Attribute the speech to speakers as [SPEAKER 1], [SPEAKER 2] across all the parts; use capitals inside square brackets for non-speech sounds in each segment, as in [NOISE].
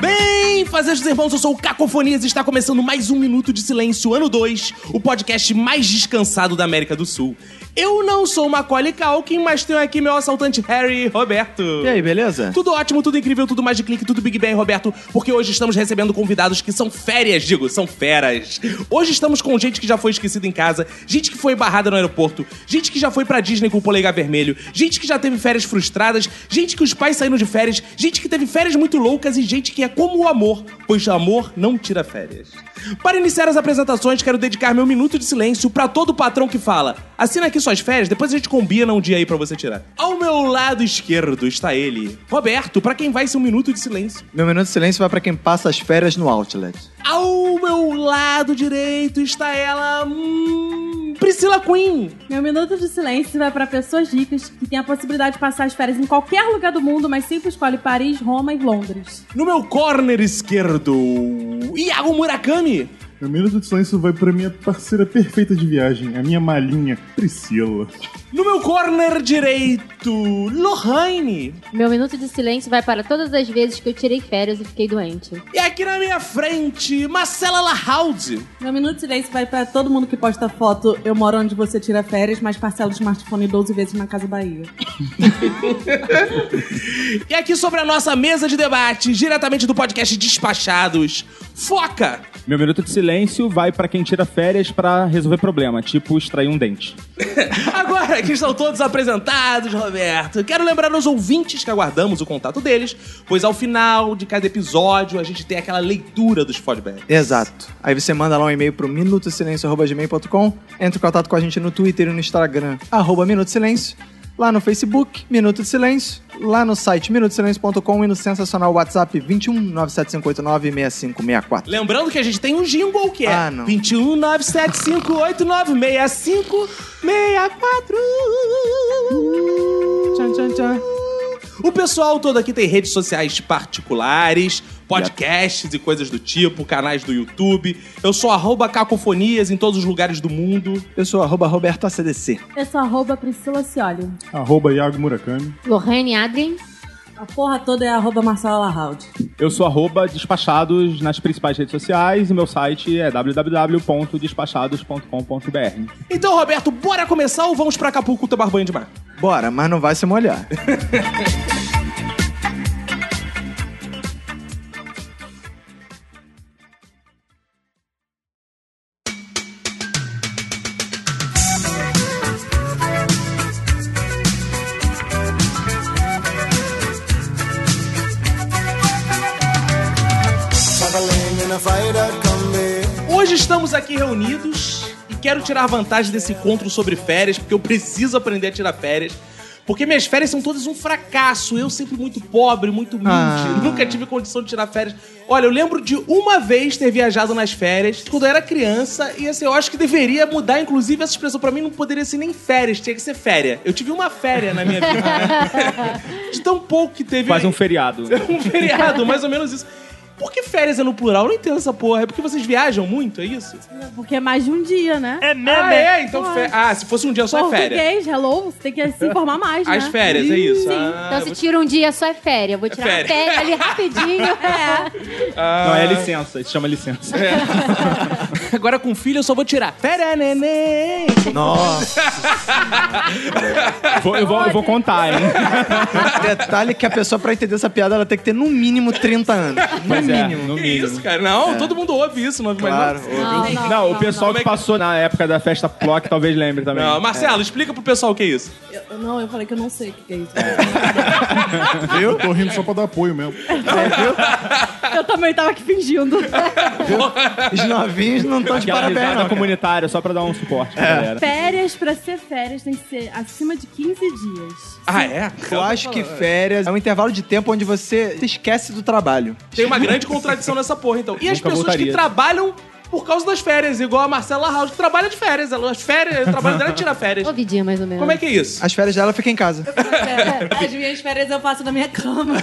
[SPEAKER 1] Bem, fazejos irmãos, eu sou o Cacofonias e está começando mais um Minuto de Silêncio, ano 2, o podcast mais descansado da América do Sul. Eu não sou o Macaulay Culkin, mas tenho aqui meu assaltante Harry Roberto.
[SPEAKER 2] E aí, beleza?
[SPEAKER 1] Tudo ótimo, tudo incrível, tudo mais de clique, tudo Big Bang, Roberto, porque hoje estamos recebendo convidados que são férias, digo, são feras. Hoje estamos com gente que já foi esquecida em casa, gente que foi barrada no aeroporto, gente que já foi pra Disney com o polegar vermelho, gente que já teve férias frustradas, gente que os pais saíram de férias, gente que teve férias muito loucas e gente que é como o amor, pois o amor não tira férias. Para iniciar as apresentações, quero dedicar meu minuto de silêncio pra todo patrão que fala: assina aqui suas férias, depois a gente combina um dia aí pra você tirar. Ao meu lado esquerdo está ele, Roberto, pra quem vai ser um minuto de silêncio.
[SPEAKER 2] Meu minuto de silêncio vai pra quem passa as férias no outlet.
[SPEAKER 1] Ao meu lado direito está ela, hum, Priscila Queen.
[SPEAKER 3] Meu minuto de silêncio vai para pessoas ricas que têm a possibilidade de passar as férias em qualquer lugar do mundo, mas sempre escolhe Paris, Roma e Londres.
[SPEAKER 1] No meu corner esquerdo, Iago Murakami.
[SPEAKER 4] Meu minuto de silêncio vai pra minha parceira perfeita de viagem, a minha malinha, Priscila.
[SPEAKER 1] No meu corner direito, Lohane.
[SPEAKER 5] Meu minuto de silêncio vai para todas as vezes que eu tirei férias e fiquei doente.
[SPEAKER 1] E aqui na minha frente, Marcela Lahaldi.
[SPEAKER 3] Meu minuto de silêncio vai para todo mundo que posta foto Eu moro onde você tira férias, mas parcela o smartphone 12 vezes na Casa Bahia.
[SPEAKER 1] E aqui sobre a nossa mesa de debate, diretamente do podcast Despachados, Foca.
[SPEAKER 6] Meu minuto de silêncio vai pra quem tira férias pra resolver problema, tipo extrair um dente.
[SPEAKER 1] Agora que estão todos apresentados, Roberto, quero lembrar aos ouvintes que aguardamos o contato deles, pois ao final de cada episódio a gente tem aquela leitura dos feedbacks.
[SPEAKER 2] Exato. Aí você manda lá um e-mail pro minutosilencio.gmail.com, entra em contato com a gente no Twitter e no Instagram, arroba Minuto Silêncio, lá no Facebook, Minuto de Silêncio, lá no site minutosilencio.com e no sensacional WhatsApp 21 97589 6564.
[SPEAKER 1] Lembrando que a gente tem um jingle que é
[SPEAKER 2] Ah, não.
[SPEAKER 1] 21 975896564.
[SPEAKER 2] Tchan, tchan, tchan.
[SPEAKER 1] O pessoal todo aqui tem redes sociais particulares, podcasts e coisas do tipo, canais do YouTube. Eu sou arroba cacofonias em todos os lugares do mundo.
[SPEAKER 2] Eu sou arroba Roberto ACDC.
[SPEAKER 3] Eu sou arroba Priscila Cioli.
[SPEAKER 4] Arroba Iago Murakami.
[SPEAKER 5] Lorraine Adrien,
[SPEAKER 3] A porra toda é arroba Marcela Lahoud.
[SPEAKER 6] Eu sou arroba despachados nas principais redes sociais e meu site é www.despachados.com.br.
[SPEAKER 1] Então, Roberto, bora começar ou vamos pra Acapulco tomar banho de mar?
[SPEAKER 2] Bora, mas não vai se molhar.
[SPEAKER 6] [LAUGHS]
[SPEAKER 1] Hoje estamos aqui reunidos e quero tirar vantagem desse encontro sobre férias, porque eu preciso aprender a tirar férias. Porque minhas férias são todas um fracasso. Eu sempre muito pobre, muito humilde.
[SPEAKER 2] Ah.
[SPEAKER 1] Nunca tive condição de tirar férias. Olha, eu lembro de uma vez ter viajado nas férias, quando eu era criança. E assim, eu acho que deveria mudar, inclusive, essa expressão. Pra mim não poderia ser nem férias, tinha que ser férias. Eu tive uma férias na minha vida. né? de tão pouco que teve
[SPEAKER 6] Quase um feriado. [LAUGHS]
[SPEAKER 1] [LAUGHS] um feriado, mais ou menos isso. Por que férias é no plural? Eu não entendo essa porra. É porque vocês viajam muito, é isso?
[SPEAKER 3] Porque é mais de um dia, né?
[SPEAKER 1] É meme. Ah, é? Então fe- Ah, se fosse um dia só é férias.
[SPEAKER 3] Português, hello, você tem que se informar mais, né?
[SPEAKER 1] As férias, é isso. Ah,
[SPEAKER 5] Então, se tira um dia, só é férias. Eu Vou tirar
[SPEAKER 1] férias.
[SPEAKER 5] férias,
[SPEAKER 3] [LAUGHS]
[SPEAKER 5] ali rapidinho. é.
[SPEAKER 6] Não, é licença, se chama licença.
[SPEAKER 1] [LAUGHS] Agora com filho eu só vou tirar. Férias, neném.
[SPEAKER 2] Nossa.
[SPEAKER 6] [LAUGHS] Vou- eu, vou, eu vou contar, hein?
[SPEAKER 2] Detalhe que a pessoa, pra entender essa piada, ela tem que ter no mínimo 30 anos. No
[SPEAKER 6] Pois é,
[SPEAKER 2] mínimo.
[SPEAKER 6] no
[SPEAKER 1] Que
[SPEAKER 6] mínimo.
[SPEAKER 1] isso, cara? Não, todo mundo ouve isso. Não ouve mais
[SPEAKER 2] Claro.
[SPEAKER 1] nada.
[SPEAKER 2] ouviu?
[SPEAKER 6] Não, o pessoal
[SPEAKER 1] não.
[SPEAKER 6] que passou na época da festa PLOC talvez lembre também.
[SPEAKER 1] Não, Marcelo, explica pro pessoal o que é isso.
[SPEAKER 3] Eu- não, eu falei que eu não sei o que que é isso.
[SPEAKER 4] Eu tô rindo só pra dar apoio mesmo.
[SPEAKER 3] eu também tava aqui fingindo.
[SPEAKER 2] Os novinhos não estão de
[SPEAKER 6] Aquela
[SPEAKER 2] parabéns,
[SPEAKER 6] é risada
[SPEAKER 2] não. cara.
[SPEAKER 6] comunitária, só pra dar um suporte pra galera.
[SPEAKER 3] Férias, pra ser férias, tem que ser acima de 15 dias.
[SPEAKER 1] Ah, é?
[SPEAKER 2] Eu acho que férias é um intervalo de tempo onde você se esquece do trabalho.
[SPEAKER 1] Tem uma grande grande contradição nessa porra, então. E as
[SPEAKER 6] Nunca
[SPEAKER 1] pessoas que
[SPEAKER 6] voltaria.
[SPEAKER 1] trabalham por causa das férias, igual a Marcela House, que trabalha de férias. Ela, as férias, o trabalho dela é tirar férias.
[SPEAKER 7] Ouvidinha, mais ou menos.
[SPEAKER 1] Como é que é isso?
[SPEAKER 2] As férias dela fica em casa.
[SPEAKER 3] É, [LAUGHS] As minhas férias eu passo na minha cama.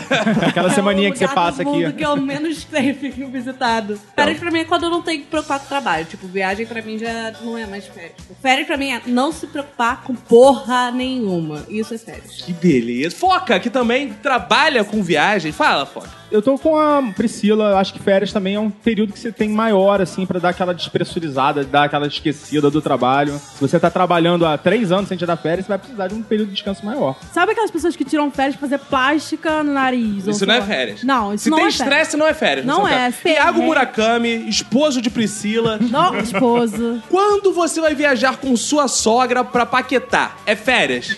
[SPEAKER 6] Aquela
[SPEAKER 3] É o
[SPEAKER 6] semaninha que você
[SPEAKER 3] lugar do
[SPEAKER 6] passa aqui.
[SPEAKER 3] mundo que eu menos tenho fico visitado.
[SPEAKER 1] Então.
[SPEAKER 3] Férias pra mim é quando eu não tenho que preocupar com trabalho. Tipo, viagem pra mim já não é mais férias. Tipo, férias pra mim é não se preocupar com porra nenhuma. Isso é férias.
[SPEAKER 1] Que beleza. Foca, que também trabalha com viagem. Fala, Foca.
[SPEAKER 6] Eu tô com a Priscila, eu acho que férias também é um período que você tem maior, assim, pra dar aquela despressurizada, dar aquela esquecida do trabalho. Se você tá trabalhando há três anos sem tirar férias, você vai precisar de um período de descanso maior.
[SPEAKER 3] Sabe aquelas pessoas que tiram férias pra fazer plástica no nariz?
[SPEAKER 1] Isso não é férias.
[SPEAKER 3] Não, isso
[SPEAKER 1] Se
[SPEAKER 3] não
[SPEAKER 1] tem
[SPEAKER 3] é férias.
[SPEAKER 1] estresse, não é férias.
[SPEAKER 3] Não
[SPEAKER 1] são
[SPEAKER 3] é,
[SPEAKER 1] férias.
[SPEAKER 3] tem-
[SPEAKER 1] Iago
[SPEAKER 3] é.
[SPEAKER 1] Murakami, esposo de
[SPEAKER 3] [LAUGHS]
[SPEAKER 1] Priscila.
[SPEAKER 3] Não, esposo.
[SPEAKER 1] Quando você vai viajar com sua sogra pra paquetar? É férias?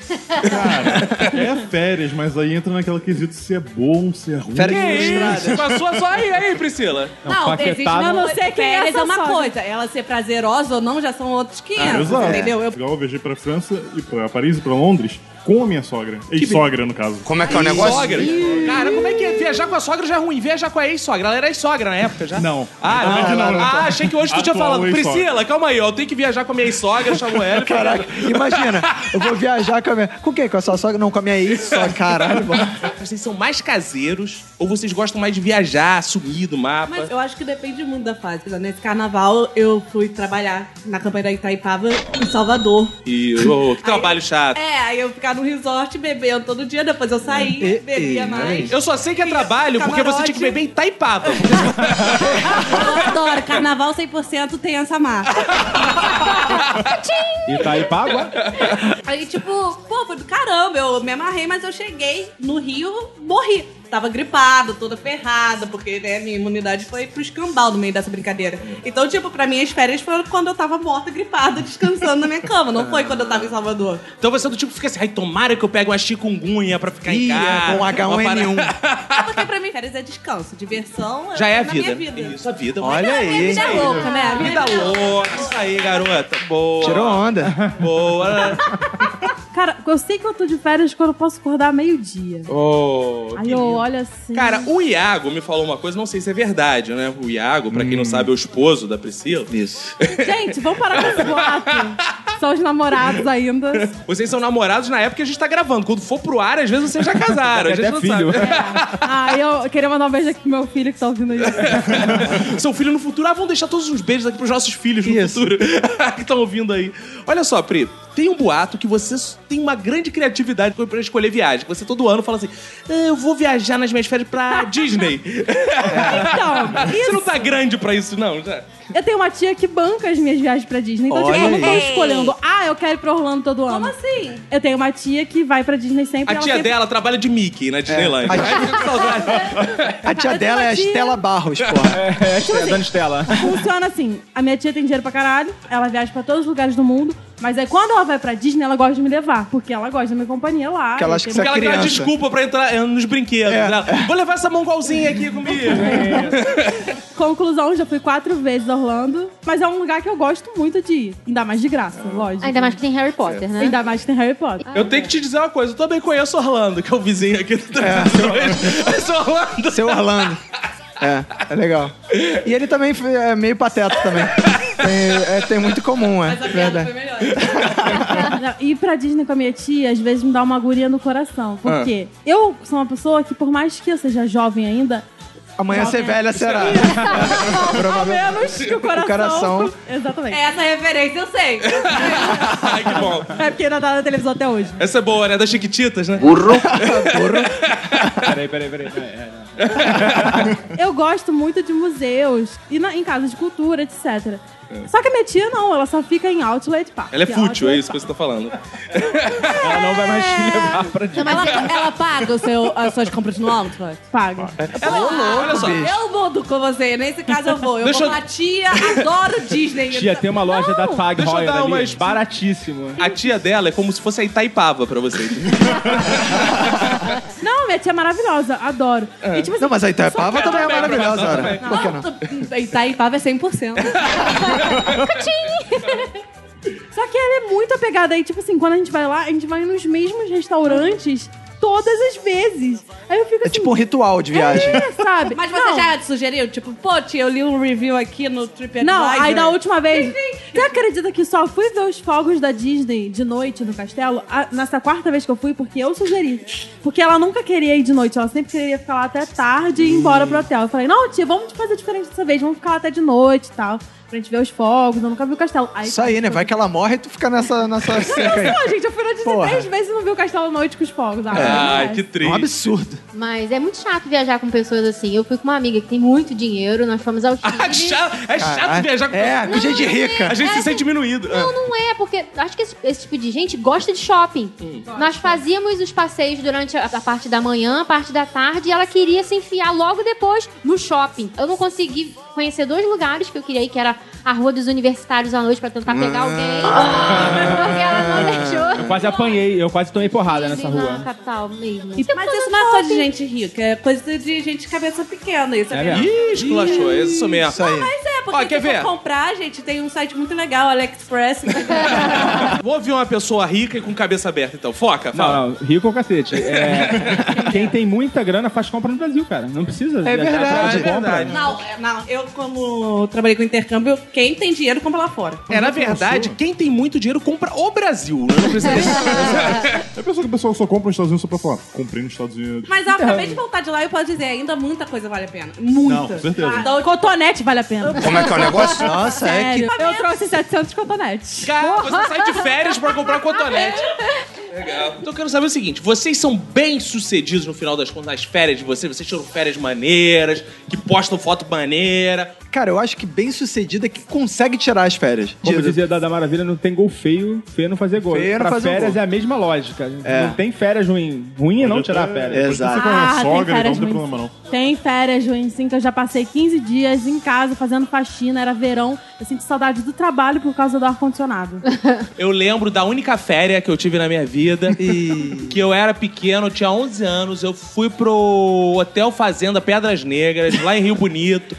[SPEAKER 4] É férias, mas aí entra naquela quesito se é bom, se é ruim.
[SPEAKER 2] Férias
[SPEAKER 1] Que
[SPEAKER 2] frustradas.
[SPEAKER 1] isso? Com a sua sogra. Aí, aí, Priscila.
[SPEAKER 5] Não, existe
[SPEAKER 6] paquetado.
[SPEAKER 5] não,
[SPEAKER 3] Eu não sei quem é
[SPEAKER 5] férias
[SPEAKER 3] essa
[SPEAKER 5] é uma
[SPEAKER 3] sogra.
[SPEAKER 5] coisa. Ela ser prazerosa ou não já são outros 500,
[SPEAKER 4] Exato.
[SPEAKER 5] entendeu? Eu
[SPEAKER 4] Legal, É, eu viajei pra França e pra Paris e pra Londres com a minha sogra. Ex-sogra, no caso.
[SPEAKER 8] Como é que é o negócio?
[SPEAKER 1] Sogra. Cara, como é que é? Viajar com a sogra já é ruim. Viajar com a ex-sogra. Ela era ex-sogra na época já?
[SPEAKER 4] Não.
[SPEAKER 1] Ah,
[SPEAKER 4] Como é que não?
[SPEAKER 1] Ah, achei que hoje tu tinha
[SPEAKER 4] Atual
[SPEAKER 1] falado.
[SPEAKER 4] ex-sogra.
[SPEAKER 1] Priscila, calma aí, ó, eu tenho que viajar com a minha ex-sogra, chamou ela. e falou,
[SPEAKER 2] Caraca, imagina, eu vou viajar com a minha. Com quem? Com a sua sogra? Não, com a minha ex, só caralho, mano.
[SPEAKER 1] Vocês são mais caseiros ou vocês gostam mais de viajar, sumir do mapa?
[SPEAKER 5] Mas eu acho que depende muito da fase. Por exemplo, Nesse carnaval, eu fui trabalhar na campanha da Itaipava em Salvador.
[SPEAKER 1] E ô, que trabalho chato.
[SPEAKER 5] É, aí eu ficar no resort bebendo todo dia, depois eu saí,
[SPEAKER 2] E-
[SPEAKER 5] bebia
[SPEAKER 2] e-
[SPEAKER 5] mais.
[SPEAKER 1] Eu só sei que é trabalho porque você tinha que beber em Itaipava.
[SPEAKER 5] Eu adoro, carnaval 100% tem essa marca.
[SPEAKER 6] E tá aí pago? ah?
[SPEAKER 5] Aí, tipo, pô, foi do caramba, eu me amarrei, mas eu cheguei no Rio, morri. Tava gripada, toda ferrada, porque né, minha imunidade foi pro escambau no meio dessa brincadeira. Então, tipo, pra mim as férias foram quando eu tava morta, gripada, descansando na minha cama. Não foi quando eu tava
[SPEAKER 1] [LAUGHS]
[SPEAKER 5] em Salvador.
[SPEAKER 1] Então você é do tipo que fica assim, ai, tomara que eu pegue uma chikungunya pra ficar em
[SPEAKER 2] Ih, é
[SPEAKER 1] casa.
[SPEAKER 2] com
[SPEAKER 1] uma parada-
[SPEAKER 2] H1N1.
[SPEAKER 5] [LAUGHS] É Porque pra mim, férias é descanso, diversão.
[SPEAKER 1] Já é a
[SPEAKER 5] na
[SPEAKER 1] vida.
[SPEAKER 5] Minha vida. É,
[SPEAKER 1] Isso, a vida.
[SPEAKER 2] Olha aí.
[SPEAKER 5] Vida louca, né?
[SPEAKER 1] Vida louca. Isso aí, garota. Boa.
[SPEAKER 2] Tirou onda. [LAUGHS]
[SPEAKER 1] Boa.
[SPEAKER 3] Cara, eu sei que eu tô de férias quando eu posso acordar meio-dia.
[SPEAKER 1] Ô,
[SPEAKER 3] Aí
[SPEAKER 1] que
[SPEAKER 3] eu
[SPEAKER 1] lindo.
[SPEAKER 3] olho assim.
[SPEAKER 1] Cara, o Iago me falou uma coisa, não sei se é verdade, né? O Iago, pra quem
[SPEAKER 2] Hum.
[SPEAKER 1] não sabe, é o esposo da Priscila.
[SPEAKER 8] Isso.
[SPEAKER 3] Gente, vamos parar com esse boato. Só os namorados ainda.
[SPEAKER 1] Vocês são namorados na época que a gente tá gravando. Quando for pro ar, às vezes vocês já casaram. a gente
[SPEAKER 6] Até
[SPEAKER 1] não
[SPEAKER 6] filho.
[SPEAKER 1] sabe.
[SPEAKER 3] Ah, eu queria mandar um beijo aqui pro meu filho que tá ouvindo isso.
[SPEAKER 1] [LAUGHS] Seu filho no futuro. Ah, vamos deixar todos os beijos aqui pros nossos filhos no
[SPEAKER 2] Isso.
[SPEAKER 1] futuro. [LAUGHS] que estão ouvindo aí. Olha só, Pri. Tem um boato que você tem uma grande criatividade pra escolher viagem. que Você todo ano fala assim, "Ah, eu vou viajar nas minhas férias
[SPEAKER 3] [LAUGHS]
[SPEAKER 1] pra Disney.
[SPEAKER 3] Então,
[SPEAKER 1] [LAUGHS] Você não tá grande pra isso, não? né? já?
[SPEAKER 3] eu tenho uma tia que banca as minhas viagens pra Disney. Então,
[SPEAKER 2] Olha
[SPEAKER 3] tipo, eu não tô
[SPEAKER 2] aí.
[SPEAKER 3] escolhendo. Ah, eu quero ir pra Orlando todo ano.
[SPEAKER 5] Como assim?
[SPEAKER 3] Eu tenho uma tia que vai pra Disney sempre.
[SPEAKER 1] A
[SPEAKER 3] ela
[SPEAKER 1] tia
[SPEAKER 3] sempre...
[SPEAKER 1] dela trabalha de Mickey na Disneyland.
[SPEAKER 2] É, A Tá tia- A tia dela é a
[SPEAKER 3] Tia.
[SPEAKER 2] Estela Barros, [LAUGHS] porra.
[SPEAKER 6] É, é, Dona Estela.
[SPEAKER 3] Funciona assim: a minha tia tem dinheiro pra caralho, ela viaja pra todos os lugares do mundo, mas aí quando ela vai pra Disney, ela gosta de me levar, porque ela gosta da minha companhia lá.
[SPEAKER 2] Porque ela acha que você
[SPEAKER 1] Porque ela tem uma
[SPEAKER 2] criança. É.
[SPEAKER 1] desculpa pra entrar eh, nos brinquedos. Ela, Vou levar essa mongolzinha aqui comigo.
[SPEAKER 3] Conclusão, já fui quatro vezes a Orlando, mas é um lugar que eu gosto muito de ir. Ainda mais de graça, lógico.
[SPEAKER 7] Ainda mais que tem Harry Potter, né?
[SPEAKER 3] Ainda mais que tem Harry Potter.
[SPEAKER 1] Eu tenho que te dizer uma coisa, eu também conheço Orlando, que é o vizinho aqui do 302. [LAUGHS] Mas Orlando.
[SPEAKER 2] Seu Orlando. É, é legal. E ele também foi- é meio pateta também. Tem, é, tem muito comum, é.
[SPEAKER 5] Mas a piada
[SPEAKER 2] Verdade.
[SPEAKER 5] foi melhor.
[SPEAKER 3] Não, Ir pra Disney com a minha tia, às vezes me dá uma agonia no coração. Por quê? Eu sou uma pessoa que, por mais que eu seja jovem ainda,
[SPEAKER 2] Amanhã você é
[SPEAKER 5] né?
[SPEAKER 2] velha será.
[SPEAKER 3] ao menos que o coração.
[SPEAKER 2] coração.
[SPEAKER 3] Exatamente.
[SPEAKER 5] É Essa referência eu sei.
[SPEAKER 1] Ai, que bom.
[SPEAKER 3] É porque ainda tá na televisão até hoje.
[SPEAKER 1] Essa é boa, né? Das Chiquititas, né?
[SPEAKER 6] Peraí, peraí, peraí. É, é, não.
[SPEAKER 3] Eu gosto muito de museus e na- em casa de cultura, etc. Só que a minha tia não, ela só fica em outlet park.
[SPEAKER 1] Ela é fútil, é
[SPEAKER 3] Outlet
[SPEAKER 1] isso que você tá falando.
[SPEAKER 6] Ela não vai mais te levar pra Disney.
[SPEAKER 5] Ela, ela paga o seu, as suas compras no Outlet?
[SPEAKER 3] Paga.
[SPEAKER 1] Ela, olha só.
[SPEAKER 5] Eu mudo com você, nesse caso eu vou. Eu
[SPEAKER 1] Deixa
[SPEAKER 5] vou
[SPEAKER 1] eu-
[SPEAKER 5] com a tia, adoro Disney.
[SPEAKER 6] Tia, tem uma loja da Tag
[SPEAKER 1] Deixa eu
[SPEAKER 6] Heuer
[SPEAKER 1] dar
[SPEAKER 6] ali,
[SPEAKER 1] umas-
[SPEAKER 6] baratíssimo.
[SPEAKER 1] A tia dela é como se fosse a Itaipava pra vocês.
[SPEAKER 3] Não, minha tia é maravilhosa, adoro. E tipo assim,
[SPEAKER 2] Não, mas a Itaipava também é
[SPEAKER 1] também,
[SPEAKER 2] maravilhosa,
[SPEAKER 1] pra
[SPEAKER 2] ora. Por que não?
[SPEAKER 5] Não, Itaipava é 100%.
[SPEAKER 3] Só que ela é muito apegada aí, tipo assim, quando a gente vai lá, a gente vai nos mesmos restaurantes todas as vezes. Aí eu
[SPEAKER 2] É
[SPEAKER 3] fico assim.
[SPEAKER 2] tipo um ritual de viagem.
[SPEAKER 3] É, sabe?
[SPEAKER 9] Mas você
[SPEAKER 3] Não.
[SPEAKER 9] já sugeriu? Tipo, pô, tia, eu li um review aqui no TripAdvisor.
[SPEAKER 3] Não, aí da última vez. Você acredita que só fui ver os fogos da Disney de noite no castelo? A- nessa quarta vez que eu fui, porque eu sugeri. Porque ela nunca queria ir de noite, ela sempre queria ficar lá até tarde e ir embora pro hotel. Eu falei, não, tia, vamos fazer diferente dessa vez, vamos ficar lá até de noite e tal. Pra gente ver os fogos, eu nunca vi o castelo. Aí,
[SPEAKER 2] Isso aí, né? Vai que ela morre e tu fica nessa,
[SPEAKER 5] [LAUGHS]
[SPEAKER 2] nessa cerca aí.
[SPEAKER 4] [LAUGHS]
[SPEAKER 3] Não, gente, eu fui na Disney
[SPEAKER 2] Porra.
[SPEAKER 3] três vezes e não vi o castelo à noite com os fogos. Ah,
[SPEAKER 1] Ai,
[SPEAKER 3] não é.
[SPEAKER 1] que
[SPEAKER 2] É um
[SPEAKER 1] triste.
[SPEAKER 2] absurdo.
[SPEAKER 5] Mas é muito chato viajar com pessoas assim. Eu fui com uma amiga que tem muito dinheiro, nós fomos ao Chile.
[SPEAKER 1] [LAUGHS] Ah, chato, é chato
[SPEAKER 2] Caralho.
[SPEAKER 1] viajar com
[SPEAKER 2] um É, com gente rica. É,
[SPEAKER 1] A gente se sente diminuído.
[SPEAKER 5] Não, não é, porque acho que esse, esse tipo de gente gosta de shopping.
[SPEAKER 6] Hum.
[SPEAKER 5] Nós fazíamos os passeios durante a, a parte da manhã, a parte da tarde, e ela queria se enfiar logo depois no shopping. Eu não consegui conhecer dois lugares que eu queria ir, que era a Rua dos Universitários à noite pra tentar
[SPEAKER 6] Ah.
[SPEAKER 5] pegar alguém.
[SPEAKER 6] [LAUGHS]
[SPEAKER 5] Porque ela não deixou.
[SPEAKER 6] Eu quase apanhei, eu quase tomei porrada nessa
[SPEAKER 5] Disney
[SPEAKER 6] rua.
[SPEAKER 5] Na capital mesmo.
[SPEAKER 9] Mas isso não é só de gente rica, é coisa de gente de cabeça pequena. Isso é,
[SPEAKER 6] É
[SPEAKER 9] verdade.
[SPEAKER 6] mesmo.
[SPEAKER 1] Ih, esculachou, é isso mesmo.
[SPEAKER 2] Isso aí.
[SPEAKER 9] É, porque
[SPEAKER 1] Ó, quer
[SPEAKER 9] se for
[SPEAKER 1] ver?
[SPEAKER 9] comprar, gente, tem um site muito legal, AliExpress.
[SPEAKER 1] Vou ouvir uma pessoa rica e com cabeça aberta, então. Foca, fala.
[SPEAKER 6] Não, não, rico é o cacete. É, quem tem muita grana faz compra no Brasil, cara. Não precisa.
[SPEAKER 1] É
[SPEAKER 6] viajar pra
[SPEAKER 2] é verdade,
[SPEAKER 6] fazer compra.
[SPEAKER 9] não, é, não, eu como trabalhei com intercâmbio, quem tem dinheiro compra lá fora.
[SPEAKER 1] É, na verdade, quem tem muito dinheiro compra o Brasil. Eu não
[SPEAKER 2] [LAUGHS]
[SPEAKER 1] preciso
[SPEAKER 4] Eu penso É que o pessoal só compra nos Estados Unidos só pra falar, comprei nos Estados Unidos.
[SPEAKER 9] Mas eu acabei de voltar de lá e eu posso dizer, ainda muita coisa vale a pena. Muita.
[SPEAKER 4] Não, com certeza.
[SPEAKER 9] Ah, então,
[SPEAKER 3] Cotonete vale a pena.
[SPEAKER 10] Como é que é o negócio?
[SPEAKER 2] Nossa, é que.
[SPEAKER 3] Sério, eu trouxe 700 cotonetes.
[SPEAKER 1] Cara, você sai de férias pra comprar cotonete. Legal. Então eu quero saber o seguinte: vocês são bem sucedidos no final das contas nas férias de vocês? Vocês tiram férias maneiras, que postam foto maneira.
[SPEAKER 2] Cara, eu acho que bem sucedida é que consegue tirar as férias.
[SPEAKER 6] Como
[SPEAKER 2] Diz-
[SPEAKER 6] dizia da, da Maravilha, não tem gol feio, feio não fazer gol.
[SPEAKER 2] Feio não
[SPEAKER 6] pra
[SPEAKER 2] fazer um
[SPEAKER 6] férias
[SPEAKER 2] gol.
[SPEAKER 6] é a mesma lógica.
[SPEAKER 2] É.
[SPEAKER 6] Não tem férias ruim. Ruim é não tirar férias.
[SPEAKER 2] Exato.
[SPEAKER 4] com a
[SPEAKER 3] Ah, tem
[SPEAKER 4] sogra,
[SPEAKER 3] férias
[SPEAKER 4] então não tem
[SPEAKER 3] ruins.
[SPEAKER 4] problema, não.
[SPEAKER 3] Tem férias ruins, sim, que eu já passei 15 dias em casa fazendo faxina, era verão. Eu sinto saudade do trabalho por causa do
[SPEAKER 4] [LAUGHS]
[SPEAKER 3] ar-condicionado.
[SPEAKER 1] Eu lembro da única férias que eu tive na minha vida. Que eu era pequeno, eu tinha 11 anos, eu fui pro Hotel Fazenda Pedras Negras, lá em Rio Bonito.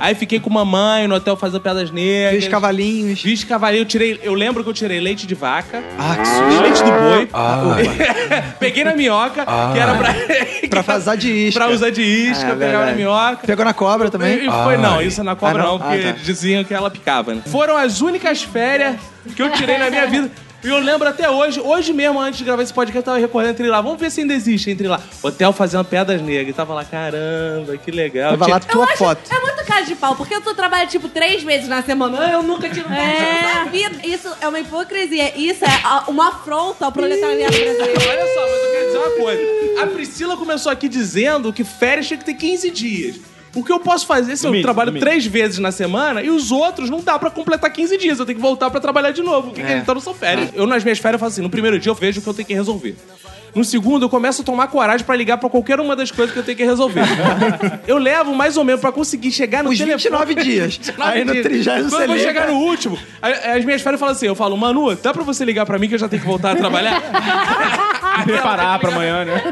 [SPEAKER 1] Aí fiquei com mamãe no Hotel Fazenda Pedras Negras.
[SPEAKER 2] Os cavalinhos.
[SPEAKER 1] Fiz cavalinho, eu tirei. Eu lembro que eu tirei leite de vaca,
[SPEAKER 2] Ah, que susto.
[SPEAKER 1] leite do boi, [LAUGHS]
[SPEAKER 11] Ah,
[SPEAKER 1] peguei na minhoca, que era pra, [LAUGHS]
[SPEAKER 2] Ah. Pra fazer de isca.
[SPEAKER 1] pra usar de isca,
[SPEAKER 2] É,
[SPEAKER 1] pegava na
[SPEAKER 2] verdade.
[SPEAKER 1] minhoca.
[SPEAKER 2] Pegou na cobra
[SPEAKER 1] E,
[SPEAKER 2] também?
[SPEAKER 1] e foi, não,
[SPEAKER 11] Ai.
[SPEAKER 1] isso na cobra
[SPEAKER 2] Ah,
[SPEAKER 1] não,
[SPEAKER 2] não?
[SPEAKER 1] porque
[SPEAKER 2] Ah, tá.
[SPEAKER 1] diziam que ela picava, né? Foram as únicas férias que eu tirei na minha vida. E eu lembro até hoje, hoje mesmo, antes de gravar esse podcast, eu tava recordando, entrei lá, vamos ver se ainda existe, entrei lá. Hotel fazendo pedras negras. E tava lá, caramba, que legal.
[SPEAKER 2] Tava
[SPEAKER 1] Tinha-
[SPEAKER 2] lá tua foto.
[SPEAKER 9] É muito cara de pau, porque eu tô trabalhando tipo três meses na semana. Ah, Eu nunca tiro é. na vida. Isso é uma hipocrisia. Isso é a- uma afronta ao proletariado brasileiro.
[SPEAKER 1] Então, Olha só, mas eu quero dizer uma coisa. A Priscila começou aqui dizendo que férias tinha que ter 15 dias. O que eu posso fazer se eu
[SPEAKER 6] mínimo,
[SPEAKER 1] trabalho
[SPEAKER 6] no mínimo.
[SPEAKER 1] três vezes na semana e os outros não dá pra completar 15 dias? Eu tenho que voltar pra trabalhar de novo. O que é. então não são férias. Eu, nas minhas férias, eu faço assim: no primeiro dia eu vejo o que eu tenho que resolver. No segundo, eu começo a tomar coragem pra ligar pra qualquer uma das coisas que eu tenho que resolver.
[SPEAKER 2] [LAUGHS]
[SPEAKER 1] eu levo mais ou menos pra conseguir chegar no
[SPEAKER 2] Os
[SPEAKER 1] telefone. [LAUGHS]
[SPEAKER 2] 29 dias. Aí no 30
[SPEAKER 1] Quando
[SPEAKER 2] você
[SPEAKER 1] eu vou chegar
[SPEAKER 2] liga.
[SPEAKER 1] no último, a- as minhas férias falam assim: eu falo, Manu, dá pra você ligar pra mim que eu já tenho que voltar a trabalhar?
[SPEAKER 6] Se preparar pra amanhã, né?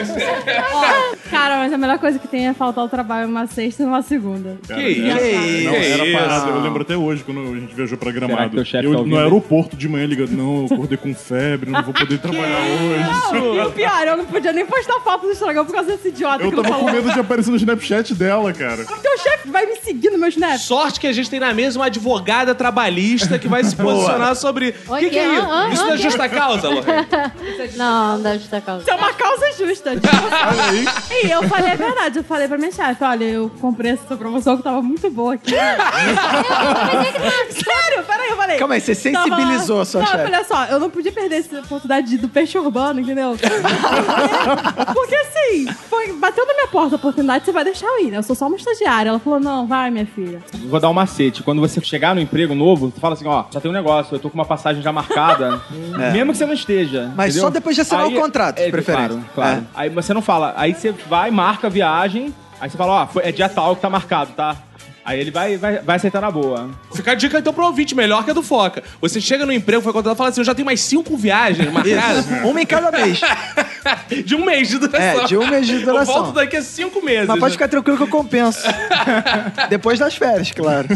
[SPEAKER 3] Cara, mas a melhor coisa que tem é faltar o trabalho uma sexta e uma segunda.
[SPEAKER 2] é,
[SPEAKER 1] Que isso?
[SPEAKER 4] Não, era
[SPEAKER 1] isso?
[SPEAKER 4] parado. Eu lembro até hoje, quando a gente viajou pra
[SPEAKER 6] Será que
[SPEAKER 4] Gramado.
[SPEAKER 6] teu chefe
[SPEAKER 4] eu
[SPEAKER 6] tá ouvindo?
[SPEAKER 4] no aeroporto de manhã ligando, não, eu acordei com febre, não vou poder trabalhar hoje.
[SPEAKER 3] Não, e o pior, eu não podia nem postar foto do Instagram por causa desse idiota
[SPEAKER 4] Eu
[SPEAKER 3] que não
[SPEAKER 4] tava com
[SPEAKER 3] falou.
[SPEAKER 4] medo de aparecer no Snapchat dela, cara.
[SPEAKER 3] Teu chefe vai me seguir no meu Snap.
[SPEAKER 1] Sorte que a gente tem na mesa uma advogada trabalhista que
[SPEAKER 2] [LAUGHS]
[SPEAKER 1] vai se posicionar sobre. O
[SPEAKER 5] Oi,
[SPEAKER 1] que, que é
[SPEAKER 5] que-
[SPEAKER 1] isso?
[SPEAKER 5] ah, ah,
[SPEAKER 1] isso
[SPEAKER 5] ah,
[SPEAKER 1] não é
[SPEAKER 5] que-
[SPEAKER 1] justa causa, Lorena?
[SPEAKER 5] Não, não dá justa causa.
[SPEAKER 3] Isso é uma causa justa.
[SPEAKER 4] [LAUGHS]
[SPEAKER 3] Tipo, e eu falei a verdade, eu falei pra minha chefe, olha, eu comprei essa promoção que tava muito boa
[SPEAKER 4] [LAUGHS]
[SPEAKER 3] aqui. Sério, peraí, eu falei.
[SPEAKER 2] Calma aí, você sensibilizou a sua
[SPEAKER 3] Não,
[SPEAKER 2] chefe.
[SPEAKER 3] olha só, eu não podia perder essa oportunidade do peixe urbano, entendeu? Porque, porque assim, foi, bateu na minha porta a oportunidade, você vai deixar eu ir, né? Eu sou só uma estagiária. Ela falou, não, vai, minha filha.
[SPEAKER 6] [LAUGHS] Vou dar um macete. Quando você chegar no emprego novo, tu fala assim, ó, só tem um negócio, eu tô com uma passagem já [LAUGHS] marcada. Mesmo que você não esteja.
[SPEAKER 2] Mas
[SPEAKER 6] entendeu?
[SPEAKER 2] só depois de assinar
[SPEAKER 6] Aí- é-
[SPEAKER 2] o contrato, de preferência. É.
[SPEAKER 6] Claro, claro. Aí você não fala. Aí você vai, marca a viagem, aí você fala, ó, foi- é dia tal que tá marcado, tá? Aí ele vai, vai, vai aceitar na boa.
[SPEAKER 1] Fica a dica então pro ouvinte, melhor que a do Foca. Você chega no emprego, foi contratado e fala assim: eu já tenho mais cinco viagens marcadas
[SPEAKER 2] Isso. Uma em cada
[SPEAKER 1] [LAUGHS]
[SPEAKER 2] mês.
[SPEAKER 1] de um mês de duração.
[SPEAKER 2] É, de um mês de duração.
[SPEAKER 1] Eu volto daqui a cinco meses.
[SPEAKER 2] Mas pode
[SPEAKER 1] né?
[SPEAKER 2] ficar tranquilo que
[SPEAKER 1] [LAUGHS]
[SPEAKER 2] eu compenso. Depois das férias, claro.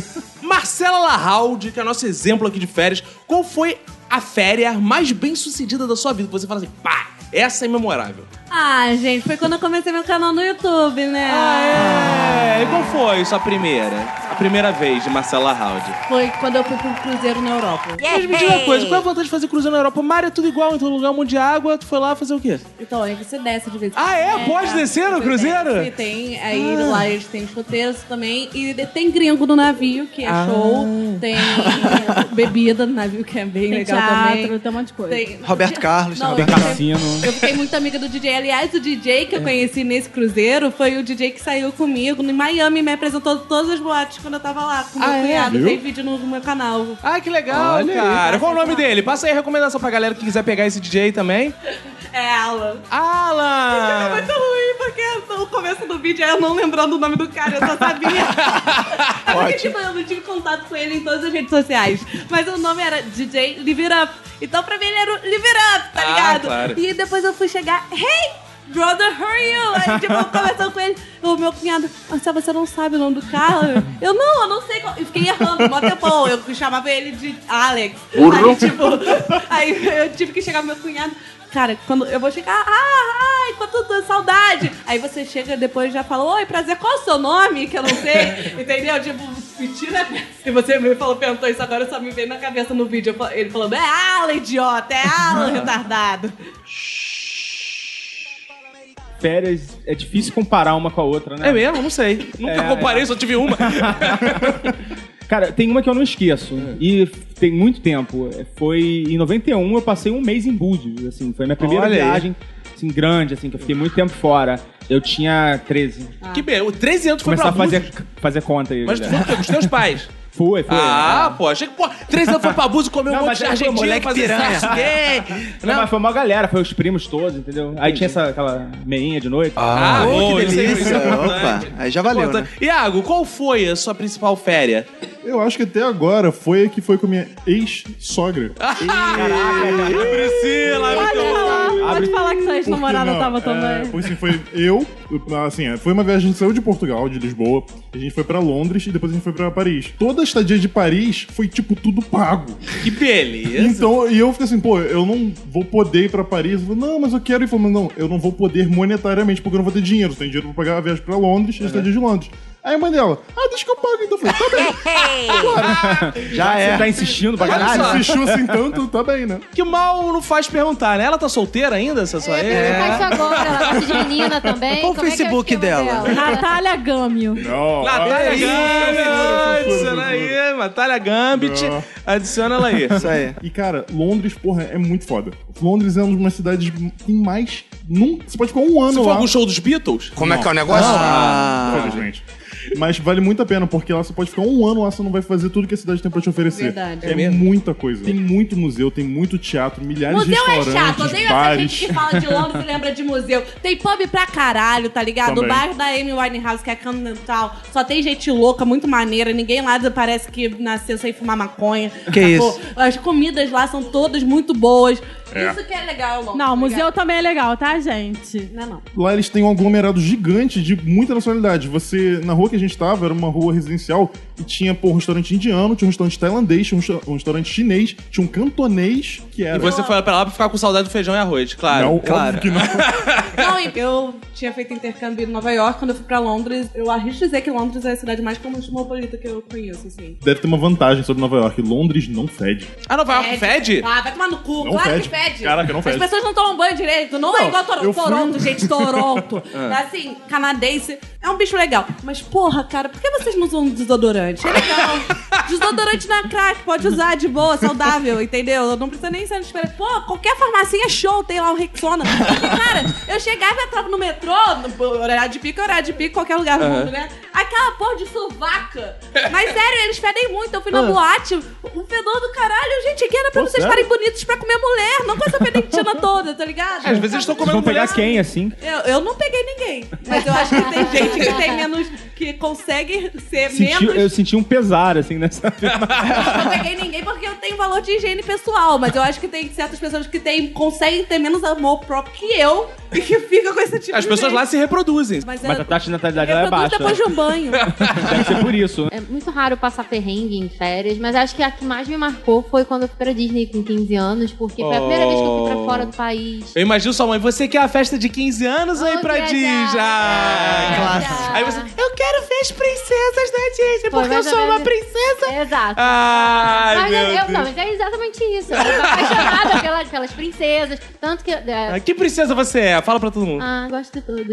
[SPEAKER 1] Marcela Lahaldi, que é nosso exemplo aqui de férias, qual foi a férias mais bem sucedida da sua vida? Que você fala assim, pá, Essa é memorável.
[SPEAKER 5] Ah, gente, foi quando eu comecei meu canal no YouTube, né?
[SPEAKER 1] É, e qual foi sua primeira? A primeira vez de Marcela Howard.
[SPEAKER 5] Foi quando eu fui pro Cruzeiro na Europa.
[SPEAKER 1] Mas me diz uma coisa, qual é a vantagem de fazer cruzeiro na Europa? Mar é tudo igual, então lugar um monte de água, tu foi lá fazer o quê?
[SPEAKER 5] Então, aí você desce de vez em
[SPEAKER 1] Ah, é? Pode descer no
[SPEAKER 5] você
[SPEAKER 1] cruzeiro? Ah.
[SPEAKER 5] desce, tem, aí lá eles têm escoteiros também. E de- tem gringo no navio, que é
[SPEAKER 1] Ah.
[SPEAKER 5] show. Tem bebida no navio, que é bem
[SPEAKER 3] Tem
[SPEAKER 5] legal
[SPEAKER 3] teatro,
[SPEAKER 5] também.
[SPEAKER 3] tem um monte de coisa.
[SPEAKER 5] Tem-
[SPEAKER 2] Roberto Carlos,
[SPEAKER 5] Não,
[SPEAKER 2] Roberto
[SPEAKER 5] eu fiquei-
[SPEAKER 6] Cassino.
[SPEAKER 5] Eu fiquei muito amiga do DJ. Aliás, o DJ
[SPEAKER 1] É.
[SPEAKER 5] que eu conheci nesse cruzeiro foi o DJ que saiu comigo em Miami. Me apresentou todas as boates quando eu tava lá com meu
[SPEAKER 1] Ah, é?
[SPEAKER 5] cunhado.
[SPEAKER 1] Viu?
[SPEAKER 5] Tem vídeo no no meu canal.
[SPEAKER 1] Ah, que legal,
[SPEAKER 5] Olha aí.
[SPEAKER 1] cara. Qual o nome dele? Passa aí a recomendação pra galera que quiser pegar esse DJ também.
[SPEAKER 5] É Alan. É
[SPEAKER 1] Alan!
[SPEAKER 5] muito ruim, porque no começo do vídeo é eu não lembrando o nome do cara, eu
[SPEAKER 1] [LAUGHS]
[SPEAKER 5] só sabia. é porque, tipo, eu não tive contato com ele em todas as redes sociais. Mas o nome era DJ Live It Up. Então pra mim ele era o Live It Up, tá
[SPEAKER 1] Ah,
[SPEAKER 5] ligado?
[SPEAKER 1] claro.
[SPEAKER 5] E depois eu fui chegar, hey! Brother, how are you? Aí, tipo, eu conversando com ele, o meu cunhado, Marcelo, você não sabe o nome do cara? Eu não, eu não sei qual. Eu fiquei errando, um mó tempão. Eu chamava ele de Alex. Aí, tipo, aí eu tive que chegar pro meu cunhado. Cara, quando eu vou chegar, ah, ai, quanto tu- saudade! Aí você chega depois e já fala, oi, prazer, qual é o seu nome? Que eu não sei, entendeu? Tipo, me tira. E você me falou, perguntou isso agora, só me veio na cabeça no vídeo. eu fal- Ele falando, é Alan, idiota, é
[SPEAKER 12] [LAUGHS]
[SPEAKER 5] Alan, retardado.
[SPEAKER 6] Férias é difícil comparar uma com a outra, né?
[SPEAKER 1] É mesmo? Não sei. Nunca
[SPEAKER 6] É,
[SPEAKER 1] comparei, só tive uma.
[SPEAKER 6] Cara, tem uma que eu não esqueço. E tem muito tempo. Foi em 91, eu passei um mês em Búzios, assim. Foi minha primeira
[SPEAKER 1] Olha aí.
[SPEAKER 6] viagem, assim, grande, assim, que eu fiquei muito tempo fora. Eu tinha 13.
[SPEAKER 1] Que beleza. 13 anos tu foi
[SPEAKER 6] Começar
[SPEAKER 1] pra
[SPEAKER 6] a fazer,
[SPEAKER 1] Búzios.
[SPEAKER 6] fazer conta aí.
[SPEAKER 1] Mas tu foi o quê? com os teus pais?
[SPEAKER 6] Foi, foi.
[SPEAKER 1] Ah, pô, achei que, pô, três anos foi pra abuso, comeu
[SPEAKER 6] Não,
[SPEAKER 1] um monte
[SPEAKER 6] mas
[SPEAKER 1] de
[SPEAKER 6] aí foi
[SPEAKER 1] argentino,
[SPEAKER 6] moleque
[SPEAKER 1] fazer
[SPEAKER 6] piranha.
[SPEAKER 1] sexo gay.
[SPEAKER 6] Não,
[SPEAKER 1] Não.
[SPEAKER 6] mas foi uma galera, foi os primos todos, entendeu? Aí tinha essa, aquela meinha de noite.
[SPEAKER 1] Ah,
[SPEAKER 2] Pô,
[SPEAKER 1] bom,
[SPEAKER 2] Oh, que
[SPEAKER 1] isso aí, isso
[SPEAKER 2] delícia.
[SPEAKER 1] é
[SPEAKER 2] Opa,
[SPEAKER 1] importante.
[SPEAKER 2] aí já valeu, né?
[SPEAKER 1] Importante. Iago, qual foi a sua principal férias?
[SPEAKER 4] Eu acho que até agora foi a que foi com a minha ex-sogra.
[SPEAKER 1] Priscila,
[SPEAKER 3] Pode falar,
[SPEAKER 6] Abre-
[SPEAKER 3] pode falar que sua
[SPEAKER 4] Por que
[SPEAKER 3] ex-namorada
[SPEAKER 4] não?
[SPEAKER 3] tava
[SPEAKER 4] É,
[SPEAKER 3] também.
[SPEAKER 4] Foi assim, foi eu, assim, foi uma viagem, a gente saiu de Portugal, de Lisboa, a gente foi pra Londres e depois a gente foi pra Paris. Toda a estadia de Paris foi, tipo, tudo pago.
[SPEAKER 1] que beleza.
[SPEAKER 4] Então, e eu fiquei assim, pô, eu não vou poder ir pra Paris. Eu falei, não, mas eu quero ir. Falei, não, eu não vou poder monetariamente, porque eu não vou ter dinheiro. Eu tenho dinheiro pra pagar a viagem pra Londres, a estadia de Londres. Aí a mãe dela, ah, deixa que eu pago. Então eu falei, tá bem.
[SPEAKER 2] Já
[SPEAKER 6] Você
[SPEAKER 2] é.
[SPEAKER 6] tá insistindo pra
[SPEAKER 4] Caralho,
[SPEAKER 6] caralho?
[SPEAKER 4] se chuva assim tanto, tá bem, né?
[SPEAKER 1] Que mal não faz perguntar, né? Ela tá solteira ainda, essa sua
[SPEAKER 5] É,
[SPEAKER 12] Eu ia
[SPEAKER 5] tá
[SPEAKER 12] perguntar isso agora, ela gosta de menina também.
[SPEAKER 2] É. Qual o
[SPEAKER 12] Como é que é
[SPEAKER 2] Facebook
[SPEAKER 12] esquema
[SPEAKER 2] dela?
[SPEAKER 3] Natália Gamio.
[SPEAKER 4] Não.
[SPEAKER 1] Natália
[SPEAKER 2] Olha
[SPEAKER 4] é
[SPEAKER 1] Gambit, adiciona aí, Natália Gambit,
[SPEAKER 4] Não.
[SPEAKER 1] adiciona ela aí.
[SPEAKER 2] Isso aí.
[SPEAKER 4] E, cara, Londres, porra, é muito foda. Londres é uma das cidades que tem mais. Num, você pode ficar um
[SPEAKER 1] Se
[SPEAKER 4] ano
[SPEAKER 1] for
[SPEAKER 4] lá.
[SPEAKER 1] algum show dos Beatles,
[SPEAKER 10] Como é que é o negócio?
[SPEAKER 2] Ah,
[SPEAKER 4] Infelizmente. Mas vale muito a pena, porque lá você pode ficar um ano lá, você não vai fazer tudo que a cidade tem pra te oferecer.
[SPEAKER 5] Verdade.
[SPEAKER 4] É, muita coisa. Tem muito museu, tem muito teatro, milhares de
[SPEAKER 5] Museu é
[SPEAKER 4] restaurantes,
[SPEAKER 5] chato, odeio essa
[SPEAKER 4] bares.
[SPEAKER 5] gente que fala de Londres e lembra de museu. Tem pub pra caralho, tá ligado?
[SPEAKER 4] Também.
[SPEAKER 5] O bairro da Amy Winehouse, que é Continental, só tem gente louca, muito maneira. Ninguém lá parece que nasceu sem fumar maconha.
[SPEAKER 2] Que
[SPEAKER 5] sacou? As comidas lá são todas muito boas. Isso que é legal, Londres.
[SPEAKER 3] Não, o museu
[SPEAKER 5] [LAUGHS] tá
[SPEAKER 3] também é legal, tá, gente?
[SPEAKER 5] ligado? Não, [LAUGHS] é não.
[SPEAKER 4] Lá eles têm um aglomerado gigante de muita nacionalidade. Você, na rua que a gente tava, era uma rua residencial e tinha, pô, um restaurante indiano, tinha um restaurante tailandês, tinha um cha- um restaurante chinês, tinha um cantonês, que
[SPEAKER 1] e
[SPEAKER 4] era.
[SPEAKER 1] você foi pra lá pra ficar com saudade do feijão e arroz, claro.
[SPEAKER 4] Não,
[SPEAKER 1] claro.
[SPEAKER 4] óbvio que não.
[SPEAKER 1] [LAUGHS]
[SPEAKER 5] Não, e eu tinha feito intercâmbio em Nova York, quando eu fui pra Londres, eu arrisco dizer que Londres é a cidade mais cosmopolita que eu conheço, assim.
[SPEAKER 4] Deve ter uma vantagem sobre Nova York. Londres não fede.
[SPEAKER 1] Ah, Nova York fede?
[SPEAKER 5] Ah, vai tomar no cu.
[SPEAKER 4] Não
[SPEAKER 5] claro
[SPEAKER 4] fede.
[SPEAKER 5] que fede.
[SPEAKER 4] Caraca, não fede.
[SPEAKER 5] As pessoas não tomam banho direito. Não, é
[SPEAKER 4] Não,
[SPEAKER 5] igual a Tor-
[SPEAKER 4] eu fui- Ah.
[SPEAKER 5] Toronto, gente. Toronto.
[SPEAKER 4] [LAUGHS]
[SPEAKER 5] Assim, canadense. É um bicho legal. Mas, porra, cara, por que vocês não usam desodorante? É legal.
[SPEAKER 4] [LAUGHS]
[SPEAKER 5] desodorante na crack. Pode usar de boa, saudável, entendeu? Não precisa nem ser esperar. Pô, qualquer farmacinha é show. Tem lá o Rexona. Porque, cara, eu chegava e entrava no metrô, no horário de pico, horário de pico, qualquer lugar do mundo, né? Aquela porra de sovaca. Mas, sério, eles fedem muito. Eu fui
[SPEAKER 1] Ah.
[SPEAKER 5] na boate, um fedor do caralho. Gente, aqui era pra vocês ficarem bonitos pra comer mulher, não com essa pedentina toda, tá ligado?
[SPEAKER 1] Às vezes eles estão
[SPEAKER 6] Vocês
[SPEAKER 1] comendo É
[SPEAKER 6] vão pegar
[SPEAKER 1] mulher-
[SPEAKER 6] quem, assim?
[SPEAKER 5] Eu, eu não peguei ninguém, mas eu acho que tem gente que tem menos. que consegue ser
[SPEAKER 6] Senti-
[SPEAKER 5] menos.
[SPEAKER 6] eu senti um pesar,
[SPEAKER 1] [LAUGHS]
[SPEAKER 6] assim, nessa...
[SPEAKER 5] Eu não peguei ninguém porque eu tenho valor de higiene pessoal, mas eu acho que tem certas pessoas que tem, conseguem ter menos amor próprio que eu que fica com esse tipo
[SPEAKER 1] As
[SPEAKER 5] de
[SPEAKER 1] pessoas
[SPEAKER 5] gente.
[SPEAKER 1] lá se reproduzem.
[SPEAKER 5] Mas,
[SPEAKER 6] Mas a
[SPEAKER 5] é,
[SPEAKER 6] taxa de natalidade lá é
[SPEAKER 3] Reproduz
[SPEAKER 6] baixa.
[SPEAKER 3] depois de um banho.
[SPEAKER 6] Deve ser por isso.
[SPEAKER 13] É muito raro passar perrengue em férias, mas acho que a que mais me marcou foi quando eu fui pra Disney com 15 anos, porque foi a primeira vez que eu fui pra fora do país.
[SPEAKER 1] Eu imagino sua mãe, você quer a festa de 15 anos ou ir
[SPEAKER 13] Oh,
[SPEAKER 1] pra
[SPEAKER 13] viajar.
[SPEAKER 1] Disney?
[SPEAKER 4] É,
[SPEAKER 1] Ah,
[SPEAKER 13] Viajar.
[SPEAKER 1] Aí você, eu quero ver as princesas da Disney,
[SPEAKER 13] Foi
[SPEAKER 1] porque eu
[SPEAKER 13] mais ou
[SPEAKER 1] sou uma
[SPEAKER 13] menos-
[SPEAKER 1] princesa.
[SPEAKER 13] Exato.
[SPEAKER 1] Ai,
[SPEAKER 13] mas
[SPEAKER 1] meu
[SPEAKER 13] eu, eu-
[SPEAKER 1] Deus.
[SPEAKER 13] não, mas é exatamente isso. Eu sou apaixonada [LAUGHS] pelas, pelas princesas. Tanto que. é,
[SPEAKER 1] Ah, Que princesa você é? Fala pra todo mundo.
[SPEAKER 13] ah, gosto de todas.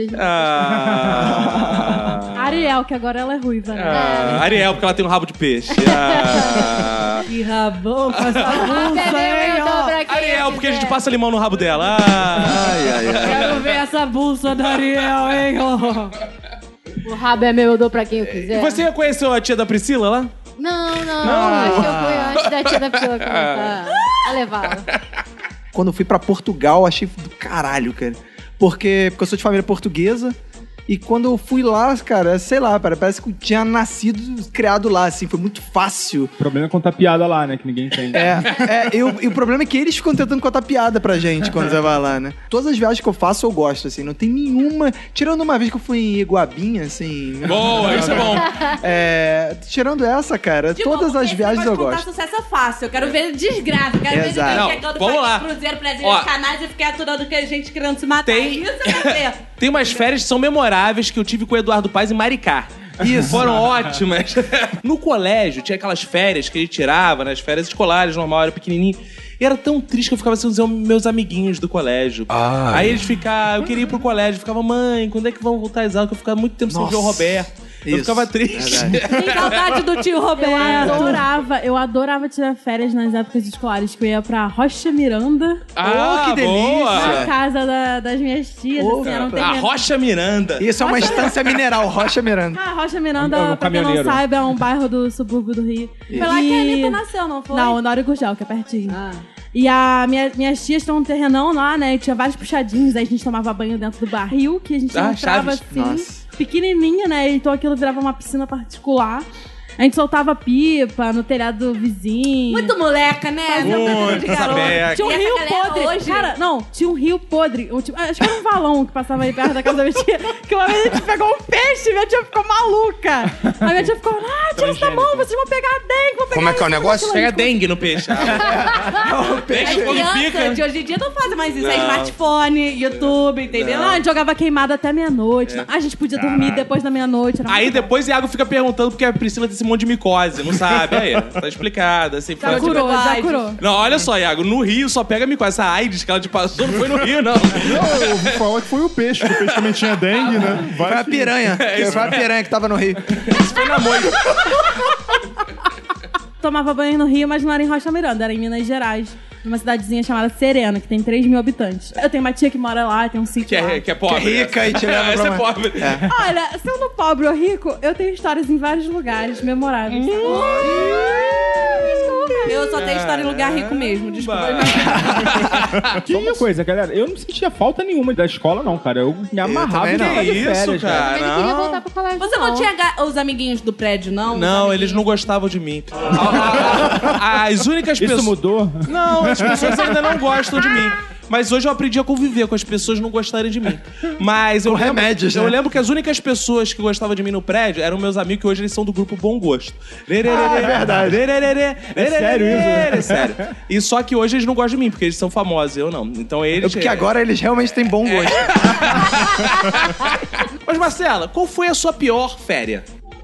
[SPEAKER 1] Ah.
[SPEAKER 3] Ariel, que agora ela é ruiva, né?
[SPEAKER 1] Ah, Ariel, porque ela tem um rabo de peixe. Ah.
[SPEAKER 3] Que rabão, faz bagunça,
[SPEAKER 13] Entendeu? Eu dou pra quem
[SPEAKER 1] Ariel,
[SPEAKER 13] eu
[SPEAKER 1] porque a gente
[SPEAKER 13] quiser.
[SPEAKER 1] passa limão no rabo dela. Ah, Ai, ai, ai.
[SPEAKER 3] Quero ver essa bolsa da
[SPEAKER 1] [LAUGHS]
[SPEAKER 3] Ariel, hein? ó.
[SPEAKER 13] O rabo é meu, eu dou pra quem eu quiser.
[SPEAKER 1] E você conheceu a tia da Priscila lá?
[SPEAKER 13] Não, não, Acho que eu fui antes da tia da pessoa começar
[SPEAKER 1] Ah.
[SPEAKER 13] a levá-la.
[SPEAKER 2] Quando eu fui pra Portugal, achei do caralho, cara. Porque, porque eu sou de família portuguesa. E quando eu fui lá, cara, sei lá, cara, parece que eu tinha nascido, criado lá, assim, foi muito fácil.
[SPEAKER 6] O problema é contar piada lá, né? Que ninguém entende.
[SPEAKER 2] É, é, e, o, e o problema é que eles ficam tentando contar piada pra gente quando você vai lá, né? Todas as viagens que eu faço, eu gosto, assim, não tem nenhuma. Tirando uma vez que eu fui em Iguabinha, assim.
[SPEAKER 1] Boa, isso é bom.
[SPEAKER 2] É, tirando essa, cara,
[SPEAKER 5] de
[SPEAKER 2] todas
[SPEAKER 5] novo,
[SPEAKER 2] as
[SPEAKER 5] esse
[SPEAKER 2] viagens eu
[SPEAKER 5] negócio de
[SPEAKER 2] gosto.
[SPEAKER 5] contar sucesso é fácil. Eu quero ver desgraça. Eu quero ver
[SPEAKER 2] Exato.
[SPEAKER 5] ninguém
[SPEAKER 1] Não,
[SPEAKER 5] chegando
[SPEAKER 1] vamos
[SPEAKER 5] pra
[SPEAKER 1] lá.
[SPEAKER 5] Cruzeiro,
[SPEAKER 1] Ó.
[SPEAKER 5] Brasil, de canais e ficar aturando que a gente querendo se matar.
[SPEAKER 1] Tem-
[SPEAKER 5] Isso é eu quero
[SPEAKER 1] [LAUGHS]
[SPEAKER 5] ver.
[SPEAKER 1] Tem umas férias que são memoráveis que eu tive com o Eduardo Paz em Maricá. [LAUGHS]
[SPEAKER 2] Isso.
[SPEAKER 1] Foram ótimas. No colégio, tinha aquelas férias que ele tirava, né? As férias escolares, normal, era pequenininho. E era tão triste que eu ficava sem os meus amiguinhos do colégio.
[SPEAKER 14] Ah.
[SPEAKER 1] Aí eles ficavam... Eu queria ir pro colégio. Eu ficava, mãe, quando é que vão voltar às aulas? Que eu ficava muito tempo sem ver o
[SPEAKER 2] Nossa.
[SPEAKER 1] Roberto. Eu
[SPEAKER 2] Isso.
[SPEAKER 1] ficava triste.
[SPEAKER 5] Tem saudade do tio
[SPEAKER 3] É, Eu
[SPEAKER 5] Roberto.
[SPEAKER 3] adorava, eu adorava tirar férias nas épocas escolares, que eu ia pra Rocha Miranda,
[SPEAKER 1] [LAUGHS] Ah,
[SPEAKER 2] Oh, que delícia.
[SPEAKER 3] na
[SPEAKER 1] boa.
[SPEAKER 3] casa da- das minhas tias,
[SPEAKER 2] Oh,
[SPEAKER 3] assim, era um
[SPEAKER 1] A
[SPEAKER 3] terreno.
[SPEAKER 1] Rocha Miranda.
[SPEAKER 2] Isso é uma estância mineral, Rocha Miranda.
[SPEAKER 3] Ah, Rocha
[SPEAKER 6] É
[SPEAKER 3] Miranda,
[SPEAKER 6] um
[SPEAKER 3] pra quem não
[SPEAKER 6] caminhoneiro.
[SPEAKER 3] sabe, é um bairro do subúrbio do Rio.
[SPEAKER 5] Foi lá que a Anitta nasceu, não foi?
[SPEAKER 3] tá
[SPEAKER 5] Ah.
[SPEAKER 3] Não, Honório Gurgel, que é pertinho. E a minha, minhas tias estão num terrenão lá, né? E tinha vários puxadinhos, aí a gente tomava banho dentro do barril, que a gente
[SPEAKER 1] Ah,
[SPEAKER 3] entrava
[SPEAKER 1] Chaves.
[SPEAKER 3] assim,
[SPEAKER 2] Nossa.
[SPEAKER 3] pequenininha, né? Então aquilo virava uma piscina particular. A gente soltava pipa no telhado do vizinho.
[SPEAKER 5] Muito moleca, né?
[SPEAKER 1] Muito, é. essa beca.
[SPEAKER 3] Tinha um
[SPEAKER 5] E essa
[SPEAKER 3] rio
[SPEAKER 5] galera
[SPEAKER 3] podre.
[SPEAKER 5] hoje?
[SPEAKER 3] Cara, não, tinha um rio podre. Um tipo- acho que era um valão que passava ali perto da casa da minha tia. Que uma vez a gente pegou um peixe, minha tia ficou maluca. A minha tia ficou, ah, tira
[SPEAKER 6] tá
[SPEAKER 3] essa mão, vocês vão pegar a dengue, vão pegar
[SPEAKER 15] Como é que é o negócio?
[SPEAKER 1] Pega dengue no [LAUGHS] peixe. dengue quando
[SPEAKER 5] Criança
[SPEAKER 1] pica.
[SPEAKER 5] de hoje em dia não faz mais isso. É
[SPEAKER 1] Não.
[SPEAKER 5] smartphone, YouTube, entendeu?
[SPEAKER 3] Não, a gente jogava queimada até meia-noite. Ah, a gente podia dormir depois da meia-noite. era
[SPEAKER 1] É. Aí
[SPEAKER 3] muito bom.
[SPEAKER 1] depois Iago fica perguntando porque a Priscila tem esse monte de micose, não sabe? Aí, tá explicado. Assim,
[SPEAKER 3] Já
[SPEAKER 1] pode-
[SPEAKER 3] curou, já
[SPEAKER 5] verdade.
[SPEAKER 3] curou.
[SPEAKER 1] Não, olha só, Iago, no Rio só pega micose. Essa AIDS que ela te passou não foi no Rio, não.
[SPEAKER 4] Não, eu ouvi falar que foi o peixe, que o peixe também tinha
[SPEAKER 1] [LAUGHS]
[SPEAKER 4] dengue, né?
[SPEAKER 2] Foi a
[SPEAKER 4] Vai que...
[SPEAKER 2] piranha. Foi a piranha que tava no Rio.
[SPEAKER 1] Isso foi na moita.
[SPEAKER 3] Tomava banho no Rio, mas não era em Rocha Miranda, era em Minas Gerais. Numa cidadezinha chamada Serena, que tem 3 mil habitantes. Eu tenho uma tia que mora lá, tem um sítio
[SPEAKER 1] Que
[SPEAKER 3] lá.
[SPEAKER 1] é, que é pobre.
[SPEAKER 2] Que é rica e te
[SPEAKER 1] [LAUGHS]
[SPEAKER 2] leva
[SPEAKER 1] Essa
[SPEAKER 2] pra
[SPEAKER 1] é
[SPEAKER 2] uma-
[SPEAKER 1] pobre.
[SPEAKER 3] Olha, sendo pobre ou rico, eu tenho histórias em vários lugares memoráveis. tá
[SPEAKER 5] Eu só tenho história em lugar rico mesmo, desculpa.
[SPEAKER 6] Só uma coisa, galera. Eu não sentia falta nenhuma da escola, não, cara. Eu me amarrava
[SPEAKER 2] também
[SPEAKER 6] em
[SPEAKER 2] não.
[SPEAKER 6] falar
[SPEAKER 1] Que é
[SPEAKER 6] de
[SPEAKER 1] isso,
[SPEAKER 6] férias,
[SPEAKER 1] cara?
[SPEAKER 13] Mas eu queria voltar
[SPEAKER 1] Não.
[SPEAKER 13] pro colégio.
[SPEAKER 5] Você não tinha ga- os amiguinhos do prédio, não? Os
[SPEAKER 1] Não,
[SPEAKER 5] amiguinhos?
[SPEAKER 1] eles não gostavam de mim. A- a- a- As únicas
[SPEAKER 6] Isso
[SPEAKER 1] pessoas.
[SPEAKER 6] mudou?
[SPEAKER 1] Não, as pessoas ainda não gostam de mim. Mas hoje eu aprendi a conviver com as pessoas não gostarem de mim. Mas eu lembro,
[SPEAKER 2] remédios,
[SPEAKER 1] eu
[SPEAKER 2] né?
[SPEAKER 1] lembro que as únicas pessoas que gostavam de mim no prédio eram meus amigos que hoje eles são do grupo Bom Gosto.
[SPEAKER 2] Ah,
[SPEAKER 1] é verdade. É
[SPEAKER 6] sério isso, né?
[SPEAKER 1] É sério. E só que hoje eles não gostam de mim porque eles são famosos, eu não. Então
[SPEAKER 2] É
[SPEAKER 1] eles
[SPEAKER 2] Porque agora eles realmente têm
[SPEAKER 16] É,
[SPEAKER 2] bom gosto.
[SPEAKER 1] [LAUGHS] Mas Marcela, qual foi a sua pior férias?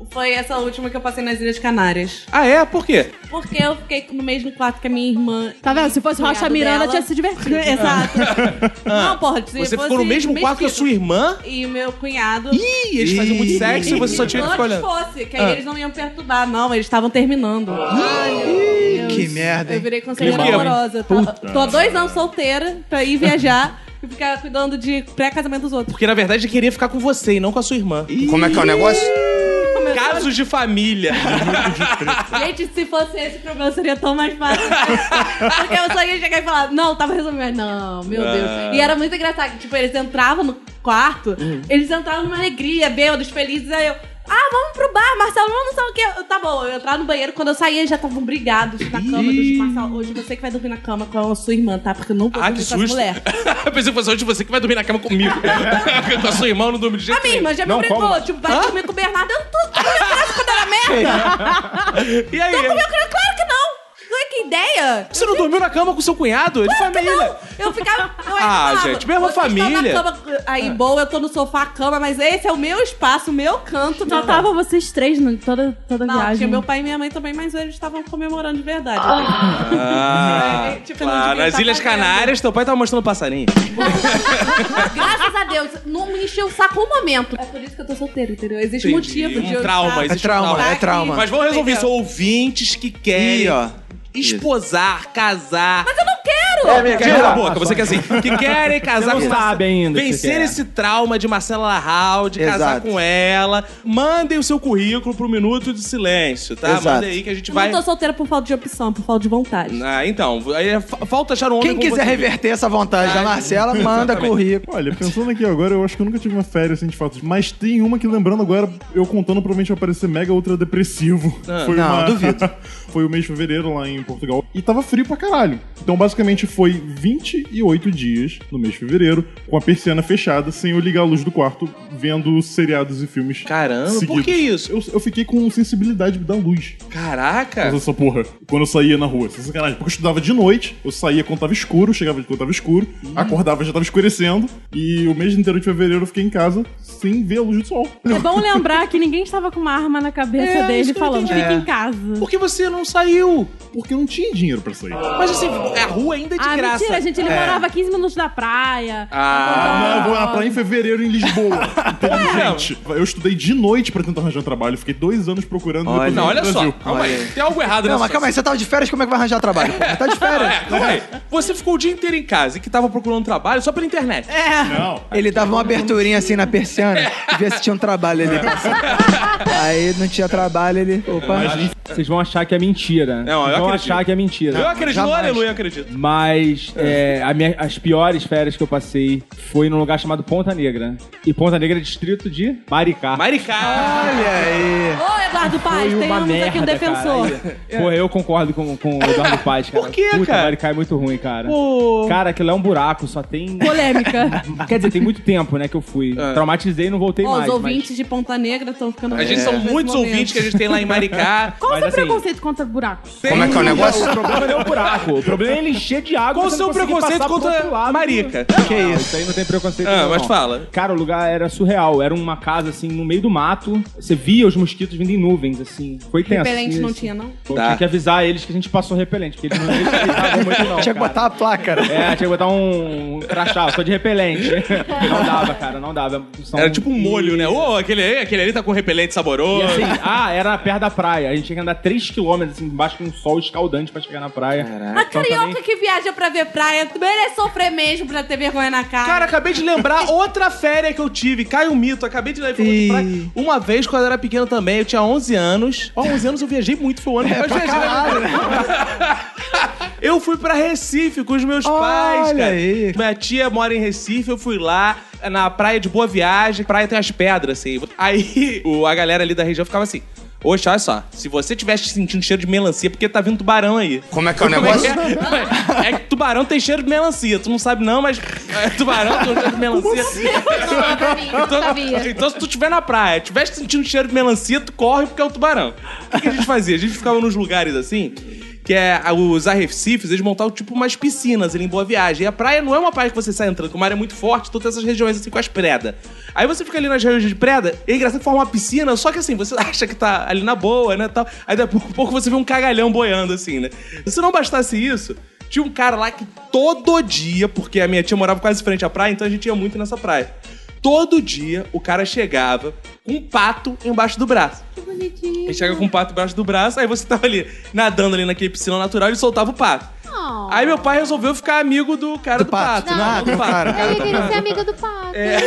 [SPEAKER 5] Foi essa última que eu passei nas Ilhas Canárias.
[SPEAKER 1] Ah, é? Por quê?
[SPEAKER 5] Porque eu fiquei no mesmo quarto que a minha irmã.
[SPEAKER 3] Tá vendo? Se fosse Rocha
[SPEAKER 5] Obrigado
[SPEAKER 3] Miranda,
[SPEAKER 5] dela.
[SPEAKER 3] tinha
[SPEAKER 1] [LAUGHS]
[SPEAKER 3] se divertido. [LAUGHS]
[SPEAKER 5] Exato. Não, porra. se
[SPEAKER 1] Você
[SPEAKER 5] fosse
[SPEAKER 1] ficou no mesmo quarto que a sua irmã?
[SPEAKER 5] E o meu cunhado.
[SPEAKER 1] Ih, eles faziam muito sexo e você só tinha que ficar
[SPEAKER 5] Antes
[SPEAKER 1] olhando. Ah.
[SPEAKER 5] fosse, que aí eles não iam perturbar, não. Eles estavam terminando.
[SPEAKER 2] que merda,
[SPEAKER 5] Eu
[SPEAKER 2] hein?
[SPEAKER 5] virei conselheira
[SPEAKER 1] Climão,
[SPEAKER 6] é
[SPEAKER 1] hein?
[SPEAKER 5] amorosa. Tô, tô há dois anos solteira pra ir viajar e ficar cuidando de pré-casamento dos outros.
[SPEAKER 1] Porque na verdade ele queria ficar com você e não com a sua irmã.
[SPEAKER 15] Como é que é o negócio?
[SPEAKER 3] é
[SPEAKER 1] Casos de família.
[SPEAKER 5] Gente, se fosse esse problema, seria tão mais fácil. Porque eu só ia chegar e falar, não, tava resolvido. Mas Não, meu Deus. E era muito engraçado. que, Tipo, eles entravam no quarto, eles entravam numa alegria, bêbados, felizes. Aí eu, ah, vamos pro bar, Marcelo, vamos, não sei o quê. Eu, Tá bom,
[SPEAKER 3] pô, eu entrar no banheiro, quando eu saía, eles já estavam brigados na cama do Gil Marcelo. Hoje você que vai dormir na cama com a sua irmã, tá? Porque eu não vou
[SPEAKER 1] Ah, que
[SPEAKER 3] dormir com essa
[SPEAKER 1] susto.
[SPEAKER 3] mulher.
[SPEAKER 1] Eu [LAUGHS] pensei que fosse hoje você que vai dormir na cama comigo. [LAUGHS] com a sua irmã, eu não dorme de
[SPEAKER 3] A
[SPEAKER 1] jeito
[SPEAKER 3] minha
[SPEAKER 1] nenhum.
[SPEAKER 3] irmã já me
[SPEAKER 6] Não,
[SPEAKER 3] brigou,
[SPEAKER 6] como?
[SPEAKER 3] tipo, vai dormir com o Bernardo. Eu tô tô comendo criança quando era merda.
[SPEAKER 1] E aí?
[SPEAKER 3] Tô comendo criança, claro que não. Não é que ideia.
[SPEAKER 1] Você não dormiu na cama com seu cunhado? Ele foi né? família.
[SPEAKER 3] Eu ficava.
[SPEAKER 1] Ah,
[SPEAKER 3] Eu ainda falava,
[SPEAKER 1] gente, mesma
[SPEAKER 3] "Vocês estão
[SPEAKER 1] família."
[SPEAKER 3] Na cama, aí, boa, eu tô no sofá, cama, mas esse é o meu espaço, o meu canto.
[SPEAKER 17] Só estavam vocês três no, toda, toda a
[SPEAKER 3] Não,
[SPEAKER 17] viagem.
[SPEAKER 3] tinha meu pai e minha mãe também, mas eles estavam comemorando de verdade.
[SPEAKER 1] Ah,
[SPEAKER 3] É, tipo, eu não
[SPEAKER 1] claro.
[SPEAKER 3] devia
[SPEAKER 1] Nas
[SPEAKER 3] estar
[SPEAKER 1] Ilhas
[SPEAKER 3] fazendo.
[SPEAKER 1] Canárias, teu pai tava mostrando passarinho.
[SPEAKER 3] [LAUGHS] Graças a Deus, não me encheu o saco um momento. É por isso que eu tô solteira, entendeu? Existe
[SPEAKER 1] Entendi.
[SPEAKER 3] motivo de
[SPEAKER 1] Um
[SPEAKER 3] eu
[SPEAKER 1] trauma,
[SPEAKER 3] estar-
[SPEAKER 1] existe
[SPEAKER 16] É trauma,
[SPEAKER 1] um trauma.
[SPEAKER 16] é trauma.
[SPEAKER 1] Mas vamos resolver isso.
[SPEAKER 3] Entendeu?
[SPEAKER 1] Ouvintes que querem
[SPEAKER 16] Ih, ó.
[SPEAKER 1] esposar, casar.
[SPEAKER 3] Mas eu não quero!
[SPEAKER 16] É mentira.
[SPEAKER 1] Cala a boca, você quer assim, que querem casar
[SPEAKER 6] não
[SPEAKER 1] com
[SPEAKER 6] sabe ainda se
[SPEAKER 1] Vencer
[SPEAKER 6] quer.
[SPEAKER 1] esse trauma de Marcela Larral, de casar
[SPEAKER 16] Exato.
[SPEAKER 1] com ela. Mandem o seu currículo pro Minuto de Silêncio, tá?
[SPEAKER 16] Exato.
[SPEAKER 1] Manda aí que a gente
[SPEAKER 3] Eu
[SPEAKER 1] vai.
[SPEAKER 3] não tô solteira por falta de opção, por falta de vontade.
[SPEAKER 1] Ah, então, aí é fa- falta achar um homem
[SPEAKER 16] Quem
[SPEAKER 1] como
[SPEAKER 16] quiser
[SPEAKER 1] você.
[SPEAKER 16] reverter essa vontade da Marcela, manda currículo.
[SPEAKER 4] Olha, pensando aqui agora, eu acho que eu nunca tive uma férias assim de fato. Mas tem uma que, lembrando agora, eu contando, provavelmente vai parecer mega ultra depressivo. foi
[SPEAKER 16] Ah, não,
[SPEAKER 4] uma...
[SPEAKER 16] duvido.
[SPEAKER 4] [LAUGHS] foi o mês de fevereiro lá em Portugal. E tava frio pra caralho. Então, basicamente, foi 28 dias no mês de fevereiro, com a persiana fechada, sem eu ligar a luz do quarto, vendo seriados e filmes.
[SPEAKER 1] Caramba, por
[SPEAKER 4] seguidos.
[SPEAKER 1] que isso?
[SPEAKER 4] Eu, eu fiquei com sensibilidade da luz.
[SPEAKER 1] Caraca!
[SPEAKER 4] Mas essa porra, quando eu saía na rua, sem sacanagem. Porque eu estudava de noite, eu saía quando tava escuro, chegava quando tava escuro, acordava já tava escurecendo, e o mês inteiro de fevereiro eu fiquei em casa sem ver a luz do sol.
[SPEAKER 17] É bom
[SPEAKER 1] [LAUGHS]
[SPEAKER 17] lembrar que ninguém estava com uma arma na cabeça
[SPEAKER 1] É, isso
[SPEAKER 17] dele
[SPEAKER 1] que eu
[SPEAKER 17] falando,
[SPEAKER 1] entendi.
[SPEAKER 17] fica em casa.
[SPEAKER 1] Por que você não saiu?
[SPEAKER 4] Porque eu não tinha dinheiro pra sair.
[SPEAKER 1] Mas assim, a rua ainda é de
[SPEAKER 17] Ah,
[SPEAKER 1] graça.
[SPEAKER 17] mentira, gente. Ele morava 15 minutos da praia. Então,
[SPEAKER 1] Ah,
[SPEAKER 4] Não, eu vou na praia em fevereiro em Lisboa. Inteligente. Eu estudei de noite pra tentar arranjar um trabalho. Fiquei dois anos procurando
[SPEAKER 16] Olha.
[SPEAKER 4] depois
[SPEAKER 1] não,
[SPEAKER 4] vim
[SPEAKER 1] olha
[SPEAKER 4] pro
[SPEAKER 1] só.
[SPEAKER 4] Brasil.
[SPEAKER 1] Calma aí. Tem algo errado
[SPEAKER 16] Não,
[SPEAKER 1] nessa
[SPEAKER 16] mas calma aí, você tava de férias, como é que vai arranjar [LAUGHS] trabalho? pô? Tá de
[SPEAKER 1] É,
[SPEAKER 16] férias.
[SPEAKER 1] calma aí. Você ficou o dia inteiro em casa e que tava procurando trabalho só pela internet.
[SPEAKER 4] Não.
[SPEAKER 16] Ele dava uma aberturinha assim na persiana, via se tinha um trabalho ali. pra você. Aí não tinha trabalho, ele. Opa,
[SPEAKER 6] Vocês vão achar que é mentira.
[SPEAKER 1] Não, eu
[SPEAKER 6] Vocês vão
[SPEAKER 1] acredito.
[SPEAKER 6] achar que é mentira.
[SPEAKER 1] eu acredito,
[SPEAKER 16] jamais.
[SPEAKER 1] aleluia, eu acredito.
[SPEAKER 6] Mas é, a minha- as piores férias que eu passei foi num lugar chamado Ponta Negra. E Ponta Negra é distrito de Maricá.
[SPEAKER 1] Maricá.
[SPEAKER 16] olha aí.
[SPEAKER 3] Ô, Eduardo Paz,
[SPEAKER 6] Foi uma
[SPEAKER 3] tenhamos
[SPEAKER 6] merda,
[SPEAKER 3] aqui o defensor.
[SPEAKER 6] cara. Aí- Pô, eu concordo com, com o Eduardo Paz, cara.
[SPEAKER 1] Por quê,
[SPEAKER 6] Puta,
[SPEAKER 1] cara?
[SPEAKER 6] Maricá é muito ruim, cara.
[SPEAKER 1] Pô.
[SPEAKER 6] Cara, aquilo é um buraco, só
[SPEAKER 1] [LAUGHS]
[SPEAKER 6] tem...
[SPEAKER 17] Polêmica.
[SPEAKER 6] Quer dizer, tem muito tempo, né, que eu fui.
[SPEAKER 1] É.
[SPEAKER 6] Traumatizei e não voltei
[SPEAKER 3] Ó,
[SPEAKER 6] mais.
[SPEAKER 3] os
[SPEAKER 6] mas-
[SPEAKER 3] ouvintes de Ponta Negra estão ficando.
[SPEAKER 1] A
[SPEAKER 5] É.
[SPEAKER 1] gente são
[SPEAKER 3] nesse
[SPEAKER 1] muitos
[SPEAKER 3] momento.
[SPEAKER 1] ouvintes que a gente tem lá em [LAUGHS] Maricá.
[SPEAKER 17] Qual o
[SPEAKER 6] Mas,
[SPEAKER 17] seu
[SPEAKER 6] assim,
[SPEAKER 17] preconceito contra buracos?
[SPEAKER 1] Como é que é o
[SPEAKER 6] Não, o problema não é o buraco. O problema é ele encher de água.
[SPEAKER 1] Qual o
[SPEAKER 6] você não
[SPEAKER 1] seu
[SPEAKER 6] conseguir
[SPEAKER 1] preconceito
[SPEAKER 6] passar pro
[SPEAKER 1] contra
[SPEAKER 6] outro lado.
[SPEAKER 1] Marica?
[SPEAKER 6] Que isso? Isso aí não tem preconceito.
[SPEAKER 1] Ah,
[SPEAKER 6] não,
[SPEAKER 1] mas
[SPEAKER 6] não.
[SPEAKER 1] fala.
[SPEAKER 6] Cara, o lugar era surreal. Era uma casa, assim, no meio do mato. Você via os mosquitos vindo em nuvens, assim. Foi tenso.
[SPEAKER 3] Repelente não
[SPEAKER 6] Assim,
[SPEAKER 3] tinha, não?
[SPEAKER 6] Pô,
[SPEAKER 1] Tá.
[SPEAKER 6] Tinha que avisar eles que a gente passou repelente, porque eles não eles não ligavam muito, não.
[SPEAKER 16] Tinha que
[SPEAKER 6] cara.
[SPEAKER 16] botar a placa. né?
[SPEAKER 6] É, tinha que botar um crachá, só de repelente. [LAUGHS] Não dava, cara, não dava. São-
[SPEAKER 1] Era tipo um molho, né? Ô, aquele aí, aquele ali tá com repelente
[SPEAKER 6] E
[SPEAKER 1] saboroso.
[SPEAKER 6] assim, ah, era perto da praia. A gente tinha que andar 3km, assim, embaixo de um sol escaldante pra chegar na praia. Então, Caraca.
[SPEAKER 3] A carioca que viaja pra ver praia merece sofrer mesmo pra ter vergonha na cara.
[SPEAKER 1] Cara, acabei de
[SPEAKER 16] [LAUGHS]
[SPEAKER 1] lembrar outra férias que eu tive. Cai um mito, acabei de lembrar.
[SPEAKER 16] Ih.
[SPEAKER 1] Uma vez, quando eu era pequeno também, eu tinha 11 anos. Ó, 11 anos eu viajei muito, foi o
[SPEAKER 16] É,
[SPEAKER 1] ano que eu viajei. [LAUGHS] Eu fui pra Recife com os meus
[SPEAKER 16] Olha
[SPEAKER 1] pais, cara.
[SPEAKER 16] aí.
[SPEAKER 1] Minha tia mora em Recife, eu fui lá é, na praia de Boa Viagem. Praia tem as pedras, assim. Aí o, a galera ali da região ficava assim... Oxe, olha só, se você tivesse sentindo cheiro de melancia, porque tá vindo tubarão aí. Como é que é o negócio? É, que tubarão tem cheiro de melancia. Tu não sabe não, mas é, tubarão tem cheiro de melancia.
[SPEAKER 5] Não, pra mim, não sabia.
[SPEAKER 1] Então, se tu estiver na praia, tiver sentindo cheiro de melancia, tu corre porque é o tubarão. O que, que a gente fazia? A gente ficava nos lugares assim, que é a- os arrecifes, eles montavam tipo umas piscinas ali em Boa Viagem. E a praia não é uma praia que você sai entrando, que uma área muito forte, então tem essas regiões assim com as predas. Aí você fica ali nas regiões de preda, e é engraçado que forma uma piscina, só que assim, você [LAUGHS] acha que tá ali na boa, né, tal. Aí daqui a pouco- pouco você vê um cagalhão boiando assim, né? Se não bastasse isso, tinha um cara lá que todo dia, porque a minha tia morava quase em frente à praia, então a gente ia muito nessa praia. Todo dia o cara chegava com um pato embaixo do braço.
[SPEAKER 5] Que bonitinho.
[SPEAKER 1] Ele chega com um pato embaixo do braço, aí você tava ali nadando ali naquele piscina natural e soltava o pato.
[SPEAKER 5] Oh.
[SPEAKER 1] Aí meu pai resolveu ficar amigo do cara do,
[SPEAKER 16] Do pato.
[SPEAKER 1] pato.
[SPEAKER 5] Não,
[SPEAKER 1] do
[SPEAKER 16] do cara.
[SPEAKER 5] Ele queria ser amiga do pato.
[SPEAKER 1] É,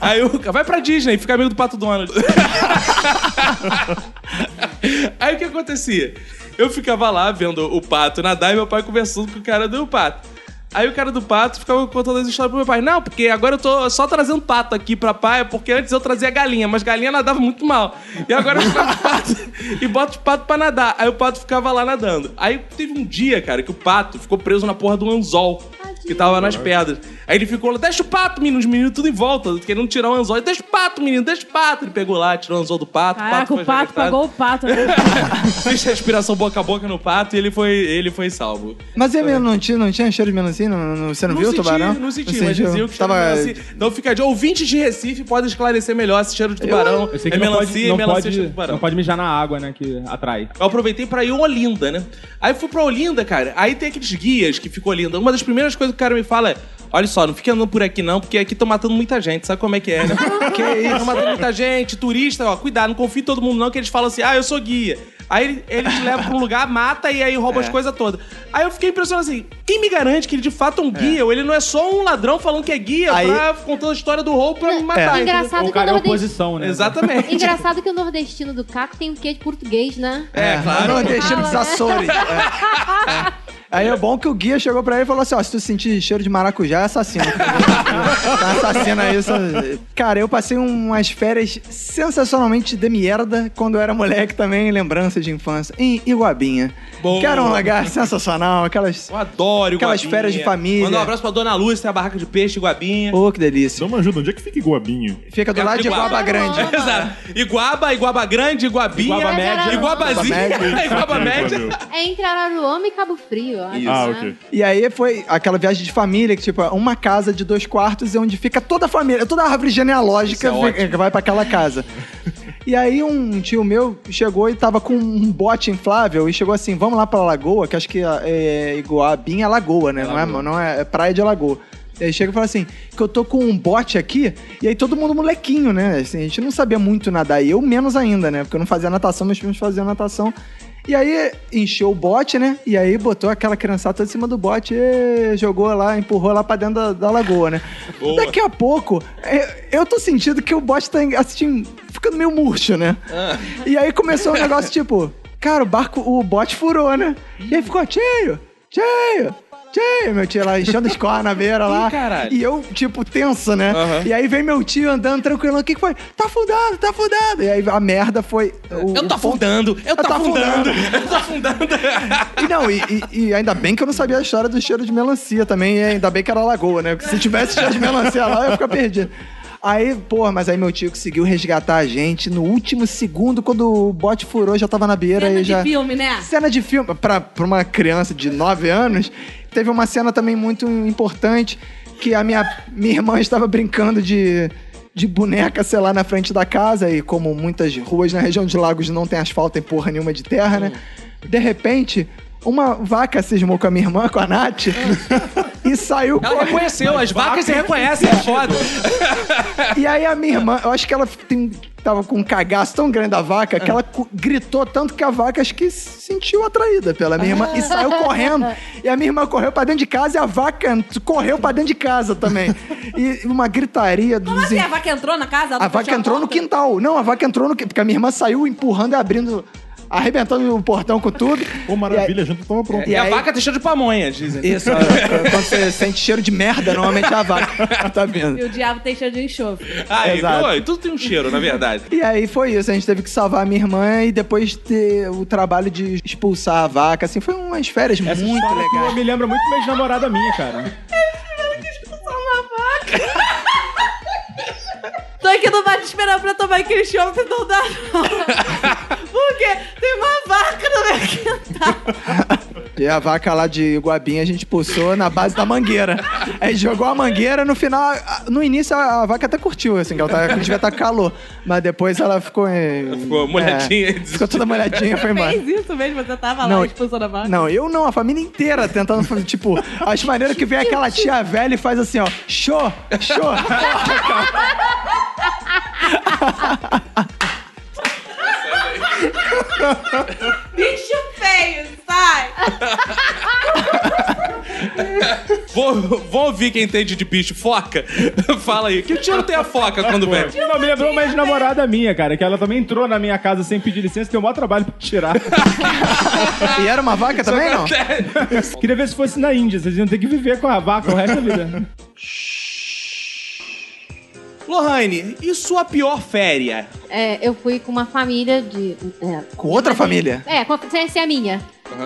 [SPEAKER 1] Aí o cara vai pra Disney, fica amigo do Pato Donald. [LAUGHS] Aí o que acontecia? Eu ficava lá vendo o pato nadar e meu pai conversando com o cara do pato. Aí o cara do pato ficava contando as histórias pro meu pai. Não, porque agora eu tô só trazendo pato aqui pra pai, porque antes eu trazia galinha, mas galinha nadava muito mal. E agora eu trago pato e boto os pato pra nadar. Aí o pato ficava lá nadando. Aí teve um dia, cara, que o pato ficou preso na porra do anzol que tava nas pedras. Aí ele ficou lá, deixa o pato, menino, os meninos tudo em volta, querendo tirar o anzol. Deixa o pato, menino, deixa o pato. Ele pegou lá, tirou o anzol do pato.
[SPEAKER 18] Caraca,
[SPEAKER 1] foi
[SPEAKER 18] o pato
[SPEAKER 1] resgatado.
[SPEAKER 18] pagou o pato. né?
[SPEAKER 1] Fez respiração boca a boca no pato e ele foi, ele foi salvo.
[SPEAKER 2] Mas e a melancia, não tinha, não tinha cheiro de melancia? Não, não- você não, viu o tubarão?
[SPEAKER 1] Não senti,
[SPEAKER 2] Você
[SPEAKER 1] mas
[SPEAKER 2] sentiu?
[SPEAKER 1] diziam que
[SPEAKER 2] Tava-
[SPEAKER 1] cheiro de melancia. Então fica de ouvintes de Recife podem esclarecer melhor esse cheiro de tubarão.
[SPEAKER 6] Eu sei que
[SPEAKER 1] é
[SPEAKER 6] não
[SPEAKER 1] melancia
[SPEAKER 6] pode,
[SPEAKER 1] e
[SPEAKER 6] não,
[SPEAKER 1] melancia cheiro
[SPEAKER 6] pode,
[SPEAKER 1] de tubarão.
[SPEAKER 6] não pode mijar na água, né? Que atrai.
[SPEAKER 1] Eu aproveitei pra ir a Olinda, né? Aí fui pra Olinda, cara. Aí tem aqueles guias que ficam Olinda. Uma das primeiras coisas que o cara me fala é: olha só, não fique andando por aqui não, porque aqui tô matando muita gente. Sabe como é que é, né? que isso? Tô matando muita gente, turista, ó, cuidado, não confie em todo mundo não, que eles falam assim: ah, eu sou guia. Aí ele, ele te leva pra um lugar, mata e aí rouba as coisas todas. Aí eu fiquei impressionado assim: quem me garante que ele de fato é um guia? Ou ele não é só um ladrão falando que é guia
[SPEAKER 2] Aí-
[SPEAKER 1] pra contando a história do roubo pra me matar? entendeu?
[SPEAKER 19] Engraçado
[SPEAKER 6] O
[SPEAKER 19] que o
[SPEAKER 6] cara é
[SPEAKER 19] nordestino.
[SPEAKER 6] oposição, né?
[SPEAKER 5] [LAUGHS]
[SPEAKER 1] Exatamente.
[SPEAKER 19] Engraçado que o nordestino do Caco tem um quê de português, né?
[SPEAKER 1] É,
[SPEAKER 2] Ah,
[SPEAKER 1] claro.
[SPEAKER 2] Nordestino dos
[SPEAKER 19] Fala,
[SPEAKER 2] Açores. É. É. Aí é bom que o guia chegou pra ele e falou assim: ó, se tu sentir cheiro de maracujá,
[SPEAKER 1] [LAUGHS]
[SPEAKER 2] é assassino. tá assassino aí. Só... Cara, eu passei umas férias sensacionalmente de merda quando eu era moleque também, lembrança de infância, em Iguabinha.
[SPEAKER 1] Bom.
[SPEAKER 2] Que era um lugar sensacional, aquelas.
[SPEAKER 1] Eu adoro
[SPEAKER 2] Aquelas
[SPEAKER 1] Guabinha.
[SPEAKER 2] férias de família.
[SPEAKER 1] Mandar um abraço pra Dona Luz, tem a barraca de peixe, Guabinha.
[SPEAKER 2] Ô, que delícia.
[SPEAKER 4] Então me ajuda, onde é que fica Iguabinha?
[SPEAKER 2] Fica do
[SPEAKER 1] É
[SPEAKER 2] lado de
[SPEAKER 1] Iguaba.
[SPEAKER 2] Guaba Grande.
[SPEAKER 1] [LAUGHS] Exato. Iguaba, Iguaba Grande, Iguabinha.
[SPEAKER 6] Iguaba
[SPEAKER 19] Média.
[SPEAKER 1] Iguabazinha. [LAUGHS]
[SPEAKER 2] Iguaba
[SPEAKER 1] Iguaba, Média.
[SPEAKER 4] Valeu.
[SPEAKER 19] É entre Araruama e Cabo Frio, eu acho.
[SPEAKER 4] Ah,
[SPEAKER 19] né?
[SPEAKER 4] ok.
[SPEAKER 2] E aí foi aquela viagem de família, que tipo, é uma casa de dois quartos é onde fica toda a família, é toda a árvore genealógica
[SPEAKER 1] Isso é
[SPEAKER 2] fica-
[SPEAKER 1] ótimo.
[SPEAKER 2] vai pra aquela casa. E aí um tio meu chegou e tava com um bote inflável e chegou assim, vamos lá pra Lagoa, que acho que é, é Iguabinha é Lagoa, né? não, é, não é, é praia de Lagoa. E aí chega e fala assim, que eu tô com um bote aqui, e aí todo mundo molequinho, né? Assim, a gente não sabia muito nadar, e eu menos ainda, né? Porque eu não fazia natação, meus primos faziam natação. E aí encheu o bote, né? E aí botou aquela criançada toda em cima do bote e jogou lá, empurrou lá pra dentro da, da lagoa, né? Daqui a pouco, é, eu tô sentindo que o bote tá assim, ficando meio murcho, né?
[SPEAKER 1] Ah.
[SPEAKER 2] E aí começou um negócio [LAUGHS] tipo, cara, o barco, o bote furou, né? E aí ficou cheio, cheio. cheio, meu tio lá enchendo os cornos na beira lá.
[SPEAKER 1] Ih, caralho.
[SPEAKER 2] E eu, tipo, tenso, né? E aí vem meu tio andando tranquilo. O que, que foi? Tá afundado, tá afundado. E aí a merda foi. o-
[SPEAKER 1] Eu tô
[SPEAKER 2] o ponto-
[SPEAKER 1] afundando, eu tô afundando, eu tô afundando.
[SPEAKER 2] [LAUGHS] e não, e, e- e ainda bem que eu não sabia a história do cheiro de melancia também, e ainda bem que era lagoa, né? Porque se tivesse cheiro de melancia lá, eu ia ficar perdido. Aí, porra, mas aí meu tio conseguiu resgatar a gente no último segundo, quando o bote furou, já tava na beira
[SPEAKER 5] Cena
[SPEAKER 2] e
[SPEAKER 5] de
[SPEAKER 2] já.
[SPEAKER 5] filme, né?
[SPEAKER 2] Cena de filme, pra, pra uma criança de 9 anos, teve uma cena também muito importante, que a minha, minha irmã estava brincando de, de boneca, sei lá, na frente da casa, e como muitas ruas na região de Lagos não tem asfalto e porra nenhuma de terra, né? De repente, uma vaca cismou com a minha irmã, com a Nath, [LAUGHS] e saiu
[SPEAKER 1] Ela é
[SPEAKER 2] correndo.
[SPEAKER 1] reconheceu, as vacas se reconhecem, é foda.
[SPEAKER 2] E aí a minha irmã, eu acho que ela tem- tava com um cagaço tão grande da vaca que ela cu- gritou tanto que a vaca acho que se sentiu atraída pela minha irmã e saiu
[SPEAKER 5] [LAUGHS]
[SPEAKER 2] correndo. E a minha irmã correu pra dentro de casa e a vaca correu pra dentro de casa também. E uma gritaria dos.
[SPEAKER 5] Como assim? A vaca entrou na casa? Ela
[SPEAKER 2] A vaca
[SPEAKER 5] fechou
[SPEAKER 2] entrou no
[SPEAKER 5] porta?
[SPEAKER 2] quintal. Não, a vaca entrou no quintal. Porque a minha irmã saiu empurrando e abrindo, arrebentando o portão com tudo.
[SPEAKER 4] Ô, maravilha, a janta tava pronta.
[SPEAKER 1] E a
[SPEAKER 2] aí-
[SPEAKER 1] vaca tem cheiro de pamonha, dizem. né?
[SPEAKER 2] Isso, é, quando você sente cheiro de merda, normalmente é a vaca. Tá vendo?
[SPEAKER 5] E o diabo tem cheiro de enxofre.
[SPEAKER 1] [LAUGHS] Aí,
[SPEAKER 2] Exato.
[SPEAKER 1] viu? Tudo tem um cheiro, na verdade.
[SPEAKER 2] E aí foi isso, a gente teve que salvar a minha irmã e depois ter o trabalho de expulsar a vaca, assim, foi umas férias
[SPEAKER 6] Essa
[SPEAKER 2] muito
[SPEAKER 6] história
[SPEAKER 1] é
[SPEAKER 6] tua
[SPEAKER 2] legais.
[SPEAKER 6] me lembra muito minha namorada minha, cara.
[SPEAKER 5] Tô aqui no bar te esperando pra tomar aquele chope não dá
[SPEAKER 1] [LAUGHS]
[SPEAKER 5] não. Porque tem uma vaca no meu quintal.
[SPEAKER 2] E a vaca lá de Guabinha a gente expulsou na base da mangueira. Aí jogou a mangueira, no final, a- no início a a vaca até curtiu, assim, que ela tava, devia estar com calor. Mas depois ela ficou. Ela
[SPEAKER 1] ficou molhadinha e desistiu.
[SPEAKER 2] ficou toda molhadinha, foi embora.
[SPEAKER 5] Fez isso mesmo, você tava
[SPEAKER 2] Não,
[SPEAKER 5] lá expulsando a vaca.
[SPEAKER 2] Não, eu não, a família inteira tentando fazer, tipo, as maneiras que vem aquela
[SPEAKER 5] tipo?
[SPEAKER 2] tia velha e faz assim, ó, show, show.
[SPEAKER 5] Bicho feio, sai!
[SPEAKER 1] Vou, vou ouvir quem entende de bicho. Foca. [LAUGHS] Fala aí. Que tiro tem a foca quando bebe?
[SPEAKER 6] Não, me lembrou uma ex-namorada minha, cara, que ela também entrou na minha casa sem pedir licença, deu o maior trabalho pra
[SPEAKER 1] [LAUGHS]
[SPEAKER 6] tirar.
[SPEAKER 16] E era uma vaca também, não?
[SPEAKER 1] [LAUGHS]
[SPEAKER 6] Queria ver se fosse na Índia, vocês iam ter que viver com a vaca o resto da vida.
[SPEAKER 1] Lohane, e sua pior féria?
[SPEAKER 5] É, eu fui com uma família de. é,
[SPEAKER 16] Com outra família?
[SPEAKER 5] É, com a- sem ser a minha.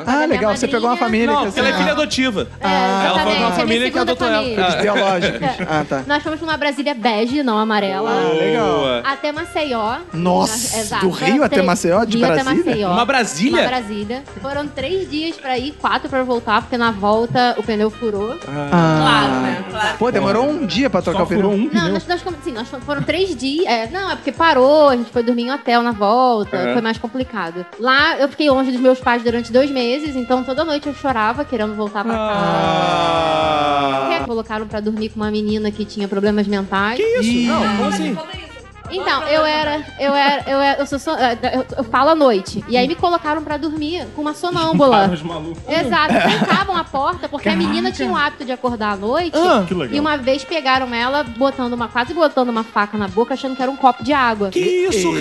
[SPEAKER 16] Ah, legal. Você pegou uma família.
[SPEAKER 1] Não,
[SPEAKER 16] que
[SPEAKER 1] porque
[SPEAKER 16] você-
[SPEAKER 1] ela
[SPEAKER 2] Ah.
[SPEAKER 1] é filha adotiva. Ah, ela foi uma
[SPEAKER 5] exatamente, é minha
[SPEAKER 1] família que
[SPEAKER 5] segunda
[SPEAKER 1] adotou ela.
[SPEAKER 5] família.
[SPEAKER 16] Ah, Biológicos. Ah, tá. Ah,
[SPEAKER 5] Nós fomos pra uma Brasília bege, não amarela.
[SPEAKER 16] legal.
[SPEAKER 5] Até Maceió.
[SPEAKER 16] Nossa,
[SPEAKER 5] Exato.
[SPEAKER 16] do Rio até
[SPEAKER 5] Três-
[SPEAKER 16] Maceió? De
[SPEAKER 5] Rio até
[SPEAKER 16] Brasília?
[SPEAKER 5] Maceió.
[SPEAKER 1] Uma Brasília?
[SPEAKER 5] Uma Brasília. Foram três dias pra ir, quatro pra voltar, porque na volta o pneu furou.
[SPEAKER 16] Ah.
[SPEAKER 3] Claro.
[SPEAKER 16] Pô, demorou um dia pra trocar
[SPEAKER 6] Só
[SPEAKER 16] o pneu.
[SPEAKER 6] furou um
[SPEAKER 5] Não,
[SPEAKER 6] pneu.
[SPEAKER 5] nós, nós, sim, nós fomos- foram três dias. é, não, é porque parou, a gente foi dormir em hotel na volta, foi mais complicado. Lá eu fiquei longe dos meus pais durante dois meses, então toda noite eu chorava querendo voltar pra casa. Porque colocaram pra dormir com uma menina que tinha problemas mentais.
[SPEAKER 16] Ih,
[SPEAKER 5] Então, eu era, eu era, eu era, eu sou, so- eu, eu falo à noite. E aí me colocaram pra dormir com uma
[SPEAKER 6] Para
[SPEAKER 5] sonâmbula.
[SPEAKER 6] os malucos.
[SPEAKER 5] Exato, trancavam a porta porque a menina tinha o hábito de acordar à noite.
[SPEAKER 3] Ah.
[SPEAKER 4] Que legal.
[SPEAKER 5] E uma vez pegaram ela botando uma, quase botando uma faca na boca, achando que era um copo de água.
[SPEAKER 1] Que isso,
[SPEAKER 5] E aí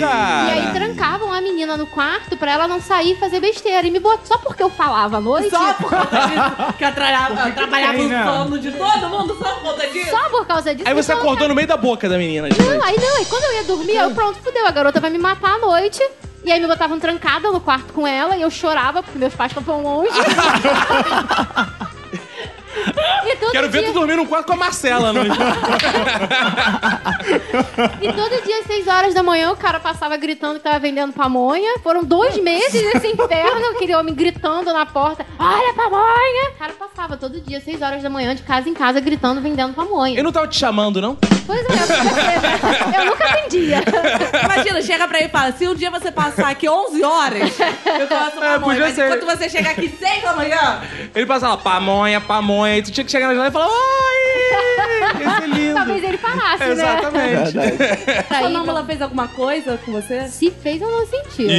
[SPEAKER 1] cara?
[SPEAKER 5] trancavam a menina no quarto pra ela não sair e fazer besteira. E me botou só porque eu falava à noite.
[SPEAKER 3] Só por conta disso, que atrapalhava, atrapalhava
[SPEAKER 6] tem,
[SPEAKER 3] o
[SPEAKER 6] né?
[SPEAKER 3] sono de todo mundo, só por conta disso.
[SPEAKER 5] Só por causa disso.
[SPEAKER 1] Aí você
[SPEAKER 5] então,
[SPEAKER 1] acordou no meio da boca da menina.
[SPEAKER 5] Não, aí não, aí quando eu ia dormir, eu pronto, fudeu, a garota vai me matar à noite. E aí me botavam trancada no quarto com ela e eu chorava porque meus pais
[SPEAKER 1] [LAUGHS]
[SPEAKER 5] estavam longe. E todo
[SPEAKER 1] Quero ver
[SPEAKER 5] dia-
[SPEAKER 1] tu dormir num quarto com a Marcela. Não...
[SPEAKER 5] E todo dia, às 6 horas da manhã, o cara passava gritando que tava vendendo pamonha. Foram dois meses nesse inferno, aquele homem gritando na porta: Olha, a pamonha! O cara passava todo dia, 6 horas da manhã, de casa em casa, gritando, vendendo pamonha.
[SPEAKER 1] Eu não tava te chamando, não?
[SPEAKER 5] Pois é, eu nunca, eu nunca vendia.
[SPEAKER 3] [LAUGHS] Imagina, chega pra ele e fala: se um dia você passar aqui 11 horas,
[SPEAKER 5] [LAUGHS]
[SPEAKER 3] eu faço uma
[SPEAKER 1] É,
[SPEAKER 3] é,
[SPEAKER 1] podia
[SPEAKER 3] mas
[SPEAKER 1] ser.
[SPEAKER 3] enquanto você chegar aqui 6 da manhã,
[SPEAKER 1] Ele passava pamonha, pamonha. E tu tinha que chegar na janela e falar,
[SPEAKER 6] [LAUGHS]
[SPEAKER 1] oi! Ia ser lindo.
[SPEAKER 5] Talvez ele parasse, né?
[SPEAKER 1] Exatamente.
[SPEAKER 3] a
[SPEAKER 5] Pra ir,
[SPEAKER 3] sonâmbula fez alguma coisa com você?
[SPEAKER 5] Se fez, eu não senti.
[SPEAKER 3] Ah,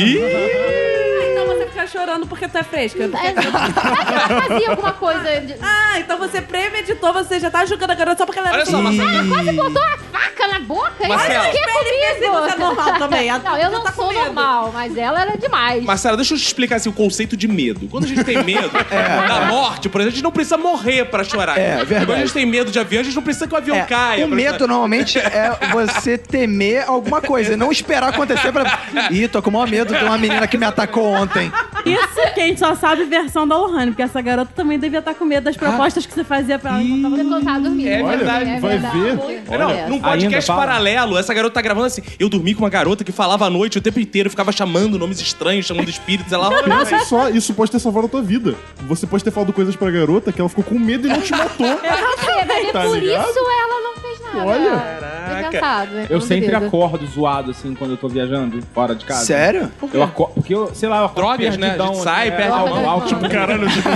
[SPEAKER 3] então você fica chorando porque tu é fresca.
[SPEAKER 5] É, Será que ela fazia alguma coisa? De...
[SPEAKER 3] Ah, então você premeditou, você já tá julgando a garota só porque ela
[SPEAKER 1] Olha
[SPEAKER 3] era
[SPEAKER 1] só,
[SPEAKER 3] sonâmbula.
[SPEAKER 1] Marcela.
[SPEAKER 5] Ela quase botou uma faca na boca.
[SPEAKER 1] Marcela.
[SPEAKER 5] Isso aqui é
[SPEAKER 3] Ele pensa que você é
[SPEAKER 5] comigo.
[SPEAKER 3] normal também. a-
[SPEAKER 5] Não, eu
[SPEAKER 3] você
[SPEAKER 5] não
[SPEAKER 3] tá com
[SPEAKER 5] sou
[SPEAKER 3] medo.
[SPEAKER 5] normal, mas ela era demais.
[SPEAKER 1] Marcela, deixa eu te explicar assim, o conceito de medo. Quando a gente tem medo da morte, por exemplo, a gente não precisa morrer pra chorar.
[SPEAKER 16] É, verdade.
[SPEAKER 1] Quando a gente tem medo de avião, a gente não precisa que o avião
[SPEAKER 16] É,
[SPEAKER 1] caia.
[SPEAKER 16] o
[SPEAKER 1] pra
[SPEAKER 16] medo
[SPEAKER 1] chorar.
[SPEAKER 16] normalmente é você temer alguma coisa, e não esperar acontecer pra. Ih, tô com o maior medo de uma menina que me atacou ontem.
[SPEAKER 17] Isso que a gente só sabe versão da Lohane, porque essa garota também devia estar com medo das propostas que você fazia pra ela Então, enquanto tava
[SPEAKER 5] Você colocava dormindo.
[SPEAKER 1] É Olha, verdade,
[SPEAKER 5] É
[SPEAKER 4] vai ver.
[SPEAKER 5] Muito
[SPEAKER 1] Não,
[SPEAKER 5] verdade.
[SPEAKER 1] num
[SPEAKER 6] Ainda
[SPEAKER 1] podcast
[SPEAKER 6] fala.
[SPEAKER 1] paralelo, essa garota tá gravando assim. Eu dormi com uma garota que falava à noite o tempo inteiro, ficava chamando nomes estranhos, chamando espíritos. Ela.
[SPEAKER 4] Pensa só, isso pode ter salvado a tua vida. Você pode ter falado coisas pra garota que ela ficou com medo e não te matou.
[SPEAKER 5] É, vai ver,
[SPEAKER 4] Tá
[SPEAKER 5] por
[SPEAKER 4] ligado?
[SPEAKER 5] isso ela não fez nada.
[SPEAKER 4] Olha.
[SPEAKER 5] Caraca. Engraçado, né?
[SPEAKER 6] Eu
[SPEAKER 5] Não
[SPEAKER 6] sempre
[SPEAKER 5] duvido.
[SPEAKER 6] acordo zoado, assim, quando eu tô viajando, fora de casa.
[SPEAKER 16] Sério?
[SPEAKER 6] Eu acordo, porque eu, sei lá, eu acordo
[SPEAKER 1] [LAUGHS] Drogas, né? A gente
[SPEAKER 6] perdidão,
[SPEAKER 1] sai,
[SPEAKER 6] assim,
[SPEAKER 1] perde
[SPEAKER 6] é,
[SPEAKER 1] a
[SPEAKER 6] um
[SPEAKER 5] mão.
[SPEAKER 6] alto, tipo, [LAUGHS]
[SPEAKER 4] Caralho, eu digo,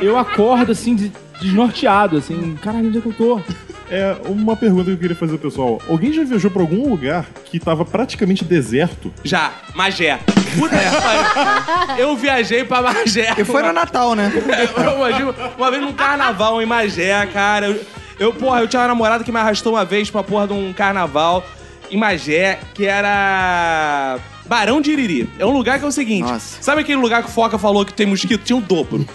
[SPEAKER 6] Eu acordo, assim, de- desnorteado, assim, caralho, onde é que eu tô?
[SPEAKER 4] é uma pergunta que eu queria fazer, pessoal. Alguém já viajou pra algum lugar que tava praticamente deserto?
[SPEAKER 1] Já, Magé. Puta que pariu. Eu viajei pra Magé. [LAUGHS]
[SPEAKER 16] E foi no Natal, né?
[SPEAKER 1] Eu imagino, uma vez num carnaval em Magé, cara. Eu, eu, porra, eu tinha uma namorada que me arrastou uma vez pra porra de um carnaval em Magé, que era. Barão de Iriri. É um lugar que é o seguinte.
[SPEAKER 16] Nossa.
[SPEAKER 1] Sabe aquele lugar que o Foca falou que tem mosquito? Tinha o dobro.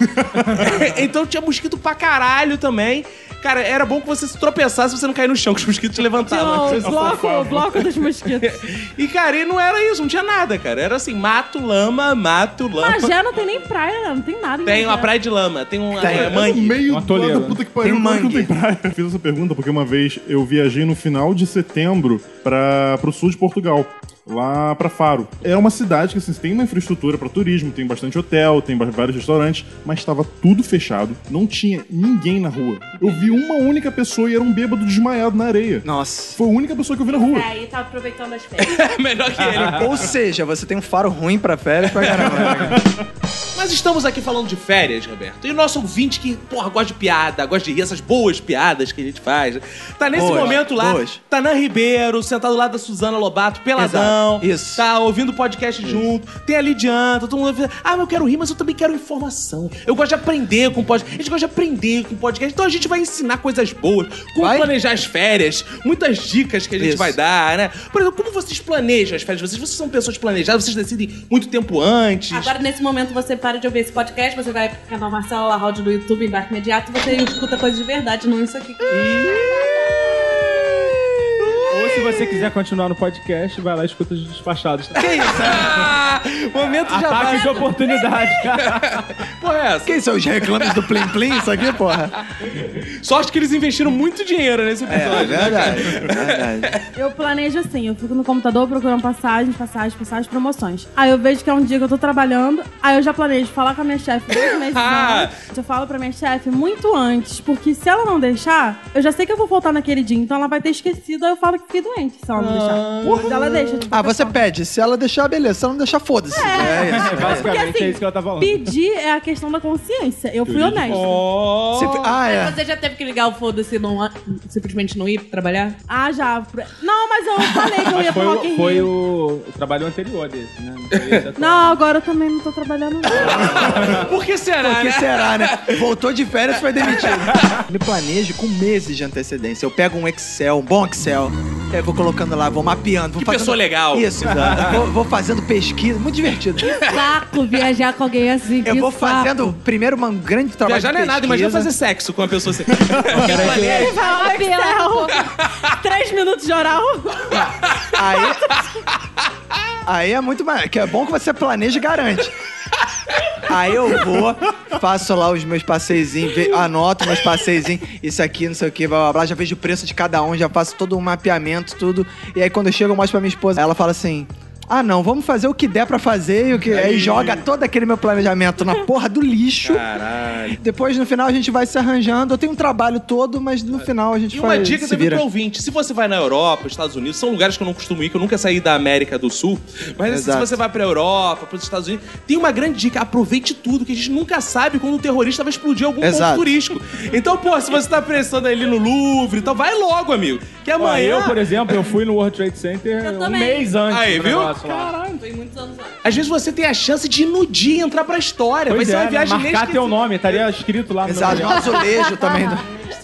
[SPEAKER 1] então tinha mosquito pra caralho também. Cara, era bom que você se tropeçasse e você não cair no chão, que os mosquitos te
[SPEAKER 17] tá
[SPEAKER 1] levantavam.
[SPEAKER 17] Tinha o bloco, o bloco dos mosquitos. [LAUGHS]
[SPEAKER 1] E, cara, e não era isso, não tinha nada, cara. Era assim, mato, lama, mato, lama.
[SPEAKER 17] Magé não tem nem praia, né? não tem nada. em
[SPEAKER 1] Tem uma
[SPEAKER 17] Magé.
[SPEAKER 1] praia de lama, tem uma
[SPEAKER 16] Tem.
[SPEAKER 1] é,
[SPEAKER 4] No
[SPEAKER 1] mangue.
[SPEAKER 4] meio
[SPEAKER 6] Um
[SPEAKER 4] do lado
[SPEAKER 6] atoleiro,
[SPEAKER 4] da
[SPEAKER 6] né?
[SPEAKER 4] puta que pariu.
[SPEAKER 16] Tem
[SPEAKER 4] claro que não
[SPEAKER 16] mangue.
[SPEAKER 4] tem praia. Eu [LAUGHS] Fiz essa pergunta porque uma vez eu viajei no final de setembro para pro sul de Portugal. Lá pra Faro. É uma cidade que assim, tem uma infraestrutura pra turismo, tem bastante hotel, tem ba- vários restaurantes, mas estava tudo fechado, não tinha ninguém na rua. Eu vi uma única pessoa e era um bêbado desmaiado na areia.
[SPEAKER 16] Nossa.
[SPEAKER 4] Foi a única pessoa que eu vi na rua.
[SPEAKER 20] É,
[SPEAKER 3] Aí tá aproveitando as férias.
[SPEAKER 1] É melhor que ele.
[SPEAKER 16] Ou seja, você tem um faro ruim pra férias pra caramba. né?
[SPEAKER 1] Mas estamos aqui falando de férias, Roberto. E o nosso ouvinte que, porra, gosta de piada, gosta de rir, essas boas piadas que a gente faz. Tá nesse
[SPEAKER 16] Boas,
[SPEAKER 1] momento lá, tá
[SPEAKER 16] boas.
[SPEAKER 1] Tanã Ribeiro, sentado lá da Suzana Lobato, peladão, informação.
[SPEAKER 2] Isso.
[SPEAKER 1] Tá ouvindo podcast junto. Tem ali diante, todo mundo. ouvindo, Ah, mas eu quero rir, mas eu também quero informação. Eu gosto de aprender com podcast. A gente gosta de aprender com podcast. Então a gente vai ensinar coisas boas, como
[SPEAKER 2] Vai?
[SPEAKER 1] planejar as férias, muitas dicas que a gente
[SPEAKER 2] Isso.
[SPEAKER 1] vai dar, né? Por exemplo, como vocês planejam as férias de vocês? Vocês são pessoas planejadas, vocês decidem muito tempo antes.
[SPEAKER 20] Agora, nesse momento, você para de ouvir esse podcast, você vai pro canal Marcelo Larralde do YouTube, embarque imediato, e você escuta coisa de verdade, não isso aqui.
[SPEAKER 6] Ou se você quiser continuar no podcast, vai lá e escuta os despachados.
[SPEAKER 1] Que isso? Ah,
[SPEAKER 6] [LAUGHS]
[SPEAKER 1] momento de
[SPEAKER 6] Ataque de
[SPEAKER 1] abaixo.
[SPEAKER 6] oportunidade. [LAUGHS]
[SPEAKER 1] Porra, é essa?
[SPEAKER 2] Quem são os reclames do Plim Plim? Isso aqui, porra.
[SPEAKER 1] Sorte que eles investiram muito dinheiro nesse
[SPEAKER 6] É,
[SPEAKER 1] episódio. né, cara?
[SPEAKER 2] verdade. verdade.
[SPEAKER 3] Eu planejo assim, eu fico no computador procurando passagem, passagem, passagem, promoções. Aí eu vejo que é um dia que eu tô trabalhando, aí eu já planejo falar com a minha chefe
[SPEAKER 6] [LAUGHS]
[SPEAKER 3] dois meses
[SPEAKER 1] Ah.
[SPEAKER 3] antes. Eu falo pra minha chefe muito antes, porque se ela não deixar, eu já sei que eu vou voltar naquele dia, então ela vai ter esquecido, aí eu falo que fiquei doente se ela não deixar. Mas ela deixa. tipo,
[SPEAKER 2] Ah, você
[SPEAKER 3] pessoal.
[SPEAKER 2] pede. Se ela deixar, beleza. Se ela não deixar, foda-se. É. isso.
[SPEAKER 6] Basicamente
[SPEAKER 3] Porque, assim,
[SPEAKER 6] é isso que ela tá falando.
[SPEAKER 3] Pedir é a questão da consciência. Eu fui honesta.
[SPEAKER 6] Oh,
[SPEAKER 2] Se- Ah,
[SPEAKER 20] Mas
[SPEAKER 2] é.
[SPEAKER 20] você já teve que ligar o foda-se e não, simplesmente não ir pra trabalhar?
[SPEAKER 3] Ah, já. Não, mas eu falei que eu
[SPEAKER 6] mas
[SPEAKER 3] ia pro
[SPEAKER 6] foi,
[SPEAKER 3] Rock in
[SPEAKER 6] o, foi
[SPEAKER 3] Rio.
[SPEAKER 6] o, o trabalho anterior desse, né? Não
[SPEAKER 3] [LAUGHS]
[SPEAKER 6] foi esse atual.
[SPEAKER 3] Não, agora eu também não tô trabalhando. não.
[SPEAKER 1] Por que será,
[SPEAKER 2] Por que
[SPEAKER 1] né? [LAUGHS]
[SPEAKER 2] será, né? Voltou de férias, foi demitido. Me planejo com meses de antecedência. Eu pego um Excel, um bom Excel. E aí vou colocando lá, vou mapeando. Vou
[SPEAKER 1] Que pessoa legal.
[SPEAKER 2] Isso,
[SPEAKER 1] [LAUGHS]
[SPEAKER 2] exato. vou, vou fazendo pesquisa. Muito divertido.
[SPEAKER 21] Saco viajar com alguém assim.
[SPEAKER 2] Eu
[SPEAKER 21] que
[SPEAKER 2] vou
[SPEAKER 21] saco.
[SPEAKER 2] fazendo primeiro um grande trabalho
[SPEAKER 1] Viajar
[SPEAKER 2] de
[SPEAKER 1] não é nada,
[SPEAKER 2] pesquisa.
[SPEAKER 1] imagina fazer sexo com uma pessoa
[SPEAKER 2] [LAUGHS]
[SPEAKER 1] assim. Porque planeja-
[SPEAKER 3] Ele vai lá, Excel. [LAUGHS] Três minutos de oral.
[SPEAKER 2] Aí... Aí é muito mais... Que é bom que você planeja e garante. Aí eu vou, faço lá os meus passeizinhos, ve- anoto meus passeizinhos, isso aqui, não sei o que, blá blá blá, já vejo o preço de cada um, já faço todo um mapeamento, tudo. E aí quando eu chego, eu mostro pra minha esposa, ela fala assim. Ah, não, vamos fazer o que der pra fazer e o que. Aí, joga todo aquele meu planejamento na porra do lixo. Caralho. Depois, no final, a gente vai se arranjando. Eu tenho um trabalho todo, mas no final a gente
[SPEAKER 1] E
[SPEAKER 2] faz.
[SPEAKER 1] uma dica
[SPEAKER 2] se
[SPEAKER 1] também
[SPEAKER 6] um
[SPEAKER 2] vira.
[SPEAKER 1] pro ouvinte: se você vai na Europa, Estados Unidos, são lugares que eu não costumo ir, que eu nunca saí da América do Sul, mas assim, se
[SPEAKER 2] Exato.
[SPEAKER 1] você vai pra Europa, pros Estados Unidos, tem uma grande dica: aproveite tudo, que a gente nunca sabe quando um terrorista vai explodir algum
[SPEAKER 2] Exato.
[SPEAKER 1] ponto turístico. Então, pô, se você tá pensando ali no Louvre e tal, vai logo, amigo. Que
[SPEAKER 6] Ó,
[SPEAKER 1] amanhã.
[SPEAKER 6] eu, por exemplo, eu fui no World Trade Center
[SPEAKER 20] Eu
[SPEAKER 6] um
[SPEAKER 20] também.
[SPEAKER 6] mês antes
[SPEAKER 1] Aí,
[SPEAKER 6] do
[SPEAKER 1] viu?
[SPEAKER 6] negócio lá.
[SPEAKER 20] Foi muitos anos antes.
[SPEAKER 1] Às vezes você tem a chance de ir no dia entrar pra história.
[SPEAKER 6] Pois
[SPEAKER 1] vai ser
[SPEAKER 6] é,
[SPEAKER 1] uma
[SPEAKER 6] né?
[SPEAKER 1] viagem
[SPEAKER 6] Marcar teu
[SPEAKER 1] inesquecível.
[SPEAKER 6] nome, estaria escrito lá no meu [LAUGHS]
[SPEAKER 2] Exato, É, um azulejo também.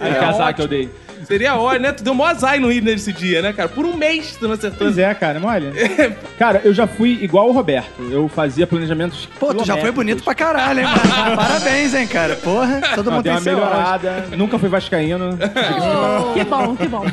[SPEAKER 6] Aí, casaco que eu dei.
[SPEAKER 1] Seria hora, né? Tu deu mó azar em não ir nesse dia, né, cara? Por um mês tu não acertou.
[SPEAKER 6] Pois é, cara, olha. Cara, eu já fui igual o Roberto. Eu fazia planejamentos.
[SPEAKER 2] Pô, tu já foi
[SPEAKER 6] quilométricos.
[SPEAKER 2] bonito pra caralho, hein,
[SPEAKER 6] [LAUGHS]
[SPEAKER 2] mano? Parabéns, hein, cara. Porra, todo
[SPEAKER 6] Não,
[SPEAKER 2] mundo tem
[SPEAKER 6] deu uma
[SPEAKER 2] seu auge.
[SPEAKER 6] melhorada. Nunca fui vascaíno.
[SPEAKER 20] Oh.
[SPEAKER 3] Que bom, que bom.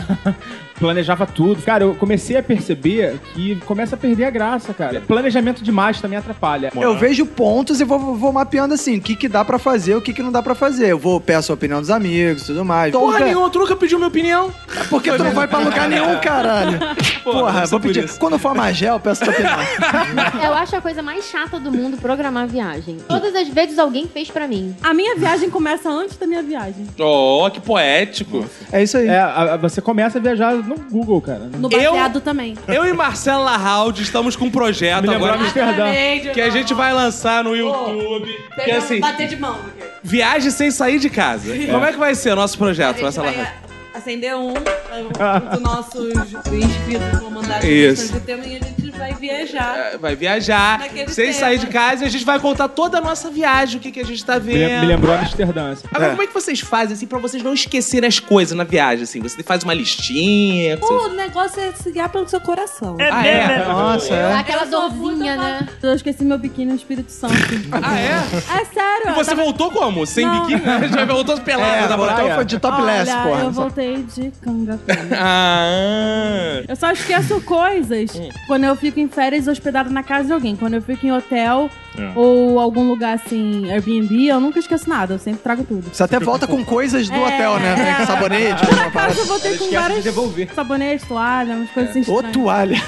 [SPEAKER 6] Planejava tudo. Cara, eu comecei a perceber que começa a perder a graça, cara. Planejamento demais também atrapalha.
[SPEAKER 2] Eu vejo pontos e vou, vou mapeando assim, o que, que dá pra fazer, o que, que não dá pra fazer. Eu vou, peço a opinião dos amigos, tudo mais.
[SPEAKER 1] Porra
[SPEAKER 2] Nunca-
[SPEAKER 1] nenhuma, tu nunca pediu minha opinião.
[SPEAKER 2] Porque tu não vai pra lugar nenhum, caralho. Porra,
[SPEAKER 1] deve ser
[SPEAKER 2] vou
[SPEAKER 1] por
[SPEAKER 2] pedir.
[SPEAKER 1] isso.
[SPEAKER 2] Quando for a Magel, eu peço tua opinião.
[SPEAKER 5] [LAUGHS] Eu acho a coisa mais chata do mundo programar viagem. Todas as vezes alguém fez pra mim.
[SPEAKER 3] A minha viagem começa antes da minha viagem.
[SPEAKER 1] Oh, que poético.
[SPEAKER 2] É isso aí.
[SPEAKER 6] É, a- a- você começa a viajar no Google, cara.
[SPEAKER 3] No baseado também.
[SPEAKER 1] Eu e Marcelo Lahaud estamos com um projeto
[SPEAKER 6] Me lembrou
[SPEAKER 20] Ah, tá,
[SPEAKER 1] agora
[SPEAKER 6] Amsterdã.
[SPEAKER 1] que a gente vai lançar no YouTube. que é assim,
[SPEAKER 20] bater de mão.
[SPEAKER 1] viagem sem sair de casa. Como é que vai ser o nosso
[SPEAKER 20] A
[SPEAKER 1] projeto,
[SPEAKER 20] gente
[SPEAKER 1] Marcelo
[SPEAKER 20] vai
[SPEAKER 1] Lahaud?
[SPEAKER 20] acender um um dos nossos inscritos, vão mandar
[SPEAKER 1] Isso.
[SPEAKER 20] sugestões de tema e a gente vai viajar.
[SPEAKER 1] É, Vai viajar
[SPEAKER 20] Naquele
[SPEAKER 1] sem
[SPEAKER 20] tema.
[SPEAKER 1] sair de casa e a gente vai contar toda a nossa viagem, o que, que a gente tá
[SPEAKER 6] Me, lem-
[SPEAKER 1] vendo.
[SPEAKER 6] me lembrou Amsterdã. assim.
[SPEAKER 1] Agora, como é que vocês fazem, assim, pra vocês não esquecerem as coisas na viagem, assim? Você faz uma listinha... que você-
[SPEAKER 20] O negócio é se guiar pelo seu coração.
[SPEAKER 1] Ah,
[SPEAKER 20] né?
[SPEAKER 1] é?
[SPEAKER 2] Nossa, é.
[SPEAKER 5] Dá aquela
[SPEAKER 20] Eu sou
[SPEAKER 5] dorzinha,
[SPEAKER 20] muito
[SPEAKER 5] né?
[SPEAKER 3] Eu esqueci meu biquíni no Espírito Santo.
[SPEAKER 1] Ah, é?
[SPEAKER 3] É sério.
[SPEAKER 1] E você voltou como? Sem
[SPEAKER 3] Não.
[SPEAKER 1] biquíni? Já voltou pelado
[SPEAKER 2] É,
[SPEAKER 1] da
[SPEAKER 2] voltou
[SPEAKER 1] praia?
[SPEAKER 2] foi de topless,
[SPEAKER 3] Olha,
[SPEAKER 2] porra.
[SPEAKER 3] eu voltei de canga. preta.
[SPEAKER 1] Ah...
[SPEAKER 3] Eu só esqueço coisas quando eu fico em férias hospedada na casa de alguém. Quando eu fico em hotel ou algum lugar assim, Airbnb, eu nunca esqueço nada. Eu sempre trago tudo.
[SPEAKER 2] Você até volta com coisas do
[SPEAKER 3] É,
[SPEAKER 2] hotel, né?
[SPEAKER 3] é. [LAUGHS]
[SPEAKER 2] Sabonete,
[SPEAKER 3] Por acaso eu voltei com
[SPEAKER 6] Esquece de
[SPEAKER 3] várias
[SPEAKER 6] devolver.
[SPEAKER 3] sabonete, toalha, umas coisas assim
[SPEAKER 2] ou
[SPEAKER 3] estranhas.
[SPEAKER 2] toalha.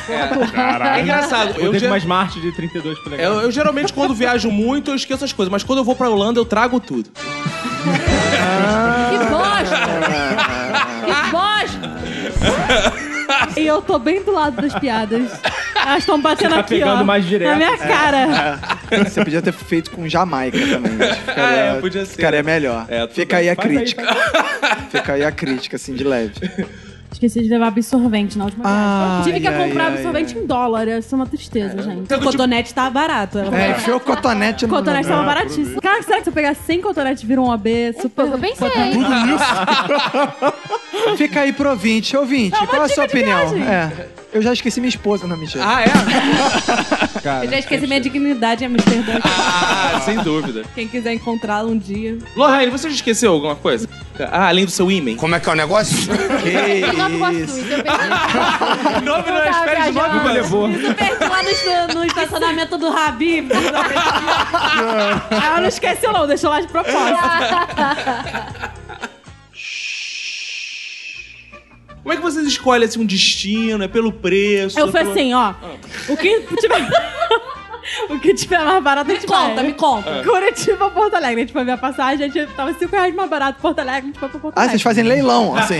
[SPEAKER 1] É engraçado.
[SPEAKER 6] Eu,
[SPEAKER 1] Eu,
[SPEAKER 6] tenho
[SPEAKER 1] ge-
[SPEAKER 6] uma Smart de 32
[SPEAKER 1] eu-
[SPEAKER 6] polegadas.
[SPEAKER 1] eu geralmente, quando viajo muito, eu esqueço as coisas. Mas quando eu vou pra Holanda, eu trago tudo.
[SPEAKER 5] Que bosta! Que bosta!
[SPEAKER 3] E eu tô bem do lado das piadas. Elas estão batendo
[SPEAKER 6] Você tá
[SPEAKER 3] aqui,
[SPEAKER 6] pegando
[SPEAKER 3] ó.
[SPEAKER 6] mais direto.
[SPEAKER 3] Na minha cara.
[SPEAKER 2] Você podia ter feito com Jamaica também.
[SPEAKER 1] [LAUGHS]
[SPEAKER 2] Ficaria,
[SPEAKER 1] É, podia ser,
[SPEAKER 2] Ficaria
[SPEAKER 1] né?
[SPEAKER 2] melhor.
[SPEAKER 1] É, tudo
[SPEAKER 2] [LAUGHS] Fica aí a
[SPEAKER 6] Faz aí,
[SPEAKER 2] crítica.
[SPEAKER 6] faz aí.
[SPEAKER 2] Fica aí a crítica, assim, de leve.
[SPEAKER 3] Esqueci de levar absorvente na última
[SPEAKER 2] Ah,
[SPEAKER 3] viagem. Tive que
[SPEAKER 2] ai,
[SPEAKER 3] comprar
[SPEAKER 2] ai,
[SPEAKER 3] absorvente em dólar. Isso é uma tristeza, gente.
[SPEAKER 22] O cotonete tá barato. Ela
[SPEAKER 2] É, enfiou cotonete no... É.
[SPEAKER 3] Cotonete tava baratíssimo. Cara, será que se eu pegar 100 cotonetes vira um OB? Super.
[SPEAKER 5] Eu pensei.
[SPEAKER 2] Fica aí pro ouvinte. Ouvinte,
[SPEAKER 3] uma
[SPEAKER 2] qual a sua
[SPEAKER 3] dica de
[SPEAKER 2] opinião?
[SPEAKER 3] viagem.
[SPEAKER 2] É. Eu já esqueci minha esposa na mentira.
[SPEAKER 1] Ah, é?
[SPEAKER 22] Eu já esqueci minha dignidade em Amsterdã.
[SPEAKER 1] Ah, sem dúvida.
[SPEAKER 22] Quem quiser encontrá-la um dia.
[SPEAKER 1] Lohane, você já esqueceu alguma coisa? Ah, além do seu imen.
[SPEAKER 10] Como é que é o negócio?
[SPEAKER 5] Eu não gosto disso, eu pensei.
[SPEAKER 1] Nove não, as férias de nove
[SPEAKER 5] viajando.
[SPEAKER 1] levou.
[SPEAKER 22] Eu perdi lá no, no estacionamento do Habib.
[SPEAKER 3] Ah, Ela não esqueceu, não. Deixou lá de propósito.
[SPEAKER 1] Como é que vocês escolhem assim, um destino? É pelo preço?
[SPEAKER 3] Eu fui
[SPEAKER 1] pelo-
[SPEAKER 3] assim, ó. O que tiver. [LAUGHS] o que tiver mais barato, a gente vai. É.
[SPEAKER 22] Conta, me conta.
[SPEAKER 3] Curitiba, Porto Alegre. A gente foi ver a passagem, a gente tava 5 reais mais barato Porto Alegre, a gente foi pro Porto
[SPEAKER 2] Ah,
[SPEAKER 3] Alegre.
[SPEAKER 2] vocês fazem leilão,
[SPEAKER 3] tá.
[SPEAKER 2] assim.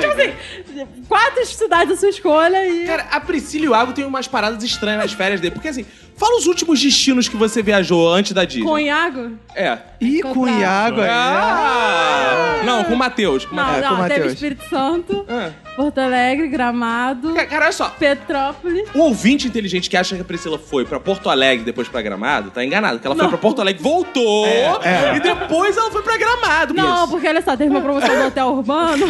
[SPEAKER 3] Tipo assim, quatro cidades da sua escolha e.
[SPEAKER 1] Cara, a Priscila e o Iago têm umas paradas estranhas nas férias dele. Porque assim, fala os últimos destinos que você viajou antes da Disney.
[SPEAKER 3] Com o Iago?
[SPEAKER 1] É.
[SPEAKER 2] Ih, com o Iago aí.
[SPEAKER 1] Ah! Não, com o Matheus. com o
[SPEAKER 3] Não,
[SPEAKER 2] é, com o
[SPEAKER 3] não, teve
[SPEAKER 2] Matheus.
[SPEAKER 3] Espírito Santo,
[SPEAKER 4] Ah.
[SPEAKER 1] Matheus.
[SPEAKER 3] Porto Alegre, Gramado,
[SPEAKER 1] Ah. Cara, olha só.
[SPEAKER 3] Petrópolis.
[SPEAKER 1] O ouvinte inteligente que acha que a Priscila foi pra Porto Alegre depois pra Gramado, tá enganado. Que ela foi pra Porto Alegre, voltou e depois ela foi pra Gramado.
[SPEAKER 3] É, Não,
[SPEAKER 1] Pris.
[SPEAKER 3] porque olha só, teve uma promoção do hotel
[SPEAKER 4] [LAUGHS]
[SPEAKER 3] urbano.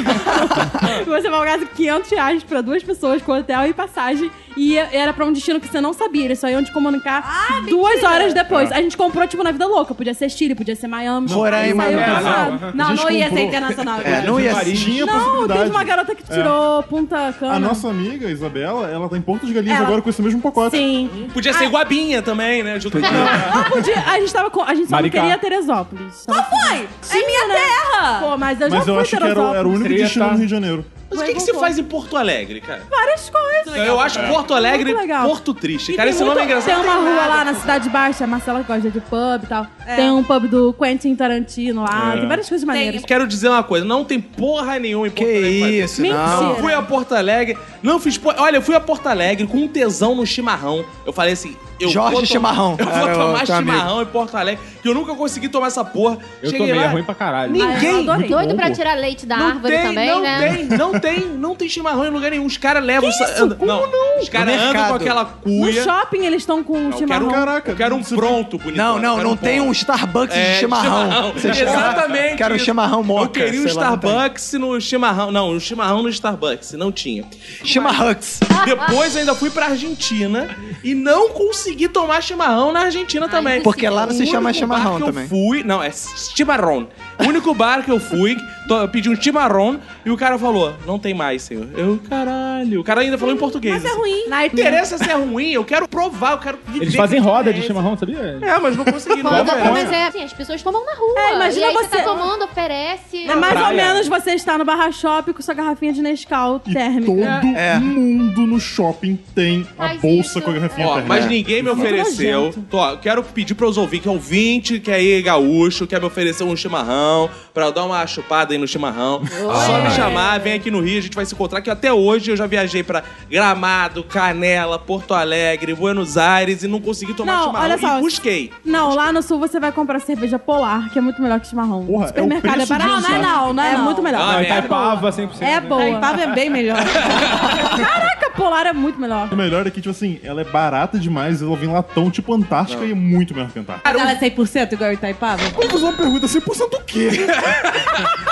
[SPEAKER 3] que você pagava 500 reais pra duas pessoas com hotel e passagem. E era pra um destino que você não sabia. Eles só iam te comunicar
[SPEAKER 2] Ah,
[SPEAKER 3] duas horas
[SPEAKER 4] Ah.
[SPEAKER 3] depois. A gente comprou, tipo, na vida louca. Podia ser Chile, podia ser Miami.
[SPEAKER 2] Roraima,
[SPEAKER 3] Aí
[SPEAKER 2] não.
[SPEAKER 3] saiu
[SPEAKER 4] Ah,
[SPEAKER 3] cansado.
[SPEAKER 22] Não, não ia ser
[SPEAKER 4] comprou.
[SPEAKER 22] internacional.
[SPEAKER 2] É, não ia
[SPEAKER 4] Paris tinha
[SPEAKER 3] Não,
[SPEAKER 4] possibilidade. É.
[SPEAKER 3] teve uma garota que tirou punta cana.
[SPEAKER 4] A nossa amiga, Isabela, ela tá em Porto de Galinhas
[SPEAKER 3] Ela-
[SPEAKER 4] agora com esse mesmo pacote.
[SPEAKER 3] Sim.
[SPEAKER 1] Podia ser Guabinha também, né? Junto com
[SPEAKER 3] Não ah. podia. A gente tava com. A gente só
[SPEAKER 6] Maricá.
[SPEAKER 3] não queria Teresópolis. Qual
[SPEAKER 22] Foi! é minha terra!
[SPEAKER 3] Pô, mas eu já
[SPEAKER 4] Mas
[SPEAKER 3] fui
[SPEAKER 4] eu acho que era,
[SPEAKER 3] Teresópolis.
[SPEAKER 4] era o único
[SPEAKER 6] Seria,
[SPEAKER 4] destino
[SPEAKER 6] tá?
[SPEAKER 4] no Rio de Janeiro.
[SPEAKER 1] Mas o que, que se faz em Porto Alegre, cara?
[SPEAKER 3] Várias coisas.
[SPEAKER 1] Eu acho Porto Alegre
[SPEAKER 3] É. Muito legal.
[SPEAKER 1] Porto Triste.
[SPEAKER 3] E
[SPEAKER 1] Cara,
[SPEAKER 3] tem
[SPEAKER 1] esse nome é
[SPEAKER 3] muito-
[SPEAKER 1] engraçado.
[SPEAKER 3] Tem uma rua lá na Cidade Baixa, a Marcela gosta de pub e tal. Tem um pub do Quentin Tarantino lá,
[SPEAKER 4] É.
[SPEAKER 3] tem várias coisas maneiras.
[SPEAKER 1] Quero dizer uma coisa, não tem porra nenhuma em
[SPEAKER 2] Que
[SPEAKER 1] Porto Alegre. pra
[SPEAKER 2] isso,
[SPEAKER 3] Mentira.
[SPEAKER 2] não.
[SPEAKER 1] Eu fui a Porto Alegre, não fiz. po- Olha, eu fui a Porto Alegre com um tesão no chimarrão. Eu falei assim. Eu
[SPEAKER 2] Jorge
[SPEAKER 1] vou tomar-
[SPEAKER 2] Chimarrão.
[SPEAKER 1] Eu vou
[SPEAKER 2] Era o
[SPEAKER 1] tomar
[SPEAKER 2] teu amigo.
[SPEAKER 1] chimarrão em Porto Alegre, que eu nunca consegui tomar essa porra.
[SPEAKER 6] Eu tomei, é ruim pra caralho.
[SPEAKER 3] Ninguém.
[SPEAKER 5] Tô doido pra
[SPEAKER 6] pô.
[SPEAKER 5] tirar leite da
[SPEAKER 1] Não
[SPEAKER 5] árvore
[SPEAKER 1] tem,
[SPEAKER 5] também,
[SPEAKER 1] não
[SPEAKER 5] né?
[SPEAKER 1] tem, não tem, não tem chimarrão em lugar nenhum. Os caras levam. sa- anda- não, Os caras
[SPEAKER 2] No
[SPEAKER 1] andam com
[SPEAKER 2] mercado.
[SPEAKER 1] aquela
[SPEAKER 3] No
[SPEAKER 1] cuia.
[SPEAKER 3] shopping eles estão com um
[SPEAKER 1] Eu quero,
[SPEAKER 3] chimarrão.
[SPEAKER 1] caraca, eu quero um pronto bonito.
[SPEAKER 2] Não, não, não tem um Starbucks de chimarrão. Você chega lá,
[SPEAKER 1] É, Exatamente.
[SPEAKER 2] Quero um
[SPEAKER 1] isso.
[SPEAKER 2] chimarrão moca.
[SPEAKER 1] Eu queria um
[SPEAKER 2] sei lá, não tem.
[SPEAKER 1] Starbucks no chimarrão. Não, um chimarrão no Starbucks. Não tinha.
[SPEAKER 2] Chimarrucks.
[SPEAKER 1] Depois ainda fui pra Argentina e não consegui tomar chimarrão na Argentina também.
[SPEAKER 2] Porque lá não se
[SPEAKER 1] O
[SPEAKER 2] chama
[SPEAKER 1] único bar
[SPEAKER 2] chimarrão
[SPEAKER 1] que
[SPEAKER 2] também.
[SPEAKER 1] Eu fui, não, é chimarrão. O único bar que eu fui, to- eu pedi um chimarrão e o cara falou: "Não tem mais, senhor". Eu, caralho. O cara ainda falou em português. Mas é ruim. Não interessa se é ruim, eu quero provar, eu quero
[SPEAKER 6] Eles
[SPEAKER 1] ver
[SPEAKER 6] fazem
[SPEAKER 1] que
[SPEAKER 6] roda de
[SPEAKER 1] é.
[SPEAKER 6] chimarrão, sabia?
[SPEAKER 1] É, mas não [LAUGHS] consegui não.
[SPEAKER 5] Quando-
[SPEAKER 1] velho.
[SPEAKER 5] mas é assim, as pessoas tomam na rua.
[SPEAKER 3] É, imagina
[SPEAKER 5] e aí
[SPEAKER 3] você-
[SPEAKER 5] tá tomando, oferece.
[SPEAKER 3] É mais ou
[SPEAKER 6] praia.
[SPEAKER 3] menos você estar no barra shopping com sua garrafinha de Nescau
[SPEAKER 4] E
[SPEAKER 3] térmica.
[SPEAKER 4] todo
[SPEAKER 2] É.
[SPEAKER 4] mundo no shopping tem a
[SPEAKER 5] Faz
[SPEAKER 4] bolsa
[SPEAKER 5] isso.
[SPEAKER 4] com a garrafinha
[SPEAKER 1] Ó,
[SPEAKER 4] térmica.
[SPEAKER 1] mas ninguém me ofereceu. Tô, quero pedir pros ouvintes, que é ouvinte, que aí é gaúcho, quer me oferecer um chimarrão, pra eu dar uma chupada aí no chimarrão. Só me chamar, vem aqui no Rio, a gente vai se encontrar, que até hoje eu já viajei pra Gramado, Canela, Porto Alegre, Buenos Aires e não consegui tomar
[SPEAKER 3] Não,
[SPEAKER 1] chimarrão.
[SPEAKER 3] olha só.
[SPEAKER 1] e busquei.
[SPEAKER 3] Não, lá no sul você vai comprar cerveja polar, que é muito melhor que chimarrão.
[SPEAKER 4] Porra, é o
[SPEAKER 3] Supermercado é,
[SPEAKER 4] preço de
[SPEAKER 3] barato.
[SPEAKER 4] um
[SPEAKER 3] Não, não, é
[SPEAKER 4] saco.
[SPEAKER 3] não, não é,
[SPEAKER 22] Não.
[SPEAKER 3] muito melhor.
[SPEAKER 1] Ah,
[SPEAKER 3] é,
[SPEAKER 1] é
[SPEAKER 6] Itaipava,
[SPEAKER 3] boa.
[SPEAKER 6] 100%.
[SPEAKER 3] É boa.
[SPEAKER 22] Aí Pava é bem melhor.
[SPEAKER 3] [LAUGHS] Caraca, polar é muito melhor.
[SPEAKER 4] O melhor é que, tipo assim, ela é barata demais, ela vem em latão, tipo Antártica, e é muito melhor que Antártica.
[SPEAKER 22] Ela é 100% igual o Itaipava?
[SPEAKER 4] Vamos fazer uma pergunta, 100% o quê?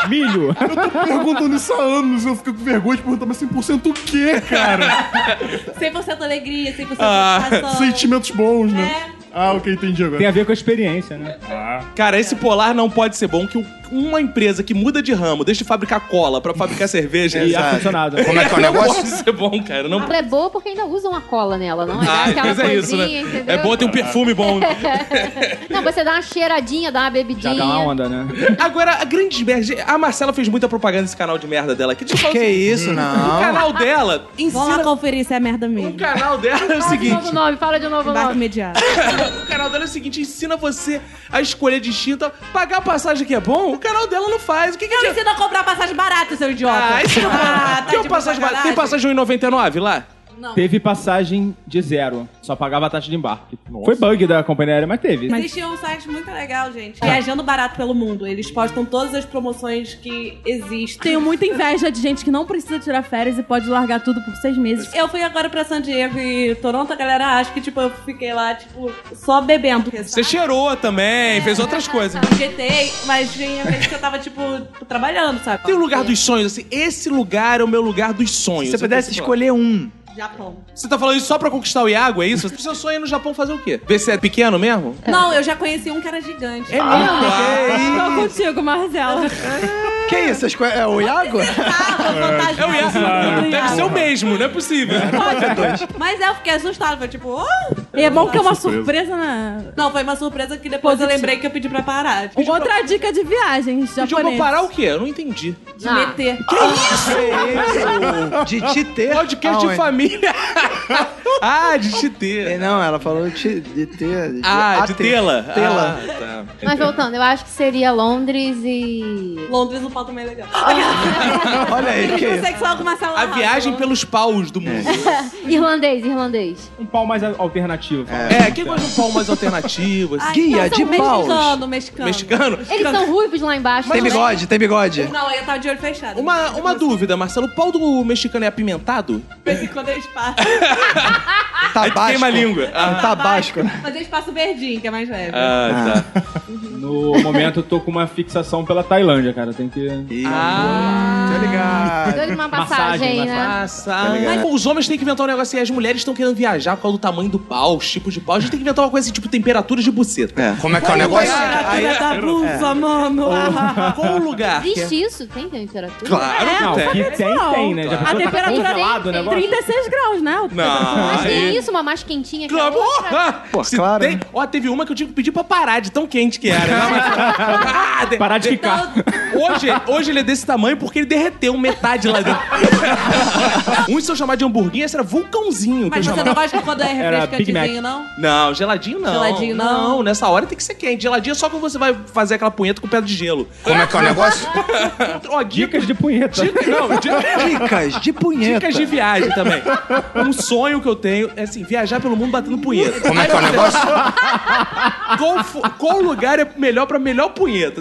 [SPEAKER 6] Milho.
[SPEAKER 4] Perguntando isso há anos, eu fico com vergonha de perguntar, mas 100% o quê,
[SPEAKER 3] [LAUGHS]
[SPEAKER 4] cara?
[SPEAKER 22] 100% alegria, 100%
[SPEAKER 1] Ah,
[SPEAKER 22] satisfação.
[SPEAKER 4] Sentimentos bons, né?
[SPEAKER 22] É.
[SPEAKER 4] Ah, ok, entendi agora.
[SPEAKER 6] Tem a ver com a experiência, né?
[SPEAKER 1] Cara, esse polar não pode ser bom, que uma empresa que muda de ramo, deixa de fabricar cola pra fabricar cerveja.
[SPEAKER 6] E ar-condicionado.
[SPEAKER 10] Como
[SPEAKER 2] [LAUGHS]
[SPEAKER 10] é que é o
[SPEAKER 1] não pode
[SPEAKER 10] negócio?
[SPEAKER 1] [LAUGHS] ser bom, cara. Não
[SPEAKER 5] Ela é boa porque ainda usam a cola nela, não é?
[SPEAKER 1] Ah,
[SPEAKER 5] Aquela
[SPEAKER 1] mas é isso, né?
[SPEAKER 5] coisinha,
[SPEAKER 1] É
[SPEAKER 5] entendeu?
[SPEAKER 1] bom ter um perfume bom.
[SPEAKER 5] Não, você dá uma cheiradinha, dá uma
[SPEAKER 6] Já
[SPEAKER 5] bebidinha.
[SPEAKER 6] dá uma onda, né?
[SPEAKER 1] Agora, a grande merda. A Marcela fez muita propaganda nesse canal de merda dela aqui. Deixa eu falar
[SPEAKER 2] Que
[SPEAKER 1] assim,
[SPEAKER 2] isso,
[SPEAKER 1] O
[SPEAKER 2] não.
[SPEAKER 1] canal dela
[SPEAKER 22] Vamos lá
[SPEAKER 1] ensina.
[SPEAKER 22] conferir se é merda
[SPEAKER 1] O
[SPEAKER 22] mesmo.
[SPEAKER 1] canal dela é o
[SPEAKER 5] Fala de
[SPEAKER 1] seguinte.
[SPEAKER 5] novo o nome, fala de novo o
[SPEAKER 22] Barco
[SPEAKER 5] nome.
[SPEAKER 22] imediato.
[SPEAKER 1] O canal dela é o seguinte: ensina você a escolher destino. tá? Pagar a passagem que é bom, o canal dela não faz. O que que
[SPEAKER 22] Eu
[SPEAKER 1] adianta?
[SPEAKER 22] ensino a comprar passagem barata, seu idiota.
[SPEAKER 1] Ah, isso não.
[SPEAKER 22] Ah, tá
[SPEAKER 1] Tem
[SPEAKER 22] de
[SPEAKER 1] passagem barata. Tem
[SPEAKER 22] sacanagem.
[SPEAKER 1] passagem 1,99 lá?
[SPEAKER 3] Não.
[SPEAKER 6] Teve passagem de zero. Só pagava a taxa de embarque. Foi bug da companhia aérea, mas teve.
[SPEAKER 3] Existe um site muito legal, gente.
[SPEAKER 17] Ah.
[SPEAKER 3] Viajando Barato pelo Mundo. Eles postam todas as promoções que existem.
[SPEAKER 17] Tenho muita inveja de gente que não precisa tirar férias e pode largar tudo por seis meses.
[SPEAKER 3] Eu fui agora pra San Diego e Toronto, a galera acha que, tipo, eu fiquei lá, tipo, só bebendo.
[SPEAKER 1] Você cheirou também, fez outras
[SPEAKER 3] tá,
[SPEAKER 1] coisas.
[SPEAKER 3] Jetei, mas tinha vez que eu tava, tipo, trabalhando, sabe?
[SPEAKER 1] Tem o lugar dos sonhos, assim, esse lugar é o meu lugar dos sonhos.
[SPEAKER 16] Se você pudesse
[SPEAKER 1] Eu tô-
[SPEAKER 16] escolher um.
[SPEAKER 3] Japão.
[SPEAKER 1] Você tá falando isso só pra conquistar o Iago, é isso? Seu sonho é ir no Japão fazer o quê? Ver se é pequeno mesmo?
[SPEAKER 3] Não, eu já conheci um que era gigante.
[SPEAKER 1] É mesmo?
[SPEAKER 17] Tô contigo, Marcela.
[SPEAKER 16] Que isso? Essas coisas- É o
[SPEAKER 1] [LAUGHS]
[SPEAKER 16] Iago?
[SPEAKER 3] Ah, vou botar
[SPEAKER 1] é o Iago.
[SPEAKER 3] junto.
[SPEAKER 1] Deve ser o mesmo, não é possível.
[SPEAKER 3] Mas é, eu fiquei assustada. Foi tipo, oh!
[SPEAKER 17] E é bom que é uma
[SPEAKER 4] Surpresa.
[SPEAKER 17] surpresa na.
[SPEAKER 3] Não, foi uma surpresa que depois eu
[SPEAKER 17] Positivo.
[SPEAKER 3] lembrei que eu pedi pra parar. Pedi pra
[SPEAKER 17] Outra dica de viagem,
[SPEAKER 1] Gente, eu vou
[SPEAKER 17] japonês.
[SPEAKER 1] parar o quê? Eu não entendi. é
[SPEAKER 3] de
[SPEAKER 5] Ah.
[SPEAKER 3] meter.
[SPEAKER 16] De te ter.
[SPEAKER 1] Podcast de
[SPEAKER 16] Aonde? [LAUGHS]
[SPEAKER 1] família. ah, de te ter.
[SPEAKER 16] É, Não, ela falou de, de ter. de-
[SPEAKER 1] Ah,
[SPEAKER 16] a
[SPEAKER 1] de
[SPEAKER 16] ter.
[SPEAKER 1] tela.
[SPEAKER 16] Tela.
[SPEAKER 1] Ah, tá.
[SPEAKER 5] Mas voltando, eu acho que seria Londres e.
[SPEAKER 3] Londres não falta mais legal.
[SPEAKER 16] [LAUGHS]
[SPEAKER 3] [LAUGHS]
[SPEAKER 16] Olha
[SPEAKER 2] É,
[SPEAKER 16] aí, que
[SPEAKER 3] Eu
[SPEAKER 16] isso.
[SPEAKER 3] sei que só alguma sala
[SPEAKER 1] A viagem pelos paus do mundo.
[SPEAKER 5] Irlandês, irlandês.
[SPEAKER 6] Um pau mais al- alternativo. fala.
[SPEAKER 1] É, quem gosta de um pau mais alternativo? assim?
[SPEAKER 16] Guia de paus.
[SPEAKER 3] Mexicano, mexicano.
[SPEAKER 1] Mexicano?
[SPEAKER 5] Eles são ruivos lá embaixo.
[SPEAKER 16] Tem
[SPEAKER 5] né?
[SPEAKER 16] bigode, tem bigode.
[SPEAKER 3] Não, eu tava de olho fechado.
[SPEAKER 1] Uma, uma dúvida, Marcelo. O pau do mexicano é apimentado? É
[SPEAKER 3] Mexicano é espaço.
[SPEAKER 16] Tabasco.
[SPEAKER 1] Queima a língua. Ah,
[SPEAKER 16] Um tabasco.
[SPEAKER 3] Mas é espaço verdinho, que é mais leve.
[SPEAKER 1] ah, tá.
[SPEAKER 6] No momento eu tô com uma fixação pela Tailândia, cara. Tem que.
[SPEAKER 1] Ah,
[SPEAKER 16] Tá
[SPEAKER 17] é.
[SPEAKER 16] ligado.
[SPEAKER 5] Dois uma passagem,
[SPEAKER 6] Massagem,
[SPEAKER 5] aí, né?
[SPEAKER 1] Tá ligado. Mas, pô, os homens têm que inventar um negócio e as mulheres estão querendo viajar por causa do tamanho do pau, os tipos de pau. A gente tem que inventar uma coisa assim, tipo temperatura de buceta.
[SPEAKER 16] É. Como é que é o negócio? Aí,
[SPEAKER 3] da
[SPEAKER 6] É.
[SPEAKER 3] blusa, [LAUGHS] mano.
[SPEAKER 1] Qual o lugar?
[SPEAKER 5] Existe isso? Tem temperatura?
[SPEAKER 1] É. Claro que
[SPEAKER 6] Não,
[SPEAKER 1] tem.
[SPEAKER 6] Ah, que
[SPEAKER 3] é
[SPEAKER 6] tem, tem, né? Já
[SPEAKER 17] É A
[SPEAKER 3] Ah,
[SPEAKER 6] pensou, tá
[SPEAKER 17] temperatura né,
[SPEAKER 6] congelado o
[SPEAKER 5] tem-
[SPEAKER 6] negócio?
[SPEAKER 17] 36 graus, né?
[SPEAKER 1] Não.
[SPEAKER 5] Mas tem
[SPEAKER 1] aí-
[SPEAKER 5] isso, uma mais quentinha que a
[SPEAKER 1] Claro,
[SPEAKER 5] outra.
[SPEAKER 1] um porra!
[SPEAKER 16] Pô,
[SPEAKER 1] Se
[SPEAKER 16] claro. né?
[SPEAKER 1] tem- Ó, teve uma que eu tive que pedir pra parar de tão quente que era. Não, mas- Ah, de-
[SPEAKER 6] Parar de
[SPEAKER 1] de-
[SPEAKER 3] tipo.
[SPEAKER 6] ficar.
[SPEAKER 1] Hoje, hoje ele é desse tamanho porque ele derreteu um metade lá dentro. Um Uns são chamados de hamburguinha, esse era vulcãozinho. que eu
[SPEAKER 3] Mas você
[SPEAKER 1] chamava.
[SPEAKER 3] não gosta quando é
[SPEAKER 6] Era Big
[SPEAKER 3] refrescantezinho,
[SPEAKER 6] Mac.
[SPEAKER 3] não?
[SPEAKER 1] Não, geladinho não.
[SPEAKER 3] Geladinho não.
[SPEAKER 1] nessa hora tem que ser quente. Geladinho é só quando você vai fazer aquela punheta com pedra de gelo.
[SPEAKER 10] Como é que é o negócio?
[SPEAKER 1] Ó, dica,
[SPEAKER 6] Dicas de punheta.
[SPEAKER 1] dica, não, dica-
[SPEAKER 2] [LAUGHS]
[SPEAKER 16] Dicas de punheta.
[SPEAKER 1] dicas [LAUGHS] de viagem também. Um sonho que eu tenho é assim, viajar pelo mundo batendo punheta.
[SPEAKER 10] Como é que é o
[SPEAKER 1] [LAUGHS]
[SPEAKER 10] negócio?
[SPEAKER 1] qual, fu- qual lugar é melhor pra melhor punheta,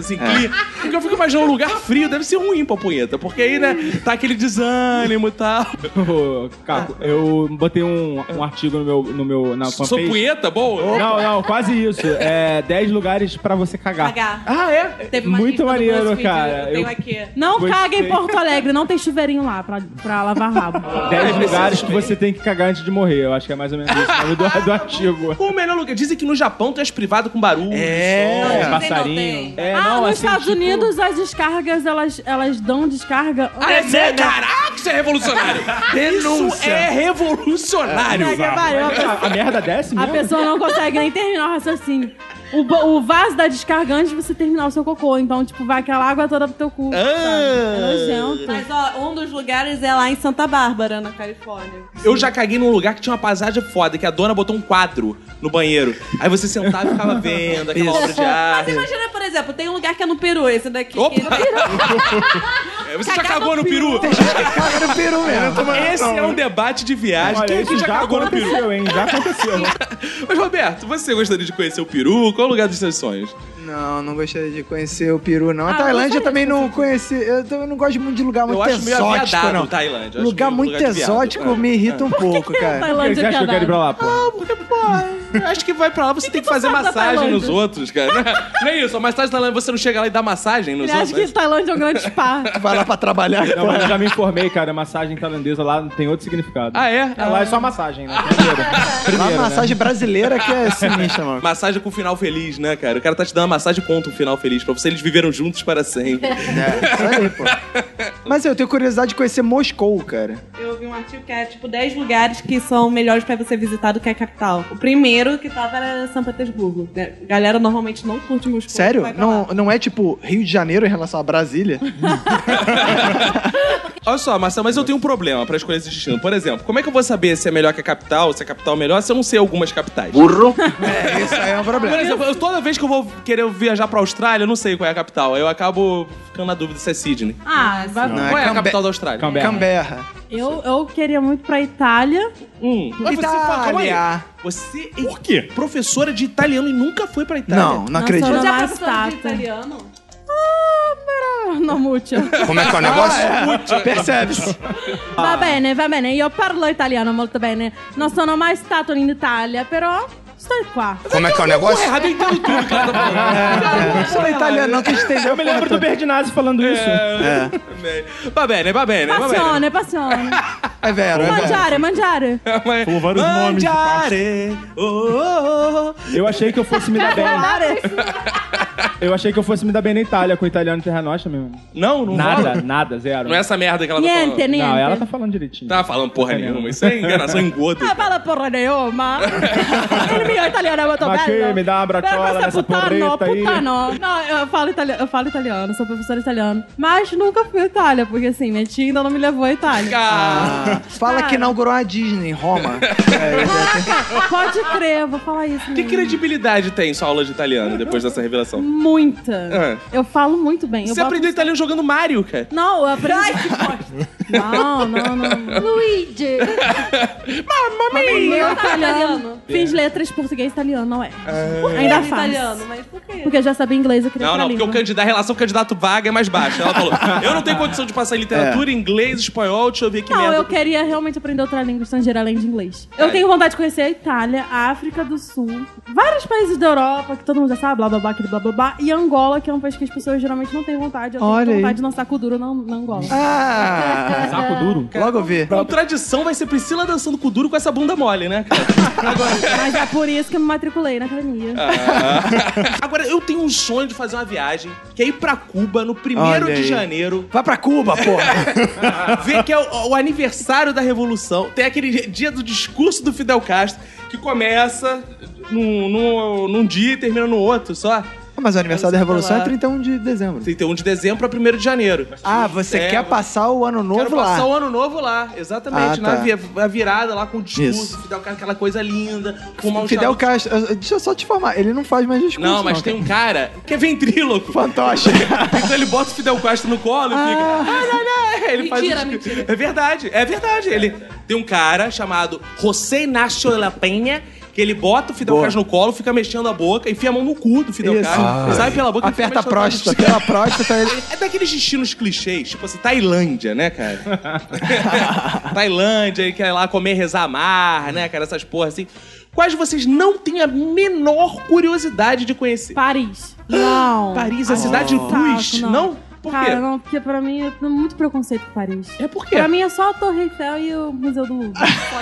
[SPEAKER 10] É.
[SPEAKER 1] assim, que- porque eu fico imaginando um lugar frio, deve ser ruim pra punheta, porque aí, né, tá aquele desânimo e tal.
[SPEAKER 6] [LAUGHS] Ô, Caco, eu botei um, um artigo no meu, no meu na
[SPEAKER 1] Ah. Sou
[SPEAKER 6] fanpage.
[SPEAKER 1] punheta? Bom.
[SPEAKER 6] Não, não, quase isso. É 10 lugares pra você cagar.
[SPEAKER 3] Cagar.
[SPEAKER 1] Ah, é?
[SPEAKER 3] Teve uma
[SPEAKER 6] Muito
[SPEAKER 3] lista do
[SPEAKER 6] maneiro,
[SPEAKER 3] BuzzFeed,
[SPEAKER 6] cara.
[SPEAKER 3] Eu tenho
[SPEAKER 6] Eu-
[SPEAKER 3] aqui.
[SPEAKER 17] Não
[SPEAKER 6] Gostei.
[SPEAKER 17] caga em Porto Alegre, não tem chuveirinho lá pra, pra lavar
[SPEAKER 6] [LAUGHS]
[SPEAKER 17] rabo.
[SPEAKER 6] 10 lugares que você tem que cagar antes de morrer. Eu acho que é mais ou menos isso. o nome do, do artigo.
[SPEAKER 1] Qual o melhor lugar? Dizem que no Japão tem as privadas com barulho.
[SPEAKER 16] É.
[SPEAKER 3] Não, não tem, não
[SPEAKER 6] passarinho.
[SPEAKER 3] tem.
[SPEAKER 6] É,
[SPEAKER 17] ah,
[SPEAKER 6] não,
[SPEAKER 17] nos
[SPEAKER 6] assim,
[SPEAKER 17] Estados
[SPEAKER 6] tipo,
[SPEAKER 17] Unidos as descargas, elas, elas dão descarga.
[SPEAKER 1] Ah, é sério? Caraca, isso é revolucionário! Isso
[SPEAKER 16] Denúncia.
[SPEAKER 1] é revolucionário!
[SPEAKER 6] A, a merda desce
[SPEAKER 17] A
[SPEAKER 6] mesmo?
[SPEAKER 17] pessoa não consegue nem terminar o raciocínio. O, ba- o vaso da descarga antes de você terminar o seu cocô. Então, tipo, vai aquela água toda pro teu cu.
[SPEAKER 6] Ah.
[SPEAKER 17] sabe? É nojento.
[SPEAKER 3] Mas, ó, um dos lugares é lá em Santa Bárbara, na Califórnia.
[SPEAKER 1] Eu já caguei num lugar que tinha uma paisagem foda, que a dona botou um quadro no banheiro. Aí você sentava e ficava vendo aquela obra de
[SPEAKER 3] Mas
[SPEAKER 1] arte.
[SPEAKER 6] É.
[SPEAKER 3] imagina, por exemplo, tem um lugar que é no Peru, esse daqui.
[SPEAKER 1] Opa!
[SPEAKER 3] que-
[SPEAKER 1] É, Você já
[SPEAKER 3] Cagar
[SPEAKER 1] cagou
[SPEAKER 3] no
[SPEAKER 1] no peru?
[SPEAKER 16] Caga no peru mesmo.
[SPEAKER 1] Esse é um debate de viagem.
[SPEAKER 6] Olha,
[SPEAKER 1] Quem aqui
[SPEAKER 6] isso
[SPEAKER 1] já
[SPEAKER 6] já
[SPEAKER 1] cagou no peru?
[SPEAKER 6] aconteceu, hein?
[SPEAKER 1] [LAUGHS]
[SPEAKER 6] Já aconteceu.
[SPEAKER 1] Mas, Roberto, você gostaria de conhecer o peru? Qual é o lugar dos seus sonhos?
[SPEAKER 16] Não, não gostaria de conhecer o Peru, não. A
[SPEAKER 17] Ah,
[SPEAKER 16] Tailândia
[SPEAKER 17] gostaria
[SPEAKER 16] também
[SPEAKER 17] de
[SPEAKER 16] não conheci. Eu também não gosto muito de lugar muito
[SPEAKER 1] eu acho meio
[SPEAKER 16] exótico,
[SPEAKER 1] aviadado
[SPEAKER 16] não.
[SPEAKER 1] Tailândia. Eu acho
[SPEAKER 16] Lugar
[SPEAKER 1] meio um
[SPEAKER 16] muito
[SPEAKER 1] de né? viado.
[SPEAKER 16] exótico me irrita um pouco,
[SPEAKER 3] [LAUGHS]
[SPEAKER 16] cara.
[SPEAKER 17] Tailândia
[SPEAKER 3] é um
[SPEAKER 6] Você acha que é eu quero ir pra lá, pô?
[SPEAKER 1] Ah, porque, pô, acho que vai pra lá, você tem que fazer
[SPEAKER 17] sabe da
[SPEAKER 1] massagem
[SPEAKER 17] Tailândia?
[SPEAKER 1] nos outros, cara. [LAUGHS] Não é isso, a massagem na Tailândia, você não chega lá e dá massagem nos
[SPEAKER 17] Ele acha
[SPEAKER 1] outros. né?
[SPEAKER 17] que Tailândia é um grande spa.
[SPEAKER 16] Vai lá pra trabalhar.
[SPEAKER 6] Não, mas eu já me informei, cara. Massagem tailandesa lá tem outro significado.
[SPEAKER 1] Ah, é?
[SPEAKER 6] lá é só massagem, né? Primeiro.
[SPEAKER 16] Lá
[SPEAKER 6] Primeiro,
[SPEAKER 16] a
[SPEAKER 6] né?
[SPEAKER 16] massagem brasileira que é sinistra, mano.
[SPEAKER 1] Massagem com final feliz, né, cara? O cara tá te dando uma massagem e conta um final feliz pra você. Eles viveram juntos para sempre.
[SPEAKER 16] É, isso aí, pô. Mas eu tenho curiosidade de conhecer Moscou, cara.
[SPEAKER 3] Eu vi um artigo que é tipo 10 lugares que são melhores pra você visitar do que a capital. O primeiro que tava era São Petersburgo. né? Galera normalmente não curte Moscou.
[SPEAKER 16] Sério?
[SPEAKER 3] vai pra
[SPEAKER 16] Não,
[SPEAKER 3] lá.
[SPEAKER 16] não é tipo Rio de Janeiro em relação a Brasília?
[SPEAKER 1] Olha só, Marcelo, mas eu tenho um problema pra escolher esse destino. Por exemplo, como é que eu vou saber se é melhor que a capital, se a capital é melhor, se eu não sei algumas capitais?
[SPEAKER 16] É, isso aí é um
[SPEAKER 1] Por
[SPEAKER 16] problema.
[SPEAKER 1] exemplo, eu- toda vez que eu vou querer viajar pra Austrália, eu não sei qual é a capital. Aí eu acabo ficando na dúvida se é Sydney.
[SPEAKER 17] Ah, vai
[SPEAKER 6] não.
[SPEAKER 2] Não,
[SPEAKER 1] Qual é a
[SPEAKER 2] Cambe-
[SPEAKER 1] capital da Austrália?
[SPEAKER 6] Canberra.
[SPEAKER 2] Canberra.
[SPEAKER 3] Eu, eu queria muito pra Itália.
[SPEAKER 1] Hum. Mas você, fa- calma aí.
[SPEAKER 2] Itália.
[SPEAKER 1] você
[SPEAKER 4] Por quê?
[SPEAKER 1] é professora de italiano e nunca foi pra Itália.
[SPEAKER 2] Não, não
[SPEAKER 3] Nossa,
[SPEAKER 2] acredito.
[SPEAKER 3] não-
[SPEAKER 23] Já
[SPEAKER 3] mais
[SPEAKER 23] professor de
[SPEAKER 3] tata.
[SPEAKER 23] italiano?
[SPEAKER 3] Ah, Não muito.
[SPEAKER 10] Como é que é o negócio?
[SPEAKER 2] Ah, Percebe-se.
[SPEAKER 3] Va bene, va bene. Io parlo italiano molto bene. Non sono mai stato in Italia, però sto qua.
[SPEAKER 10] Como é que é o negócio?
[SPEAKER 1] Errado, eu entendo tudo, cara. tá falando.
[SPEAKER 2] Não fala italiano, não, que estendeu.
[SPEAKER 6] Eu me lembro do Berdinazzi falando isso.
[SPEAKER 1] Va bene, va bene, va bene.
[SPEAKER 3] Passione, passione.
[SPEAKER 2] É vero, é vero.
[SPEAKER 3] Mangiare, mangiare.
[SPEAKER 4] Falou vários nomes de
[SPEAKER 1] Mangiare, oh, oh, oh.
[SPEAKER 6] Eu achei que eu fosse me dar bem. Eu achei que eu fosse me dar bem na Itália, com o italiano Terra Nostra mesmo.
[SPEAKER 1] Não, não
[SPEAKER 6] Nada,
[SPEAKER 1] rola.
[SPEAKER 6] nada, zero.
[SPEAKER 1] Uhum. Não é essa merda que ela tá falando.
[SPEAKER 3] Niente, niente.
[SPEAKER 6] Não, ela tá falando direitinho.
[SPEAKER 1] Tá falando porra nenhuma. Isso é enganação engodo.
[SPEAKER 3] Ah, parla porra
[SPEAKER 6] [LAUGHS]
[SPEAKER 3] nenhuma. Il mio italiano è molto
[SPEAKER 6] Ma che,
[SPEAKER 3] bello.
[SPEAKER 6] mi dà una braciola
[SPEAKER 3] Però questo è
[SPEAKER 6] nessa
[SPEAKER 3] puttano,
[SPEAKER 6] porretta, io.
[SPEAKER 3] puttano. No, eh, eu falo, italiano, eu falo italiano, sou professora italiana. Mas nunca fui à Itália, porque assim, minha tia ainda não me levou à Itália.
[SPEAKER 1] Ah,
[SPEAKER 2] Fala que inaugurou a Disney
[SPEAKER 10] [LAUGHS]
[SPEAKER 2] em Roma. É,
[SPEAKER 3] Pode crer, vou falar isso.
[SPEAKER 1] que
[SPEAKER 3] mesmo.
[SPEAKER 1] credibilidade tem sua aula de italiano depois dessa revelação?
[SPEAKER 3] Muita. Eu falo muito bem. Eu
[SPEAKER 1] Você
[SPEAKER 3] boto-
[SPEAKER 1] aprendeu italiano jogando Mario, cara.
[SPEAKER 3] Não, eu aprendi. não, não, não.
[SPEAKER 17] [LAUGHS]
[SPEAKER 5] Luigi.
[SPEAKER 3] Meu italiano. Fiz letras português e italiano, não é. Ainda faço.
[SPEAKER 23] Italiano, mas por quê?
[SPEAKER 3] Porque eu já sabia inglês, eu né? queria
[SPEAKER 1] Não,
[SPEAKER 3] outra
[SPEAKER 1] não, porque o
[SPEAKER 3] língua.
[SPEAKER 1] candidato, a relação candidato-vaga é mais baixa. Ela
[SPEAKER 3] [LAUGHS]
[SPEAKER 1] falou: eu não tenho condição de passar em
[SPEAKER 4] É.
[SPEAKER 1] literatura, inglês, espanhol, deixa eu ver que É.
[SPEAKER 3] Não,
[SPEAKER 1] merda.
[SPEAKER 3] eu queria realmente aprender outra língua estrangeira além de inglês. Eu tenho vontade de conhecer a Itália, a África do Sul, vários países da Europa, que todo mundo já sabe, blá blá blá, aquele blá blá blá, e Angola, que é um país que as pessoas geralmente não têm vontade. Eu tenho
[SPEAKER 2] Olha aí.
[SPEAKER 3] vontade de lançar Kuduro na, na Angola.
[SPEAKER 2] é. Ah,
[SPEAKER 6] Saco duro.
[SPEAKER 2] logo vi.
[SPEAKER 1] Contradição vai ser Priscila dançando com o duro com essa bunda mole, né, cara?
[SPEAKER 3] Mas é por isso que eu me matriculei na academia.
[SPEAKER 1] Ah. Agora, eu tenho um sonho de fazer uma viagem, que é ir pra Cuba no 1
[SPEAKER 2] Olha
[SPEAKER 1] de
[SPEAKER 2] aí.
[SPEAKER 1] janeiro,
[SPEAKER 2] Vai pra Cuba, porra.
[SPEAKER 1] ver que é o, o aniversário da Revolução. Tem aquele dia do discurso do Fidel Castro, que começa num, num, num dia e termina no outro só.
[SPEAKER 2] Mas o aniversário da Revolução é 31 de dezembro.
[SPEAKER 1] 31 de dezembro a 1 de janeiro.
[SPEAKER 2] Ah, você
[SPEAKER 1] É,
[SPEAKER 2] quer passar o ano novo
[SPEAKER 1] Quero
[SPEAKER 2] lá?
[SPEAKER 1] passar o ano novo lá, exatamente.
[SPEAKER 2] Ah,
[SPEAKER 1] na
[SPEAKER 2] tá.
[SPEAKER 1] vi- a virada lá com o discurso,
[SPEAKER 2] Isso.
[SPEAKER 1] Fidel Castro, aquela coisa linda, com o
[SPEAKER 2] Fidel Castro, eu- eu- deixa eu só te informar, ele não faz mais discurso.
[SPEAKER 1] Não, mas tem um cara que é ventríloco. [LAUGHS]
[SPEAKER 2] fantoche.
[SPEAKER 1] Então ele bota o Fidel Castro no colo e fica. "Ai, ai, ai", Ele
[SPEAKER 23] Ah. Mentira,
[SPEAKER 1] faz um-
[SPEAKER 23] mentira.
[SPEAKER 1] É verdade, é verdade. Ele tem um cara chamado José Inácio de La Penha. Que ele bota o Fidel
[SPEAKER 2] Boa.
[SPEAKER 1] Castro no colo, fica mexendo a boca, enfia a mão no cu do Fidel
[SPEAKER 2] Isso. Ah.
[SPEAKER 1] Castro, sai pela boca e fica
[SPEAKER 2] Aperta a
[SPEAKER 1] mexendo na boca.
[SPEAKER 2] próstata, pela próstata
[SPEAKER 10] [LAUGHS]
[SPEAKER 2] ele.
[SPEAKER 1] É daqueles destinos clichês, tipo assim, Tailândia, né,
[SPEAKER 2] [LAUGHS]
[SPEAKER 1] cara? Tailândia, e quer ir lá comer, rezar a mar, né, cara? Essas porras assim. Quais vocês não têm a menor curiosidade de conhecer?
[SPEAKER 3] Paris. Não. Ah,
[SPEAKER 1] Paris, a cidade
[SPEAKER 3] não.
[SPEAKER 1] luz,
[SPEAKER 3] Saco,
[SPEAKER 1] não? Por quê?
[SPEAKER 3] Cara, não, porque pra mim eu tenho muito preconceito com Paris.
[SPEAKER 1] É por quê?
[SPEAKER 3] Pra mim é só a Torre Eiffel e o Museu do Louvre.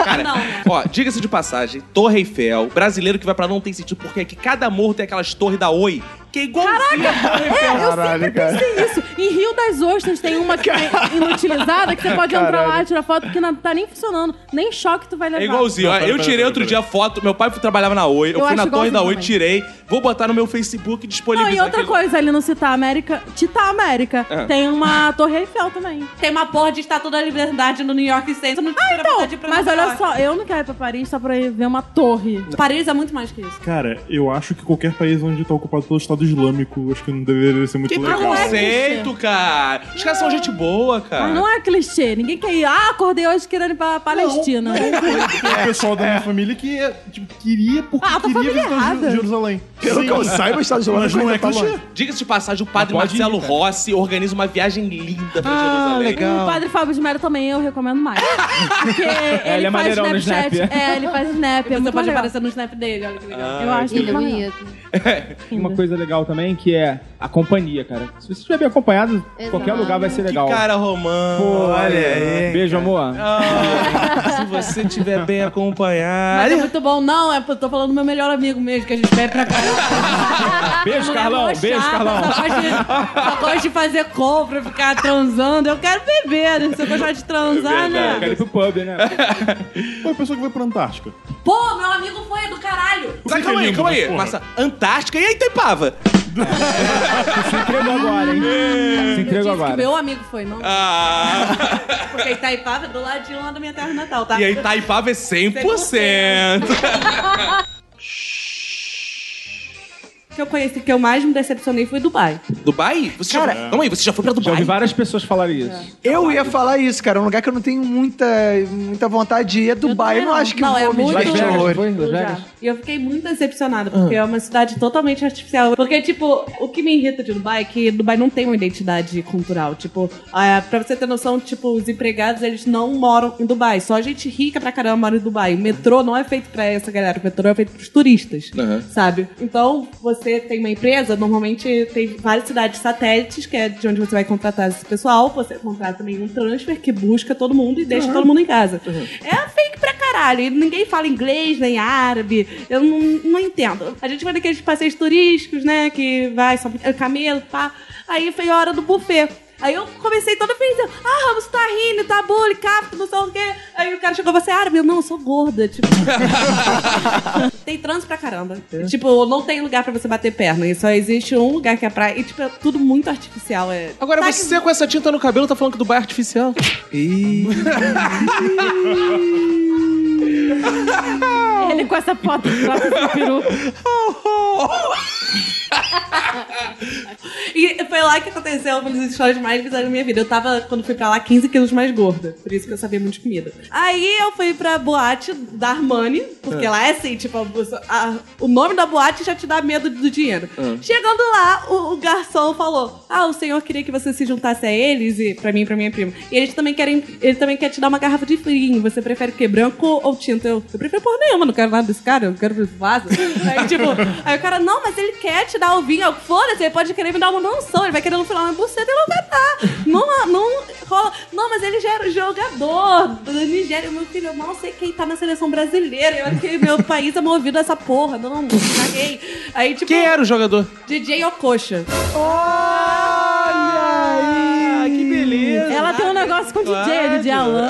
[SPEAKER 1] Cara, ó, diga-se de passagem, Torre Eiffel, brasileiro que vai pra lá não tem sentido, porque aqui cada morro tem aquelas torres da Oi, que é igual Torre Eiffel.
[SPEAKER 2] Caralho, cara.
[SPEAKER 3] Tem isso. Em Rio das Ostras tem uma que é inutilizada que você pode entrar lá e tirar foto porque não tá nem funcionando. Nem choque tu vai levar.
[SPEAKER 1] É igualzinho. ó. eu tirei outro dia a foto, meu pai trabalhava na Oi, eu,
[SPEAKER 3] Eu
[SPEAKER 1] fui na
[SPEAKER 3] acho
[SPEAKER 1] Torre da Oi,
[SPEAKER 3] igualzinho
[SPEAKER 1] tirei, vou botar no meu Facebook e
[SPEAKER 3] Não,
[SPEAKER 1] disponibilizar.
[SPEAKER 3] e outra
[SPEAKER 1] aquele-
[SPEAKER 3] coisa, ali no Citar América, Citar América,
[SPEAKER 1] Ah.
[SPEAKER 3] tem uma Torre Eiffel também.
[SPEAKER 23] Tem uma porra de estátua da liberdade no New York State. Não ah,
[SPEAKER 3] Então, mas olha só, eu não quero ir pra Paris só pra ir ver uma torre.
[SPEAKER 23] Paris é muito mais que isso.
[SPEAKER 4] Cara, eu acho que qualquer país onde tá ocupado pelo Estado Islâmico, acho que não deveria ser muito
[SPEAKER 3] Tipo
[SPEAKER 1] Que
[SPEAKER 4] legal.
[SPEAKER 1] preconceito, cara! Os caras são gente boa, cara.
[SPEAKER 3] é Mas não é clichê, ninguém quer ir. Ah, acordei hoje querendo ir pra Palestina.
[SPEAKER 4] Tem o pessoal da minha família que é, tipo, queria porque
[SPEAKER 3] Ah, tua
[SPEAKER 4] queria
[SPEAKER 3] família
[SPEAKER 4] visitar
[SPEAKER 3] é errada.
[SPEAKER 4] Jeru- Jerusalém.
[SPEAKER 2] Pelo que eu saiba, o Estado
[SPEAKER 4] mas
[SPEAKER 2] Islâmico
[SPEAKER 4] não é
[SPEAKER 2] ainda tá
[SPEAKER 4] clichê.
[SPEAKER 2] longe.
[SPEAKER 1] Diga-se de passagem, o padre
[SPEAKER 6] Mas pode
[SPEAKER 1] Marcelo
[SPEAKER 6] ir, cara.
[SPEAKER 1] Rossi organiza uma viagem linda pra
[SPEAKER 3] Ah,
[SPEAKER 1] Jerusalém.
[SPEAKER 3] O Padre Fábio de Melo também eu recomendo mais.
[SPEAKER 6] [LAUGHS]
[SPEAKER 3] Porque ele,
[SPEAKER 6] é
[SPEAKER 3] faz
[SPEAKER 6] maneirão no
[SPEAKER 3] Snapchat.
[SPEAKER 6] Snap.
[SPEAKER 3] É, ele faz Snap. É
[SPEAKER 23] Você
[SPEAKER 3] muito
[SPEAKER 23] pode
[SPEAKER 3] legal. Ah,
[SPEAKER 23] aparecer no snap dele, olha que legal.
[SPEAKER 3] Eu acho
[SPEAKER 5] Ele é
[SPEAKER 3] que
[SPEAKER 5] bonito.
[SPEAKER 6] Uma coisa legal também que é a companhia, cara. Se você estiver bem acompanhado,
[SPEAKER 5] Exato.
[SPEAKER 6] qualquer lugar vai ser
[SPEAKER 1] Que
[SPEAKER 6] legal.
[SPEAKER 1] cara romântico.
[SPEAKER 2] olha aí,
[SPEAKER 6] Beijo, amor.
[SPEAKER 1] Ah, [LAUGHS] se você tiver bem
[SPEAKER 23] Mas
[SPEAKER 1] acompanhado.
[SPEAKER 23] é muito bom, não, é, eu tô falando do meu melhor amigo mesmo, que a gente bebe pra caramba.
[SPEAKER 6] Beijo,
[SPEAKER 23] Mulher
[SPEAKER 6] Carlão.
[SPEAKER 23] mochada,
[SPEAKER 6] Beijo, Carlão.
[SPEAKER 23] Só gosta, de, só gosta de fazer compra, ficar transando. Eu quero beber, né? Se eu gostar de transar,
[SPEAKER 6] Eu
[SPEAKER 23] né?
[SPEAKER 6] quero ir pro pub, né?
[SPEAKER 23] [LAUGHS]
[SPEAKER 4] Pô, a pessoa que vai pra Antártica.
[SPEAKER 23] Pô, meu amigo foi é do caralho.
[SPEAKER 1] Mas calma aí, calma aí. Massa, Antártica e aí Itapava.
[SPEAKER 6] Se entregou agora, hein? Se
[SPEAKER 23] Disse
[SPEAKER 6] entregou
[SPEAKER 23] que
[SPEAKER 6] agora.
[SPEAKER 23] meu amigo foi, não.
[SPEAKER 1] Ah,
[SPEAKER 23] Porque Itaipava é do ladinho lá da minha terra natal, tá?
[SPEAKER 1] e aí Itaipava é 100%.
[SPEAKER 3] que eu conheci que eu mais me decepcionei foi Dubai.
[SPEAKER 1] Dubai? Você
[SPEAKER 16] Cara,
[SPEAKER 1] já... Calma aí, você já foi pra
[SPEAKER 6] Já
[SPEAKER 1] Dubai?
[SPEAKER 6] ouvi várias pessoas falarem
[SPEAKER 23] É.
[SPEAKER 6] isso.
[SPEAKER 16] Eu ia falar isso, cara. Um lugar que eu não tenho muita, muita vontade de ir é Dubai. Eu não acho que
[SPEAKER 3] Não, é
[SPEAKER 16] vou me
[SPEAKER 3] muito-
[SPEAKER 16] divertir
[SPEAKER 3] Las
[SPEAKER 16] horrores.
[SPEAKER 6] foi? Las
[SPEAKER 3] Já.
[SPEAKER 6] Vegas?
[SPEAKER 3] E eu fiquei muito decepcionada, porque é uma cidade totalmente artificial. Porque, tipo, o que me irrita de Dubai é que Dubai não tem uma identidade cultural. Tipo, ah, pra você ter noção, tipo, os empregados, eles não moram em Dubai. Só gente rica pra caramba mora em Dubai. O metrô não é feito pra essa galera, o metrô é feito pros turistas, sabe? Então, você tem uma empresa, normalmente tem várias cidades satélites, que é de onde você vai contratar esse pessoal. Você contrata também um transfer que busca todo mundo e deixa todo mundo em casa. É fake pra caralho. E ninguém fala inglês, nem árabe. Eu não, não entendo. A gente vai naqueles passeios turísticos, né? Que vai, só é camelo, pá. Aí foi a hora do buffet. Aí eu comecei toda feliz, eu, ah, você tá rindo, tá bullying, capto, não sei o quê. Aí o cara chegou, você é árabe? Eu, não, eu sou gorda, tipo... tem trânsito pra caramba. Tipo, não tem lugar pra você bater perna, e só existe um lugar que é praia, e tipo, é tudo muito artificial, é...
[SPEAKER 1] Agora
[SPEAKER 3] Tá
[SPEAKER 1] você com essa tinta no cabelo tá falando que Dubai é artificial.
[SPEAKER 17] Ele com essa foto do peru.
[SPEAKER 3] E foi lá que aconteceu uma das histórias mais bizarras da minha vida. Eu tava, quando fui pra lá, 15 quilos mais gorda. Por isso que eu sabia muito de comida. Aí eu fui pra boate da Armani, porque lá é assim, tipo, a- a- o nome da boate já te dá medo do dinheiro. Chegando lá, o, o garçom falou: Ah, o senhor queria que você se juntasse a eles e pra mim e pra minha prima. E eles também querem. Ele também quer te dar uma garrafa de frinho. Você prefere o quê? Branco ou tinta? Eu, eu prefiro porra nenhuma, não quero nada desse cara, eu quero vaso.
[SPEAKER 1] [LAUGHS]
[SPEAKER 3] aí, tipo, aí o cara, não, mas ele quer te dar o vinho. Eu, Foda-se, ele pode querer me dar uma mansão, ele vai querer no final uma buceta e eu não vai dar. Não, não rola. Não, mas ele já era jogador da Nigéria. Meu filho, eu mal sei quem tá na seleção brasileira. Eu acho que meu país é movido a essa porra. Não, não, caguei. Aí, tipo,
[SPEAKER 1] Quem era o jogador?
[SPEAKER 3] DJ Ocoxa.
[SPEAKER 1] Ah, que beleza.
[SPEAKER 17] Ela tem um negócio com o
[SPEAKER 3] é
[SPEAKER 17] DJ,
[SPEAKER 1] Claro.
[SPEAKER 17] DJ Alan.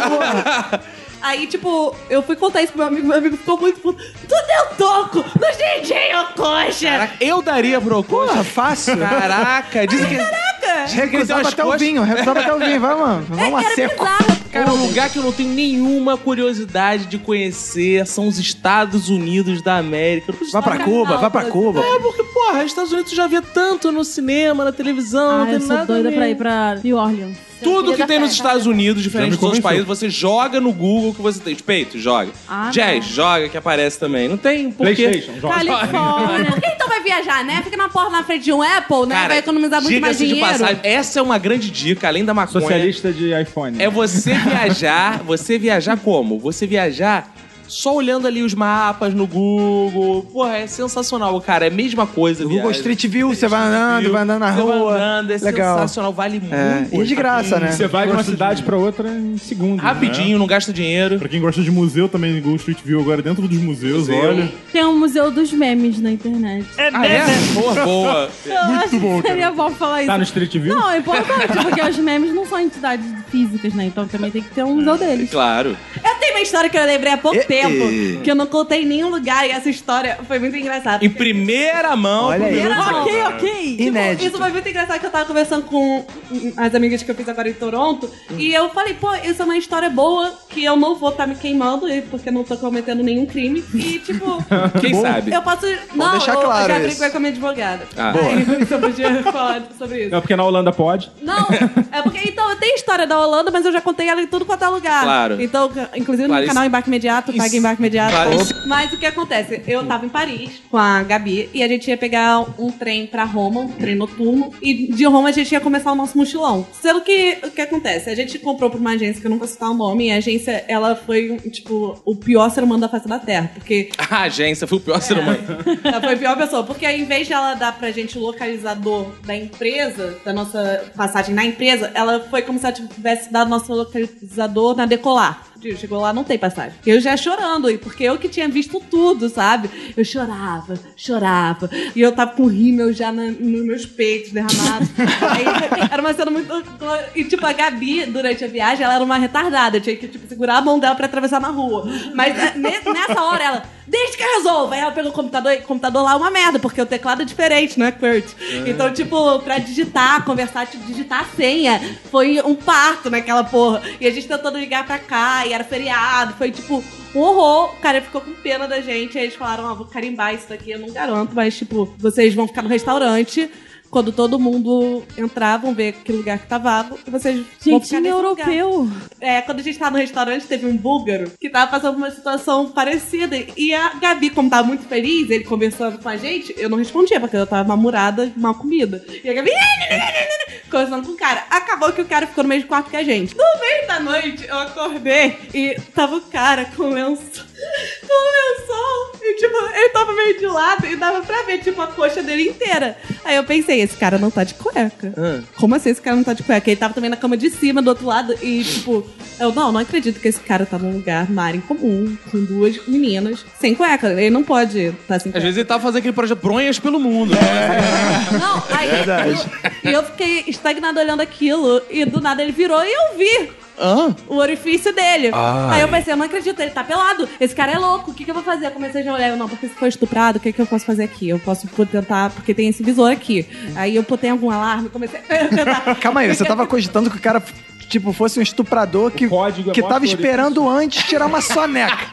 [SPEAKER 1] [LAUGHS]
[SPEAKER 3] Aí, tipo, eu fui contar isso pro meu amigo, meu amigo ficou muito puto. Tu deu toco no DJ, ô é coxa!
[SPEAKER 1] Caraca, eu daria pro
[SPEAKER 16] Porra,
[SPEAKER 1] Coxa.
[SPEAKER 16] fácil.
[SPEAKER 1] Caraca, dizem que...
[SPEAKER 3] Caraca!
[SPEAKER 1] Dizem que ele tem
[SPEAKER 16] Recusava
[SPEAKER 1] umas
[SPEAKER 16] até o
[SPEAKER 1] costas-
[SPEAKER 16] vinho, recusava até o vinho. Vai, mano. Vamos lá,
[SPEAKER 3] Era
[SPEAKER 16] seco.
[SPEAKER 3] bizarro.
[SPEAKER 1] [LAUGHS] Cara, um lugar que eu não tenho nenhuma curiosidade de conhecer são os Estados Unidos da América. Os
[SPEAKER 16] Vai pra Cuba, vai pra Cuba.
[SPEAKER 1] É, porque, porra, Estados Unidos tu já vê tanto no cinema, na televisão, não
[SPEAKER 17] Ah,
[SPEAKER 1] tem
[SPEAKER 17] eu sou
[SPEAKER 1] nada
[SPEAKER 17] doida
[SPEAKER 1] mesmo.
[SPEAKER 17] pra ir pra New Orleans.
[SPEAKER 1] Tudo que
[SPEAKER 5] Filha
[SPEAKER 1] tem
[SPEAKER 5] da
[SPEAKER 1] nos
[SPEAKER 5] terra.
[SPEAKER 1] Estados Unidos, diferente
[SPEAKER 4] me
[SPEAKER 1] dos outros países, você
[SPEAKER 4] convenceu.
[SPEAKER 1] joga no Google o que você tem. Peito, joga.
[SPEAKER 17] Ah,
[SPEAKER 1] Jazz,
[SPEAKER 17] não.
[SPEAKER 1] joga, que aparece também. Não tem porquê.
[SPEAKER 6] Playstation, joga.
[SPEAKER 17] Califórnia.
[SPEAKER 3] Por que então vai viajar, né? Fica na porta na frente de um Apple, né? vai economizar muito mais
[SPEAKER 1] diga-se de
[SPEAKER 3] dinheiro.
[SPEAKER 1] passagem, essa é uma grande dica, além da maconha.
[SPEAKER 6] Socialista de iPhone.
[SPEAKER 1] É você viajar, você viajar como? Você viajar só olhando ali os mapas no Google. Porra, é sensacional, cara. É a mesma coisa.
[SPEAKER 16] Google
[SPEAKER 1] viagem.
[SPEAKER 16] Street View, você vai andando,
[SPEAKER 1] Viu?
[SPEAKER 16] vai andando na
[SPEAKER 1] Você vai
[SPEAKER 16] rua.
[SPEAKER 1] andando, é
[SPEAKER 16] Legal.
[SPEAKER 1] sensacional, vale muito.
[SPEAKER 16] É, e de graça, né?
[SPEAKER 6] Você vai de uma cidade pra outra em né? segundo.
[SPEAKER 1] Rapidinho, não gasta dinheiro.
[SPEAKER 4] Pra quem gosta de museu também, Google Street View agora é dentro dos museus, olha.
[SPEAKER 17] Tem um museu dos memes na internet.
[SPEAKER 1] Ah, é? Boa, boa.
[SPEAKER 16] É
[SPEAKER 17] Eu acho que seria bom falar isso.
[SPEAKER 6] Tá no Street View?
[SPEAKER 17] Não, é importante, porque os memes não são entidades físicas, né? Então também tem que ter um
[SPEAKER 1] É.
[SPEAKER 17] museu deles.
[SPEAKER 1] Claro.
[SPEAKER 3] Eu tenho uma história que eu lembrei há pouco tempo, que eu não contei em nenhum lugar, e essa história foi muito engraçada.
[SPEAKER 1] Em primeira mão.
[SPEAKER 16] Olha
[SPEAKER 1] [LAUGHS]
[SPEAKER 16] aí.
[SPEAKER 3] Primeira mão.
[SPEAKER 17] Ok, ok.
[SPEAKER 3] Tipo,
[SPEAKER 16] Inédito.
[SPEAKER 3] isso foi muito engraçado que eu tava conversando com hum, as amigas que eu fiz agora em Toronto. E eu falei, pô, isso é uma história boa que eu não vou estar me queimando, e- porque eu não tô cometendo nenhum crime. E, tipo,
[SPEAKER 1] Quem sabe?
[SPEAKER 3] eu posso. não,
[SPEAKER 16] deixar
[SPEAKER 3] eu, eu
[SPEAKER 16] claro
[SPEAKER 3] já
[SPEAKER 16] isso.
[SPEAKER 3] briguei com a minha advogada.
[SPEAKER 1] Ah.
[SPEAKER 3] Aí, se eu podia falar sobre isso.
[SPEAKER 6] Não, porque na Holanda pode.
[SPEAKER 3] Não, é porque, então, eu tenho história da Holanda, mas eu já contei ela em tudo quanto é lugar.
[SPEAKER 1] Claro.
[SPEAKER 3] Então, inclusive
[SPEAKER 1] Claro,
[SPEAKER 3] no
[SPEAKER 1] isso-
[SPEAKER 3] canal Embarque Imediato,
[SPEAKER 1] isso-
[SPEAKER 3] paga Embarque Imediato.
[SPEAKER 1] Claro,
[SPEAKER 3] Opa.
[SPEAKER 1] isso-
[SPEAKER 3] Mas o que acontece? Eu tava em Paris com a Gabi e a gente ia pegar um trem pra Roma, um trem noturno, e de Roma a gente ia começar o nosso mochilão. Sendo que o que acontece? A gente comprou pra uma agência que eu não vou citar o nome, e a agência, ela foi, tipo, o pior ser humano da face da Terra, porque
[SPEAKER 1] A Ah, agência foi o pior ser humano.
[SPEAKER 3] ela foi a pior pessoa, porque ao invés de ela dar pra gente o localizador da empresa, da nossa passagem na empresa, ela foi como se ela tivesse dado nosso localizador na decolar. Tipo, Chegou lá, não tem passagem. Eu já chorando, e porque eu que tinha visto tudo, sabe? Eu chorava, chorava. E eu tava com o rímel já na- nos meus peitos derramados. Aí, era uma cena muito. E tipo, a Gabi, durante a viagem, ela era uma retardada. Eu tinha que tipo, segurar a mão dela pra atravessar na rua. Mas eh, ne- nessa hora ela. Desde que eu resolva. Aí ela pegou o computador e o computador lá é uma merda, porque o teclado é diferente, não é QWERTY. Então, tipo, pra digitar, conversar, tipo, digitar a senha, foi um parto naquela porra. E a gente tentando ligar pra cá, e era feriado, foi tipo um horror. O cara ficou com pena da gente. Aí eles falaram: ah, vou carimbar isso daqui, eu não garanto, mas, tipo, vocês vão ficar no restaurante. Quando todo mundo entrar, vão ver que lugar que tá vago. E vocês vão
[SPEAKER 17] Gente,
[SPEAKER 3] ficar nesse lugar.
[SPEAKER 17] europeu.
[SPEAKER 3] É, quando a gente tava no restaurante, teve um búlgaro que tava passando por uma situação parecida. E a Gabi, como tava muito feliz, ele conversando com a gente, eu não respondia, porque eu tava mamurada, mal comida. E a Gabi, conversando com o cara. Acabou que o cara ficou no mesmo quarto que a gente. No meio da noite, eu acordei e tava o cara com lençol. Com lençol. E tipo, ele tava meio de lado e dava pra ver, tipo, a coxa dele inteira. Aí eu pensei, esse cara não tá de cueca. Como assim esse cara não tá de cueca? Ele tava também na cama de cima, do outro lado, e tipo, eu não, não acredito que esse cara tá num lugar, na área em comum, com duas meninas, sem cueca. Ele não pode estar
[SPEAKER 16] É.
[SPEAKER 3] sem
[SPEAKER 1] Às
[SPEAKER 3] cueca.
[SPEAKER 1] vezes ele tava fazendo aquele projeto Bronhas pelo Mundo.
[SPEAKER 3] Não, aí eu, eu fiquei estagnada olhando aquilo, e do nada ele virou e eu vi. O orifício dele. Aí eu pensei, eu não acredito, ele tá pelado. Esse cara é louco, o que, que eu vou fazer? Eu comecei a olhar, eu não, porque se for estuprado, o que, que eu posso fazer aqui? Eu posso tentar, porque tem esse visor aqui. Aí eu botei algum alarme, comecei a [LAUGHS] tentar.
[SPEAKER 16] Calma aí, você tava cogitando que o cara, tipo, fosse um estuprador que,
[SPEAKER 6] código é
[SPEAKER 16] que
[SPEAKER 6] mó
[SPEAKER 16] tava
[SPEAKER 6] florido.
[SPEAKER 16] esperando antes tirar uma soneca.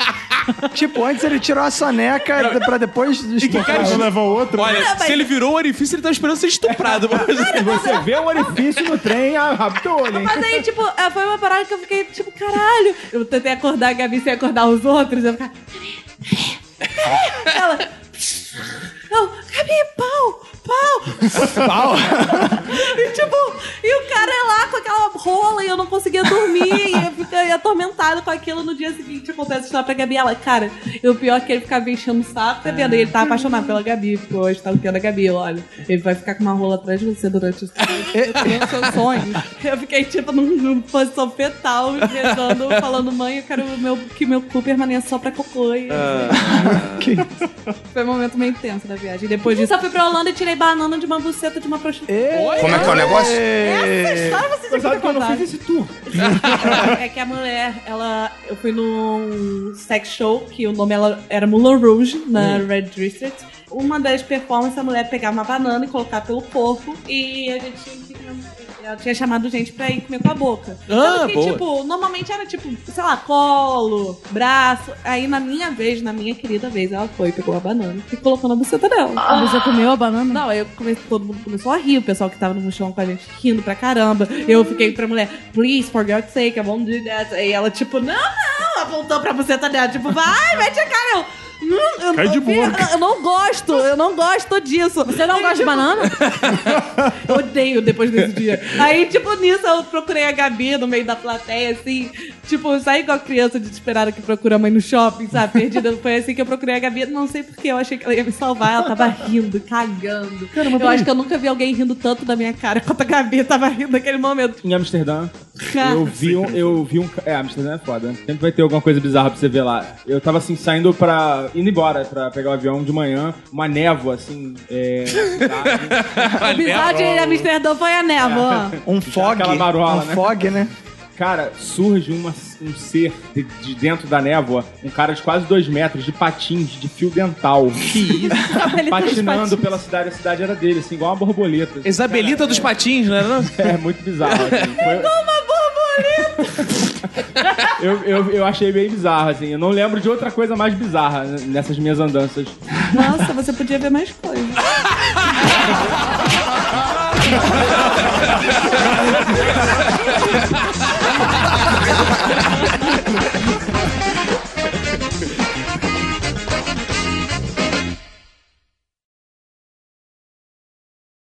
[SPEAKER 16] tipo, antes ele tirou a soneca pra depois estuprar.
[SPEAKER 4] Ela leva outra.
[SPEAKER 1] Olha, se ele virou o orifício, ele tá esperando ser estuprado.
[SPEAKER 6] Se você vê o orifício no trem, a- abre o olho, hein?
[SPEAKER 3] Mas aí, tipo, é, foi uma parada que eu fiquei, tipo, caralho. Eu tentei acordar a Gabi sem acordar os outros. Eu ficava. Gabi, Ela. Não, Gabi, pau, pau. E tipo, e o cara é lá com aquela rola e eu não conseguia dormir. e eu fiquei atormentada com aquilo. No dia seguinte acontece a história pra Gabi. Ela, cara, e o pior é que ele ficava enchendo o saco, tá vendo? E ele tá apaixonado pela Gabi, ficou estalqueando a Gabi. Olha, ele vai ficar com uma rola atrás de você durante os durante seus sonhos. Eu fiquei, tipo, num- numa posição fetal, rezando, falando, mãe, eu quero o meu, que meu cu permaneça só pra cocô. E...
[SPEAKER 16] Que-
[SPEAKER 3] Foi um momento meio intenso da viagem. Depois disso, eu fui pra Holanda e tirei banana de uma buceta de uma prostituta.
[SPEAKER 24] Como é que é o negócio?
[SPEAKER 3] Essa história você
[SPEAKER 6] Você
[SPEAKER 3] já
[SPEAKER 6] sabe
[SPEAKER 3] me
[SPEAKER 6] que eu não
[SPEAKER 3] contar.
[SPEAKER 6] fiz esse tour.
[SPEAKER 3] É que a mulher, ela. Eu fui num sex show que o nome ela era Moulin Rouge, na
[SPEAKER 6] Hum.
[SPEAKER 3] Red District. Uma das performances, a mulher pegava uma banana e colocava pelo corpo e a gente. Ela tinha chamado gente pra ir comer com a boca. Sendo que,
[SPEAKER 1] boa.
[SPEAKER 3] tipo, normalmente era tipo, sei lá, colo, braço. Aí na minha vez, na minha querida vez, ela foi, pegou a banana e colocou na buceta dela.
[SPEAKER 17] Você comeu a banana?
[SPEAKER 3] Não, aí eu comecei, todo mundo começou a rir, o pessoal que tava no mochilão com a gente rindo pra caramba. Eu fiquei pra mulher, please, for God's sake, é I won't do that. Aí ela, tipo, não, não, apontou pra buceta dela, tipo, vai, mete a cara. Eu, "Hum, eu,
[SPEAKER 4] Cai de
[SPEAKER 3] eu, vi-
[SPEAKER 4] boca."
[SPEAKER 3] eu não gosto, eu não gosto disso. tipo,
[SPEAKER 17] Você não gosta de banana?
[SPEAKER 3] [LAUGHS] Eu odeio depois desse dia. Aí, tipo, nisso eu procurei a Gabi no meio da plateia, assim. Tipo, eu saí igual criança desesperada que procura a mãe no shopping, sabe? Perdida. Foi assim que eu procurei a Gabi. Não sei porque, eu achei que ela ia me salvar. Ela tava rindo, cagando. eu acho que eu nunca vi alguém rindo tanto da minha cara quanto a Gabi tava rindo naquele momento.
[SPEAKER 6] Em Amsterdã, eu vi um. Eu vi um ca- é, Amsterdã é foda. né? Sempre vai ter alguma coisa bizarra pra você ver lá. Eu tava assim, saindo pra. indo embora pra pegar o avião de manhã, uma névoa, assim. É, [LAUGHS] sabe?
[SPEAKER 3] O bizarro de Amsterdã foi a névoa.
[SPEAKER 16] Um fog.
[SPEAKER 6] aquela marola,
[SPEAKER 16] um
[SPEAKER 6] né?
[SPEAKER 16] fog, né?
[SPEAKER 6] Cara, surge uma- um ser de, de dentro da névoa, um cara de quase dois metros, de patins, de fio dental. tá Que isso?
[SPEAKER 3] Ele
[SPEAKER 17] tá
[SPEAKER 3] fez
[SPEAKER 6] Patinando
[SPEAKER 3] patins.
[SPEAKER 6] pela cidade, a cidade era dele, assim, igual uma borboleta.
[SPEAKER 1] Isabelita dos Patins, né?
[SPEAKER 6] [LAUGHS] É muito bizarro, assim. Foi...
[SPEAKER 3] Uma borboleta!
[SPEAKER 6] [LAUGHS] Eu, eu, eu achei bem bizarro, assim. Eu não lembro de outra coisa mais bizarra n- nessas minhas andanças.
[SPEAKER 3] Nossa, você podia ver mais coisas.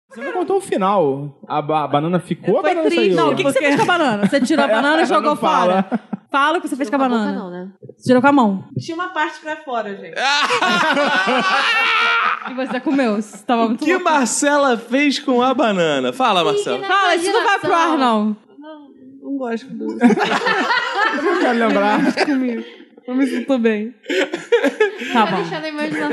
[SPEAKER 6] Você não contou o final. A, ba- a banana ficou, a
[SPEAKER 3] Foi
[SPEAKER 6] banana
[SPEAKER 3] triste.
[SPEAKER 6] saiu.
[SPEAKER 17] Não, o que, que você fez com a banana? Você tirou a banana e
[SPEAKER 6] [LAUGHS] Ela
[SPEAKER 17] jogou
[SPEAKER 6] não fala.
[SPEAKER 17] fora. Fala o que você fez com a
[SPEAKER 5] Com a boca
[SPEAKER 17] banana.
[SPEAKER 5] não, né?
[SPEAKER 17] Você tirou com a mão.
[SPEAKER 3] Tinha uma parte pra fora, gente.
[SPEAKER 17] [LAUGHS] E você comeu. Você tava muito
[SPEAKER 1] O que
[SPEAKER 17] louco.
[SPEAKER 1] Marcela fez com a banana? Fala, Marcela.
[SPEAKER 17] Fala, isso não vai pro ar, não.
[SPEAKER 3] Não gosto do.
[SPEAKER 6] Não quero lembrar.
[SPEAKER 3] comigo. Eu me sinto [LAUGHS] bem.
[SPEAKER 17] Tá
[SPEAKER 5] Vai
[SPEAKER 17] bom.
[SPEAKER 5] deixar na imaginação.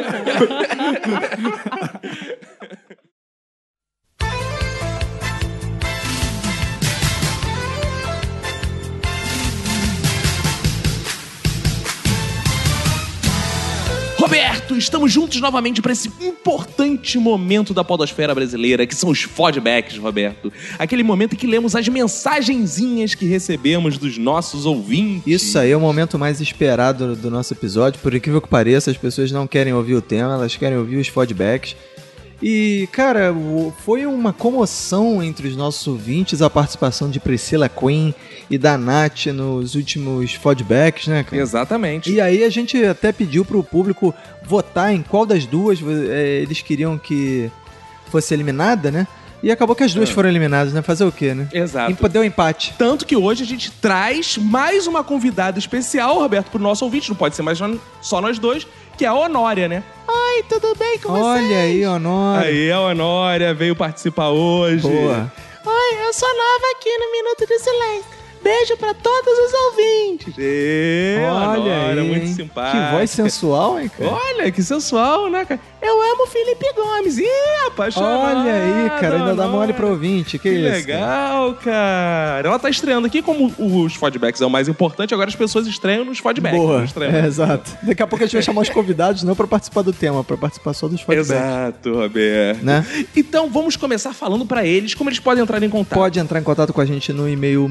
[SPEAKER 1] Roberto estamos juntos novamente para esse importante momento da podosfera brasileira, que são os fodbacks, Roberto. Aquele momento em que lemos as mensagenzinhas que recebemos dos nossos ouvintes.
[SPEAKER 2] Isso aí é o momento mais esperado do nosso episódio. Por incrível que pareça, as pessoas não querem ouvir o tema, elas querem ouvir os feedbacks. E, cara, o- foi uma comoção entre os nossos ouvintes a participação de Priscila Queen e da Nath nos últimos feedbacks, né, cara?
[SPEAKER 1] Exatamente.
[SPEAKER 2] E aí a gente até pediu pro público votar em qual das duas eh, eles queriam que fosse eliminada, né? E acabou que as duas foram eliminadas, né? Fazer o quê, né?
[SPEAKER 1] É. Exato.
[SPEAKER 2] Empa- Deu empate.
[SPEAKER 1] Tanto que hoje a gente traz mais uma convidada especial, Roberto, pro nosso ouvinte, não pode ser mais só nós dois, que é a Honória, né? Oi, tudo bem com
[SPEAKER 2] Olha aí, Honório.
[SPEAKER 1] Aí a Honória veio participar hoje.
[SPEAKER 2] Boa.
[SPEAKER 1] Oi, eu sou nova aqui no Minuto de Silêncio. Beijo pra todos os ouvintes.
[SPEAKER 2] Olha
[SPEAKER 1] Honória,
[SPEAKER 2] aí,
[SPEAKER 1] é muito
[SPEAKER 2] hein?
[SPEAKER 1] simpática.
[SPEAKER 2] Que voz sensual, hein, cara?
[SPEAKER 1] Olha, que sensual, né, cara? Eu amo o Felipe Gomes. Ih, apaixonado.
[SPEAKER 2] Olha aí, cara, ainda dá mole pro ouvinte, que,
[SPEAKER 1] Que
[SPEAKER 2] isso? cara?
[SPEAKER 1] legal, cara. Ela tá estreando aqui, como os feedbacks é o mais importante, agora as pessoas estreiam nos feedbacks.
[SPEAKER 2] Boa,
[SPEAKER 1] não estreiam.
[SPEAKER 2] É, exato. Daqui a pouco a gente vai chamar os convidados não pra participar do tema, pra participar só dos feedbacks.
[SPEAKER 1] Exato, Roberto.
[SPEAKER 2] Né?
[SPEAKER 1] Então vamos começar falando pra eles como eles podem entrar em contato.
[SPEAKER 2] Pode entrar em contato com a gente no e-mail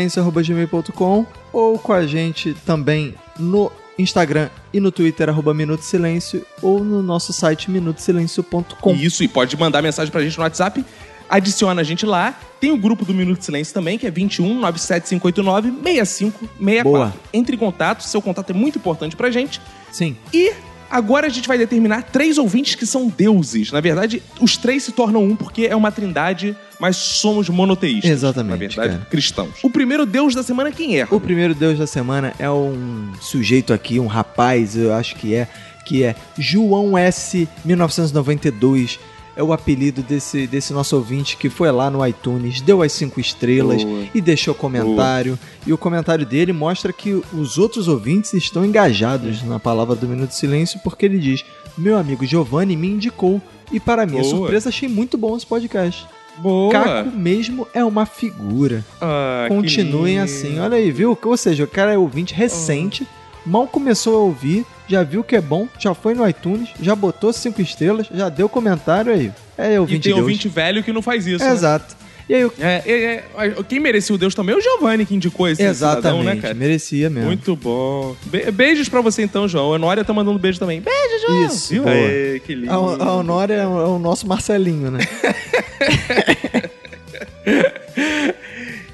[SPEAKER 2] minutosilêncio.gmail.com ou com a gente também no Instagram e no Twitter, arroba Minuto Silêncio, ou no nosso site minutosilêncio.com.
[SPEAKER 1] Isso, e pode mandar mensagem pra gente no WhatsApp. Adiciona a gente lá. Tem o grupo do Minuto de Silêncio também, que é 21 97589 6564.
[SPEAKER 2] Boa.
[SPEAKER 1] Entre em contato, seu contato é muito importante pra gente.
[SPEAKER 2] Sim.
[SPEAKER 1] E agora a gente vai determinar três ouvintes que são deuses. Na verdade, os três se tornam um porque é uma trindade, mas somos monoteístas.
[SPEAKER 2] Exatamente, é.
[SPEAKER 1] Na verdade,
[SPEAKER 2] cara.
[SPEAKER 1] cristãos. O primeiro deus da semana quem é?
[SPEAKER 2] O primeiro deus da semana é um sujeito aqui, um rapaz, eu acho que é, que é João S. 1992. É o apelido desse, desse nosso ouvinte que foi lá no iTunes, deu as cinco estrelas
[SPEAKER 1] Boa.
[SPEAKER 2] e deixou comentário. E o comentário dele mostra que os outros ouvintes estão engajados na palavra do Minuto de Silêncio, porque ele diz: Meu amigo Giovanni me indicou. E para minha
[SPEAKER 1] Boa.
[SPEAKER 2] surpresa, achei muito bom esse podcast.
[SPEAKER 1] Boa.
[SPEAKER 2] Caco mesmo é uma figura.
[SPEAKER 1] Ah, que
[SPEAKER 2] Continuem
[SPEAKER 1] lindo.
[SPEAKER 2] assim. Olha aí, viu? Ou seja, o cara é ouvinte recente, mal começou a ouvir, já viu que é bom, já foi no iTunes, já botou cinco estrelas, já deu comentário aí. É
[SPEAKER 1] E
[SPEAKER 2] ouvinte
[SPEAKER 1] tem
[SPEAKER 2] Deus. É,
[SPEAKER 1] ouvinte velho que não faz isso. né?
[SPEAKER 2] Exato. E aí, o...
[SPEAKER 1] É, é, é, quem merecia o Deus também é o Giovanni que indicou esse cidadão,
[SPEAKER 2] Exatamente,
[SPEAKER 1] né, cara?
[SPEAKER 2] merecia mesmo.
[SPEAKER 1] Muito bom. Be- beijos pra você então, João. A Honória tá mandando beijo também. Beijo, João.
[SPEAKER 2] Isso,
[SPEAKER 1] Viu?
[SPEAKER 2] boa.
[SPEAKER 1] Aê, que lindo.
[SPEAKER 2] A, a Honória é o, é o nosso Marcelinho, né?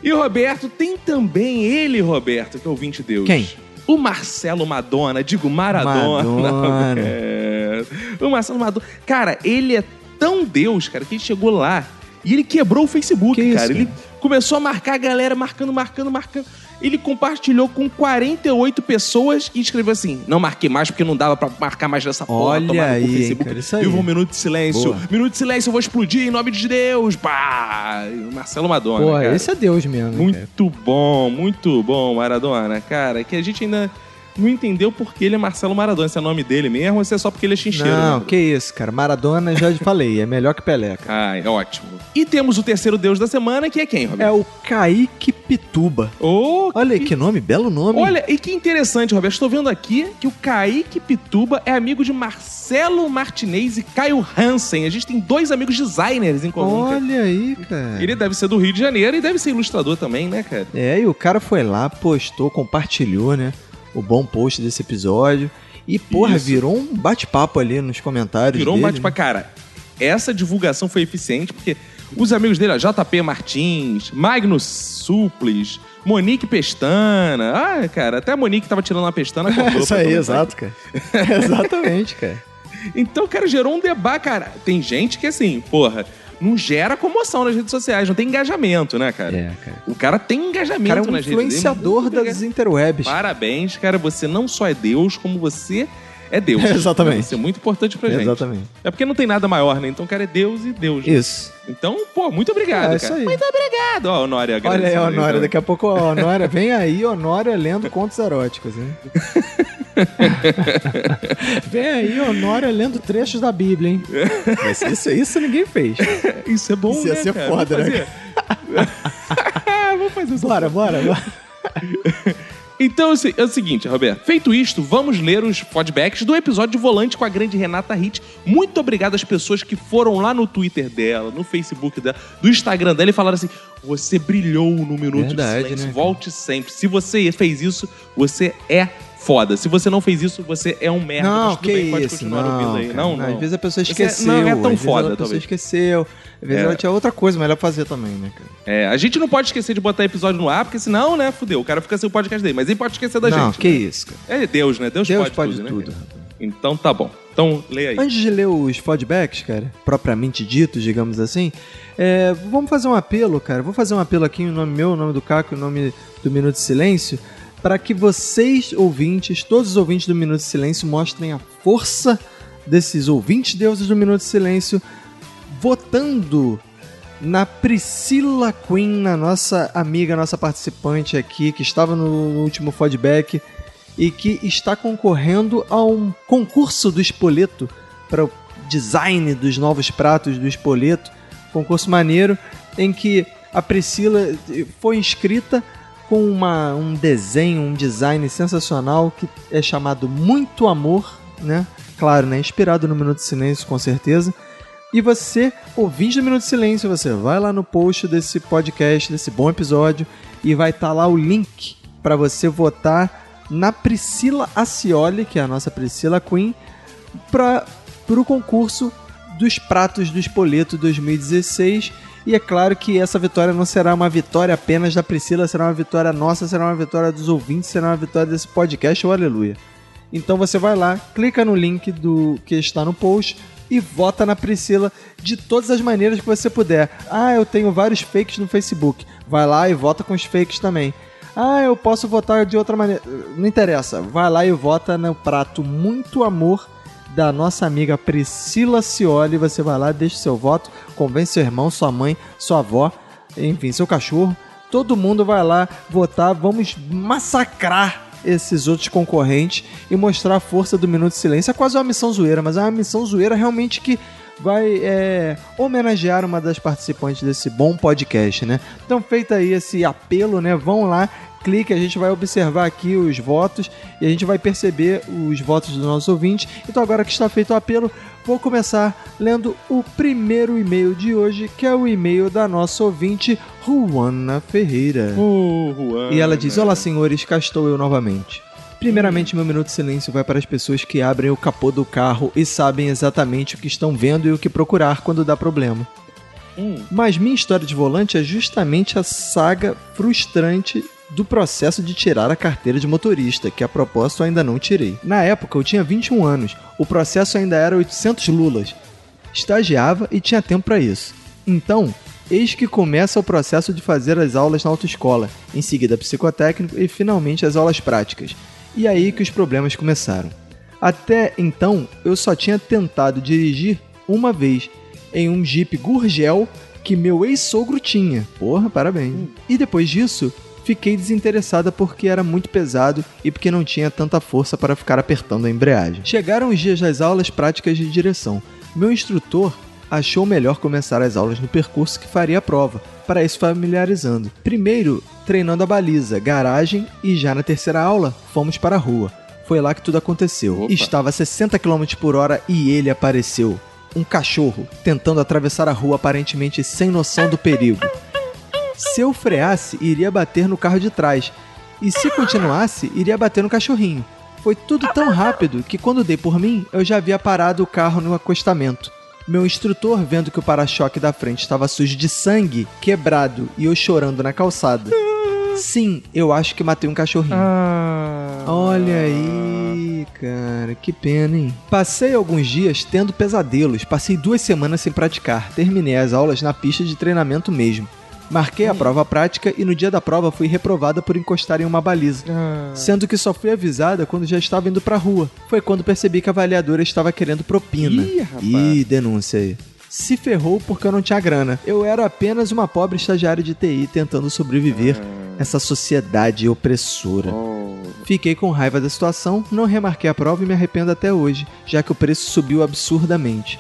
[SPEAKER 1] E o Roberto tem também ele, Roberto, que é o 20 Deus.
[SPEAKER 2] Quem?
[SPEAKER 1] O Marcelo Madonna, digo Maradona.
[SPEAKER 2] Madonna.
[SPEAKER 1] [LAUGHS] É. O Marcelo Madonna. Cara, ele é tão Deus, cara, que ele chegou lá e ele quebrou o Facebook,
[SPEAKER 2] Que isso,
[SPEAKER 1] cara. Ele começou a marcar a galera, marcando, marcando, marcando. Ele compartilhou com 48 pessoas e escreveu assim: Não marquei mais porque não dava pra marcar mais nessa porra.
[SPEAKER 2] Olha
[SPEAKER 1] tomar no cu,
[SPEAKER 2] aí, hein,
[SPEAKER 1] Facebook.
[SPEAKER 2] cara, isso aí.
[SPEAKER 1] Viva um minuto de silêncio.
[SPEAKER 2] Boa.
[SPEAKER 1] Minuto de silêncio, eu vou explodir em nome de Deus. Pá! Marcelo Madonna.
[SPEAKER 2] Pô,
[SPEAKER 1] cara.
[SPEAKER 2] esse é Deus mesmo. hein, cara?
[SPEAKER 1] Muito bom, muito bom, Maradona, cara. é Que a gente ainda não entendeu por que ele é Marcelo Maradona. Se é nome dele mesmo ou se é só porque ele é chincheiro.
[SPEAKER 2] Não,
[SPEAKER 1] né?
[SPEAKER 2] que isso, cara. Maradona, já te falei, é melhor que Pelé, cara.
[SPEAKER 1] Ah, é ótimo. E temos o terceiro deus da semana, que é quem,
[SPEAKER 2] É
[SPEAKER 1] Roberto?
[SPEAKER 2] o Kaique Pituba.
[SPEAKER 1] Ô,
[SPEAKER 2] Olha aí, que nome, belo nome. hein?
[SPEAKER 1] Olha, e que interessante, Roberto. Estou vendo aqui que o Kaique Pituba é amigo de Marcelo Martinez e Caio Hansen. A gente tem dois amigos designers em comum. cara.
[SPEAKER 2] Olha aí, cara.
[SPEAKER 1] Ele deve ser do Rio de Janeiro e deve ser ilustrador também, né, cara?
[SPEAKER 2] É, e o cara foi lá, postou, compartilhou, né? O bom post desse episódio. E, porra,
[SPEAKER 1] Isso.
[SPEAKER 2] virou um bate-papo ali nos comentários.
[SPEAKER 1] Virou um
[SPEAKER 2] dele,
[SPEAKER 1] bate
[SPEAKER 2] [LAUGHS]
[SPEAKER 1] pra cara. Essa divulgação foi eficiente porque os amigos dele, ó, JP Martins, Magnus Suples, Monique Pestana. Ah, cara, até a Monique tava tirando uma pestana.
[SPEAKER 2] [LAUGHS] né?
[SPEAKER 1] comprou
[SPEAKER 2] Isso
[SPEAKER 1] pra
[SPEAKER 2] aí,
[SPEAKER 1] tomar.
[SPEAKER 2] exato, cara. [LAUGHS] Exatamente, cara.
[SPEAKER 1] Então, cara, gerou um debate, cara. Tem gente que, assim, porra, não gera comoção nas redes sociais, não tem engajamento, né, cara?
[SPEAKER 2] É, cara.
[SPEAKER 1] O cara tem engajamento
[SPEAKER 2] O cara é um
[SPEAKER 1] nas redes dele,
[SPEAKER 2] influenciador
[SPEAKER 1] muito
[SPEAKER 2] das interwebs.
[SPEAKER 1] Parabéns, cara. Você não só é Deus, como você é Deus.
[SPEAKER 2] [LAUGHS] Exatamente.
[SPEAKER 1] Isso é muito importante pra gente.
[SPEAKER 2] Exatamente.
[SPEAKER 1] É porque não tem nada maior, né? Então o cara é Deus e Deus. né?
[SPEAKER 2] Isso.
[SPEAKER 1] Então, pô, muito obrigado,
[SPEAKER 2] É, isso
[SPEAKER 1] cara.
[SPEAKER 2] aí.
[SPEAKER 1] Muito obrigado. Ó, Honória,
[SPEAKER 2] Olha aí,
[SPEAKER 1] agradecendo
[SPEAKER 2] Honória.
[SPEAKER 1] então.
[SPEAKER 2] Daqui a pouco, ó, Honória. Vem aí, Honória, lendo contos eróticos,
[SPEAKER 1] [LAUGHS]
[SPEAKER 2] hein? Vem aí, Honória, lendo trechos da Bíblia,
[SPEAKER 1] [LAUGHS]
[SPEAKER 2] hein? Mas isso, isso ninguém fez.
[SPEAKER 1] Isso é bom,
[SPEAKER 2] Isso
[SPEAKER 1] né,
[SPEAKER 2] ia ser
[SPEAKER 1] cara?
[SPEAKER 2] foda,
[SPEAKER 1] Vou
[SPEAKER 2] né?
[SPEAKER 1] [LAUGHS] fazer. Vou fazer isso.
[SPEAKER 2] Bora, bora, bora.
[SPEAKER 1] Então é o se- é o seguinte, Roberto. Feito isto, vamos ler os feedbacks do episódio de Volante com a grande Renata Hit. Muito obrigado às pessoas que foram lá no Twitter dela, no Facebook dela, do Instagram dela e falaram assim: você brilhou no Minuto
[SPEAKER 2] Verdade,
[SPEAKER 1] de Silêncio.
[SPEAKER 2] né,
[SPEAKER 1] Volte sempre. Se você fez isso, você é foda. Se você não fez isso, você é um merda.
[SPEAKER 2] Não,
[SPEAKER 1] Mas tudo
[SPEAKER 2] que
[SPEAKER 1] bem, pode
[SPEAKER 2] isso,
[SPEAKER 1] continuar
[SPEAKER 2] não,
[SPEAKER 1] ouvindo aí.
[SPEAKER 2] cara.
[SPEAKER 1] Não, não.
[SPEAKER 2] Às vezes a pessoa
[SPEAKER 1] Você é-
[SPEAKER 2] esqueceu.
[SPEAKER 1] não é
[SPEAKER 2] às
[SPEAKER 1] tão
[SPEAKER 2] vezes
[SPEAKER 1] foda,
[SPEAKER 2] A pessoa
[SPEAKER 1] talvez.
[SPEAKER 2] esqueceu. Às vezes
[SPEAKER 1] É.
[SPEAKER 2] ela tinha outra coisa melhor pra fazer também, né, cara?
[SPEAKER 1] É, a gente não pode esquecer de botar episódio no ar, porque senão, né, fudeu. O cara fica sem o podcast dele. Mas ele pode esquecer da
[SPEAKER 2] não,
[SPEAKER 1] gente.
[SPEAKER 2] que isso, cara.
[SPEAKER 1] É Deus, né? Deus,
[SPEAKER 2] Deus
[SPEAKER 1] pode,
[SPEAKER 2] pode
[SPEAKER 1] tudo,
[SPEAKER 2] tudo,
[SPEAKER 1] né? cara? Então tá bom. Então leia aí.
[SPEAKER 2] Antes de ler os feedbacks, cara, propriamente ditos, digamos assim, é, vamos fazer um apelo, cara. Vou fazer um apelo aqui em nome meu, em nome do Caco, em nome do Minuto de Silêncio, para que vocês, ouvintes, todos os ouvintes do Minuto de Silêncio, mostrem a força desses ouvintes deuses do Minuto de Silêncio votando na Priscila Queen, na nossa amiga, nossa participante aqui, que estava no último feedback e que está concorrendo a um concurso do Espoleto para o design dos novos pratos do Espoleto. Concurso maneiro em que a Priscila foi inscrita com uma, um desenho, um design sensacional que é chamado Muito Amor, né? Claro, né? Inspirado no Minuto de Silêncio, com certeza. E você, ouvinte do Minuto de Silêncio, você vai lá no post desse podcast, desse bom episódio, e vai estar lá o link para você votar na Priscila Acioli, que é a nossa Priscila Queen, para o concurso dos pratos do Espoleto 2016. E é claro que essa vitória não será uma vitória apenas da Priscila, será uma vitória nossa, será uma vitória dos ouvintes, será uma vitória desse podcast, oh, aleluia. Então você vai lá, clica no link do que está no post e vota na Priscila de todas as maneiras que você puder. Ah, eu tenho vários fakes no Facebook. Vai lá e vota com os fakes também. Ah, eu posso votar de outra maneira. Não interessa. Vai lá e vota no prato Muito Amor da nossa amiga Priscila Cioli. Você vai lá, deixa o seu voto, convence seu irmão, sua mãe, sua avó, enfim, seu cachorro. Todo mundo vai lá votar. Vamos massacrar esses outros concorrentes e mostrar a força do Minuto de Silêncio. É quase uma missão zoeira, mas é uma missão zoeira realmente que vai é, homenagear uma das participantes desse bom podcast, né? Então, feito aí esse apelo, né? Vão lá, clique, a gente vai observar aqui os votos e a gente vai perceber os votos dos nossos ouvintes. Então, agora que está feito o apelo, vou começar lendo o primeiro e-mail de hoje, que é o e-mail da nossa ouvinte, Juana Ferreira. E ela diz: Olá, senhores, cá estou eu novamente. Primeiramente, meu minuto de silêncio vai para as pessoas que abrem o capô do carro e sabem exatamente o que estão vendo e o que procurar quando dá problema.
[SPEAKER 1] Hum.
[SPEAKER 2] Mas minha história de volante é justamente a saga frustrante do processo de tirar a carteira de motorista, que a propósito eu ainda não tirei. Na época eu tinha 21 anos, o processo ainda era 800 lulas. Estagiava e tinha tempo para isso. Então, eis que começa o processo de fazer as aulas na autoescola, em seguida psicotécnico e finalmente as aulas práticas. E aí que os problemas começaram. Até então, eu só tinha tentado dirigir uma vez em um Jeep Gurgel que meu ex-sogro tinha. Porra, parabéns. E depois disso, fiquei desinteressada porque era muito pesado e porque não tinha tanta força para ficar apertando a embreagem. Chegaram os dias das aulas práticas de direção. Meu instrutor achou melhor começar as aulas no percurso que faria a prova, para isso familiarizando. Primeiro, treinando a baliza, garagem e já na terceira aula, fomos para a rua. Foi lá que tudo aconteceu. Estava a 60 km por hora e ele apareceu. Um cachorro tentando atravessar a rua aparentemente sem noção do perigo. Se eu freasse, iria bater no carro de trás. E se continuasse, iria bater no cachorrinho. Foi tudo tão rápido que quando dei por mim, eu já havia parado o carro no acostamento. Meu instrutor, vendo que o para-choque da frente estava sujo de sangue, quebrado e eu chorando na calçada. Sim, eu acho que matei um cachorrinho. Olha aí, cara, que pena, hein? Passei alguns dias tendo pesadelos, passei duas semanas sem praticar, terminei as aulas na pista de treinamento mesmo. Marquei
[SPEAKER 25] Hum.
[SPEAKER 2] a prova prática e no dia da prova fui reprovada por encostar em uma baliza,
[SPEAKER 25] Ah.
[SPEAKER 2] sendo que só fui avisada quando já estava indo pra rua. Foi quando percebi que a avaliadora estava querendo propina.
[SPEAKER 25] Ih, rapaz.
[SPEAKER 2] Ih, denúncia aí. Se ferrou porque eu não tinha grana. Eu era apenas uma pobre estagiária de TI tentando sobreviver
[SPEAKER 25] Ah.
[SPEAKER 2] a essa sociedade opressora. Fiquei com raiva da situação, não remarquei a prova e me arrependo até hoje, já que o preço subiu absurdamente.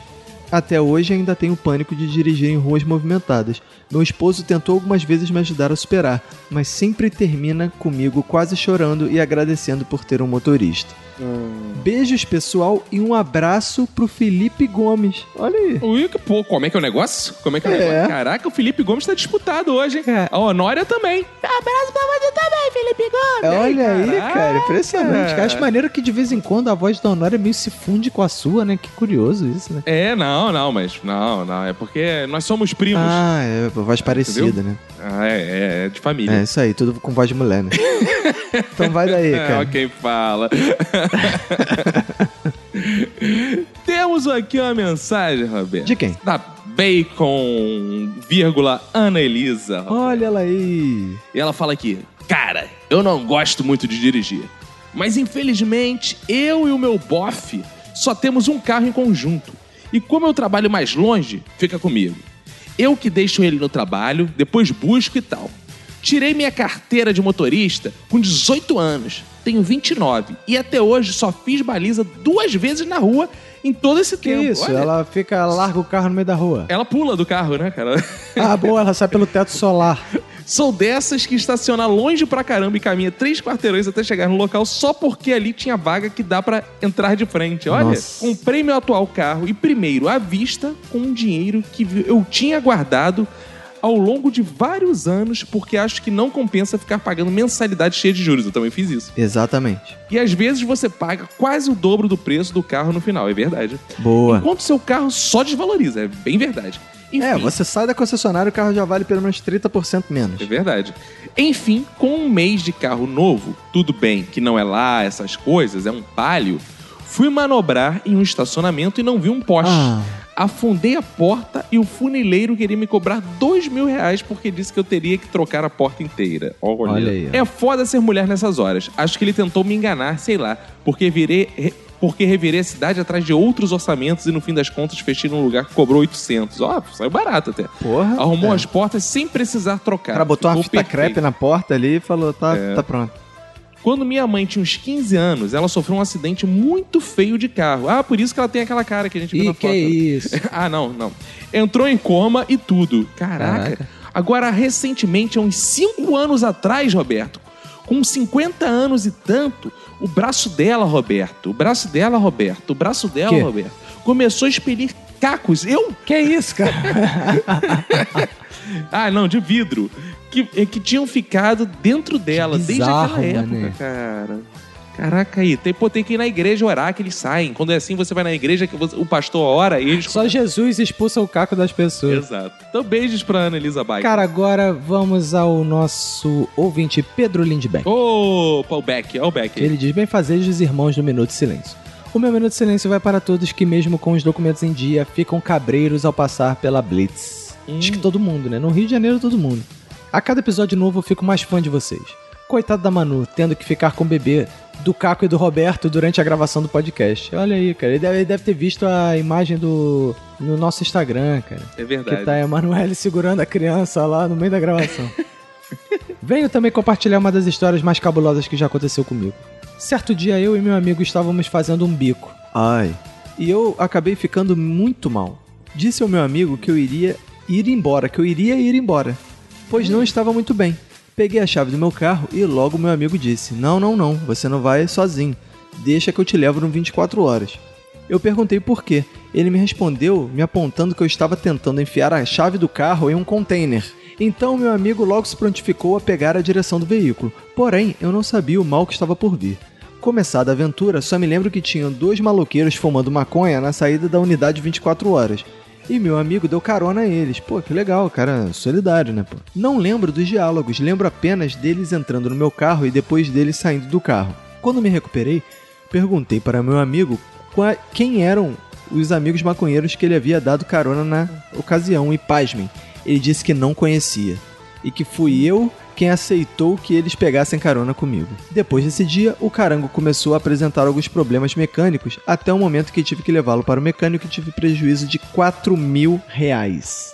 [SPEAKER 2] Até hoje ainda tenho pânico de dirigir em ruas movimentadas. Meu esposo tentou algumas vezes me ajudar a superar, mas sempre termina comigo quase chorando e agradecendo por ter um motorista. Hum. Beijos, pessoal, e um abraço pro Felipe Gomes. Olha aí.
[SPEAKER 1] Ui, que pô, como é que é o negócio? Como é que é o
[SPEAKER 2] É.
[SPEAKER 1] negócio? Caraca, o Felipe Gomes tá disputado hoje, hein? A Honória também. Abraço pra você também, Felipe Gomes.
[SPEAKER 2] Olha aí, cara, impressionante. Acho maneiro que de vez em quando a voz da Honória meio se funde com a sua, né? Que curioso isso, né?
[SPEAKER 1] É, não, não, mas não, não. É porque nós somos primos.
[SPEAKER 2] Ah, é, voz parecida,
[SPEAKER 1] Entendeu?
[SPEAKER 2] né?
[SPEAKER 1] Ah, é, é, é de família.
[SPEAKER 2] É isso aí, tudo com voz
[SPEAKER 1] [LAUGHS]
[SPEAKER 2] de mulher, né? então vai daí,
[SPEAKER 1] É,
[SPEAKER 2] cara.
[SPEAKER 1] ó quem
[SPEAKER 2] [LAUGHS]
[SPEAKER 1] fala. [LAUGHS] Temos aqui uma mensagem, Roberto.
[SPEAKER 2] De quem?
[SPEAKER 1] Da Bacon, vírgula, Ana Elisa. Roberto.
[SPEAKER 2] Olha ela aí.
[SPEAKER 1] E ela fala aqui: Cara, eu não gosto muito de dirigir. Mas infelizmente, eu e o meu bofe só temos um carro em conjunto. E como eu trabalho mais longe, fica comigo. Eu que deixo ele no trabalho, depois busco e tal. Tirei minha carteira de motorista com 18 anos, tenho 29 e até hoje só fiz baliza duas vezes na rua em todo esse
[SPEAKER 2] Que
[SPEAKER 1] tempo.
[SPEAKER 2] isso?
[SPEAKER 1] Olha,
[SPEAKER 2] Ela fica, ela larga o carro no meio
[SPEAKER 1] [LAUGHS]
[SPEAKER 2] da rua.
[SPEAKER 1] ela pula do carro, né, cara? [LAUGHS]
[SPEAKER 2] Ah, boa, ela sai pelo teto solar.
[SPEAKER 1] Sou dessas que estaciona longe pra caramba e caminha três quarteirões até chegar no local só porque ali tinha vaga que dá pra entrar de frente. Olha,
[SPEAKER 2] Nossa.
[SPEAKER 1] comprei meu atual carro e primeiro à vista com um dinheiro que vi- eu tinha guardado ao longo de vários anos porque acho que não compensa ficar pagando mensalidade cheia de juros. Eu também fiz isso.
[SPEAKER 2] Exatamente.
[SPEAKER 1] E às vezes você paga quase o dobro do preço do carro no final, é verdade.
[SPEAKER 2] Boa.
[SPEAKER 1] Enquanto seu carro só desvaloriza, é bem verdade.
[SPEAKER 2] Tá. É, você sai da concessionária, o carro já vale pelo menos 30% menos.
[SPEAKER 1] É verdade. Enfim, com um mês de carro novo, tudo bem que não é lá essas coisas, é um palio, fui manobrar em um estacionamento e não vi um poste.
[SPEAKER 2] Ah.
[SPEAKER 1] Afundei a porta e o funileiro queria me cobrar dois mil reais porque disse que eu teria que trocar a porta inteira. Olha,
[SPEAKER 2] Olha aí, ó.
[SPEAKER 1] É foda ser mulher nessas horas. Acho que ele tentou me enganar, sei lá, porque virei... re- Porque revirei a cidade atrás de outros orçamentos e no fim das contas fechei num lugar que cobrou 800. Ó, saiu barato até.
[SPEAKER 2] Porra.
[SPEAKER 1] Arrumou
[SPEAKER 2] é.
[SPEAKER 1] as portas sem precisar trocar.
[SPEAKER 2] Ela botou uma
[SPEAKER 1] Ficou
[SPEAKER 2] fita
[SPEAKER 1] perfeito.
[SPEAKER 2] crepe na porta ali e falou, tá,
[SPEAKER 1] É.
[SPEAKER 2] tá pronto.
[SPEAKER 1] Quando minha mãe tinha uns 15 anos, ela sofreu um acidente muito feio de carro. Ah, por isso que ela tem aquela cara que a gente viu na
[SPEAKER 2] Ih, que
[SPEAKER 1] foto.
[SPEAKER 2] isso.
[SPEAKER 1] [LAUGHS] ah, não, não. Entrou em coma e tudo. Caraca. Agora, recentemente, há uns 5 anos atrás, Roberto, com 50 anos e tanto, o braço dela, Roberto, o braço dela, Roberto, o braço dela,
[SPEAKER 2] Que?
[SPEAKER 1] Roberto, começou a expelir cacos. Eu?
[SPEAKER 2] Que isso, cara?
[SPEAKER 1] Ah, não, de vidro. Que, eh, que tinham ficado dentro dela
[SPEAKER 2] Que bizarro,
[SPEAKER 1] desde aquela época,
[SPEAKER 2] mané.
[SPEAKER 1] cara. Caraca, aí, tem, pô, tem que ir na igreja orar que eles saem. Quando é assim, você vai na igreja, que você- o pastor ora e eles.
[SPEAKER 26] Só Jesus expulsa o caco das pessoas.
[SPEAKER 1] Exato. Então, beijos pra Ana Elisa Baia.
[SPEAKER 26] Cara, agora vamos ao nosso ouvinte Pedro Lindbeck.
[SPEAKER 1] Opa, o Beck, é o Beck.
[SPEAKER 26] Ele diz bem fazer os irmãos do Minuto de Silêncio. O meu Minuto de Silêncio vai para todos que, mesmo com os documentos em dia, ficam cabreiros ao passar pela Blitz. Acho que todo mundo, né? No Rio de Janeiro, todo mundo. A cada episódio novo, eu fico mais fã de vocês. Coitado da Manu, tendo que ficar com o bebê do Caco e do Roberto durante a gravação do podcast. Olha aí, cara. Ele deve, ele deve ter visto a imagem do no nosso Instagram, cara.
[SPEAKER 1] É verdade.
[SPEAKER 26] Que tá a Emanuele segurando a criança lá no meio da gravação. Venho também compartilhar uma das histórias mais cabulosas que já aconteceu comigo. Certo dia eu e meu amigo estávamos fazendo um bico.
[SPEAKER 2] Ai. E eu acabei ficando muito mal. Disse ao meu amigo que eu iria ir embora, que eu iria ir embora, pois não estava muito bem. Peguei a chave do meu carro e logo meu amigo disse: Não, não, não, você não vai sozinho. Deixa que eu te levo no 24 horas. Eu perguntei por quê. Ele me respondeu me apontando que eu estava tentando enfiar a chave do carro em um container. Então meu amigo logo se prontificou a pegar a direção do veículo. Porém, eu não sabia o mal que estava por vir. Começada a aventura, só me lembro que tinham dois maloqueiros fumando maconha na saída da unidade 24 horas. E meu amigo deu carona a eles. Pô, que legal, cara, solidário, né, pô? Não lembro dos diálogos, lembro apenas deles entrando no meu carro e depois deles saindo do carro. Quando me recuperei, perguntei para meu amigo qua- quem eram os amigos maconheiros que ele havia dado carona na ocasião e pasmem, ele disse que não conhecia e que fui eu quem aceitou que eles pegassem carona comigo. Depois desse dia, o carango começou a apresentar alguns problemas mecânicos, até o momento que tive que levá-lo para o mecânico e tive prejuízo de 4 mil reais.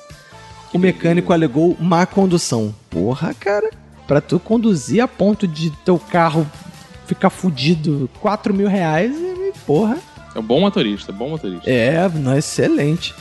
[SPEAKER 2] O mecânico alegou má condução. Porra, cara.
[SPEAKER 26] Pra tu conduzir a ponto de teu carro ficar fudido 4 mil reais, e, porra.
[SPEAKER 1] É um bom motorista, bom motorista.
[SPEAKER 26] É, não, excelente.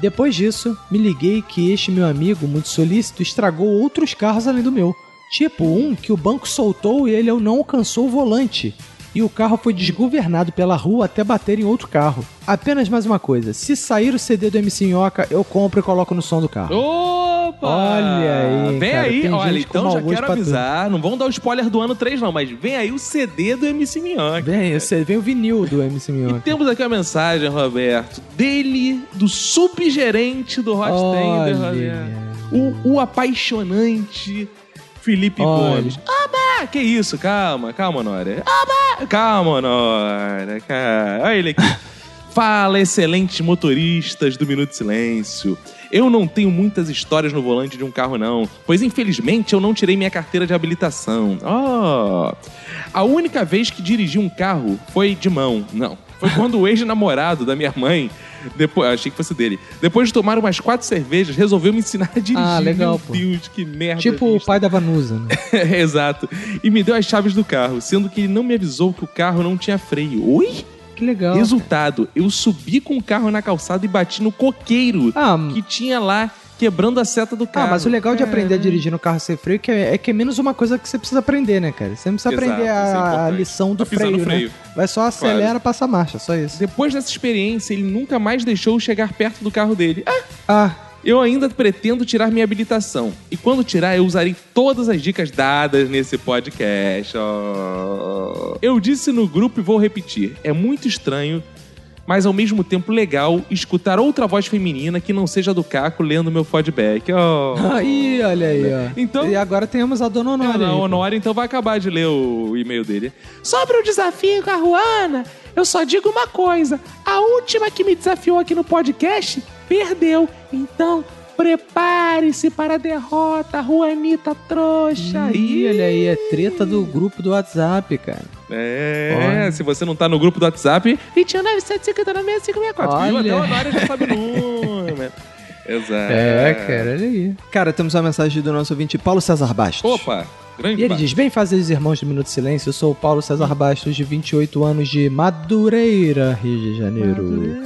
[SPEAKER 2] Depois disso, me liguei que este meu amigo, muito solícito, estragou outros carros além do meu. Tipo um que o banco soltou e ele não alcançou o volante. E o carro foi desgovernado pela rua até bater em outro carro. Apenas mais uma coisa: se sair o CD do MC Nhoca, eu compro e coloco no som do carro.
[SPEAKER 1] Opa!
[SPEAKER 2] Olha aí,
[SPEAKER 1] Vem
[SPEAKER 2] cara,
[SPEAKER 1] aí,
[SPEAKER 2] tem
[SPEAKER 1] olha,
[SPEAKER 2] gente com
[SPEAKER 1] então
[SPEAKER 2] mau
[SPEAKER 1] já
[SPEAKER 2] gosto
[SPEAKER 1] quero
[SPEAKER 2] pra
[SPEAKER 1] avisar. Não vão dar o spoiler do ano 3, não, mas vem aí o CD do MC Minhoca.
[SPEAKER 2] Vem, vem o vinil do MC Minhoca.
[SPEAKER 1] Temos aqui uma mensagem, Roberto, dele, do subgerente do Hot Tender,
[SPEAKER 2] Olha.
[SPEAKER 1] Roberto. O, o apaixonante Felipe
[SPEAKER 26] Olha.
[SPEAKER 1] Gomes. Ah, bah, que isso, calma, calma, Nora. Ah, bah, calma, Nora, cara. Olha ele
[SPEAKER 2] [LAUGHS]
[SPEAKER 1] aqui. Fala, excelentes motoristas do Minuto de Silêncio. Eu não tenho muitas histórias no volante de um carro, não, pois infelizmente eu não tirei minha carteira de habilitação. Oh! A única vez que dirigi um carro foi de mão, não. Foi quando o ex-namorado da minha mãe, depois, achei que fosse dele, depois de tomar umas quatro cervejas, resolveu me ensinar a dirigir.
[SPEAKER 2] Ah, legal,
[SPEAKER 1] Meu
[SPEAKER 2] pô.
[SPEAKER 1] Deus, que merda.
[SPEAKER 2] Tipo o pai da
[SPEAKER 1] [LAUGHS]
[SPEAKER 2] Vanusa, né?
[SPEAKER 1] Exato. E me deu as chaves do carro, sendo que ele não me avisou que o carro não tinha freio. Oi?
[SPEAKER 2] Que legal.
[SPEAKER 1] Resultado, eu subi com o carro na calçada e bati no coqueiro que tinha lá, quebrando a seta do carro.
[SPEAKER 2] Ah, mas o legal de
[SPEAKER 1] é.
[SPEAKER 2] aprender a dirigir no carro sem freio é que é, é que é menos uma coisa que você precisa aprender, né, cara? Você não precisa
[SPEAKER 1] Exato,
[SPEAKER 2] aprender
[SPEAKER 1] isso é
[SPEAKER 2] a, a
[SPEAKER 1] importante.
[SPEAKER 2] lição do
[SPEAKER 1] A pisar
[SPEAKER 2] freio,
[SPEAKER 1] no
[SPEAKER 2] né?
[SPEAKER 1] freio.
[SPEAKER 2] Vai só acelera, passa a marcha, só isso.
[SPEAKER 1] Depois dessa experiência, ele nunca mais deixou eu chegar perto do carro dele. Ah!
[SPEAKER 2] Ah.
[SPEAKER 1] Eu ainda pretendo tirar minha habilitação. E quando tirar, eu usarei todas as dicas dadas nesse podcast. Oh. Eu disse no grupo e vou repetir. É muito estranho, mas ao mesmo tempo legal, escutar outra voz feminina que não seja a do Caco lendo meu feedback. Oh.
[SPEAKER 2] Aí, olha aí, ó.
[SPEAKER 1] Então,
[SPEAKER 2] e agora temos a Dona Honória.
[SPEAKER 1] Não,
[SPEAKER 2] aí,
[SPEAKER 1] não,
[SPEAKER 2] pô.
[SPEAKER 1] Honório, então vai acabar de ler o e-mail dele.
[SPEAKER 26] Sobre o desafio com a Ruana, eu só digo uma coisa: a última que me desafiou aqui no podcast perdeu. Então, prepare-se para a derrota, Ruanita trouxa.
[SPEAKER 2] Ih, olha aí, é treta do grupo do WhatsApp, cara.
[SPEAKER 1] É, se você não tá no grupo do WhatsApp,
[SPEAKER 2] um,
[SPEAKER 26] 29, 759, 564.
[SPEAKER 1] Viu? Até o
[SPEAKER 26] Olha.
[SPEAKER 1] Honório já sabe o número. Exato.
[SPEAKER 2] olha aí. É, Cara, temos uma mensagem do nosso ouvinte Paulo César Bastos.
[SPEAKER 1] Opa, grande
[SPEAKER 2] E ele
[SPEAKER 1] Bastos.
[SPEAKER 2] diz: Bem fazer os irmãos do Minuto de Silêncio, eu sou o Paulo César Bastos, de 28 anos, de Madureira, Rio de Janeiro.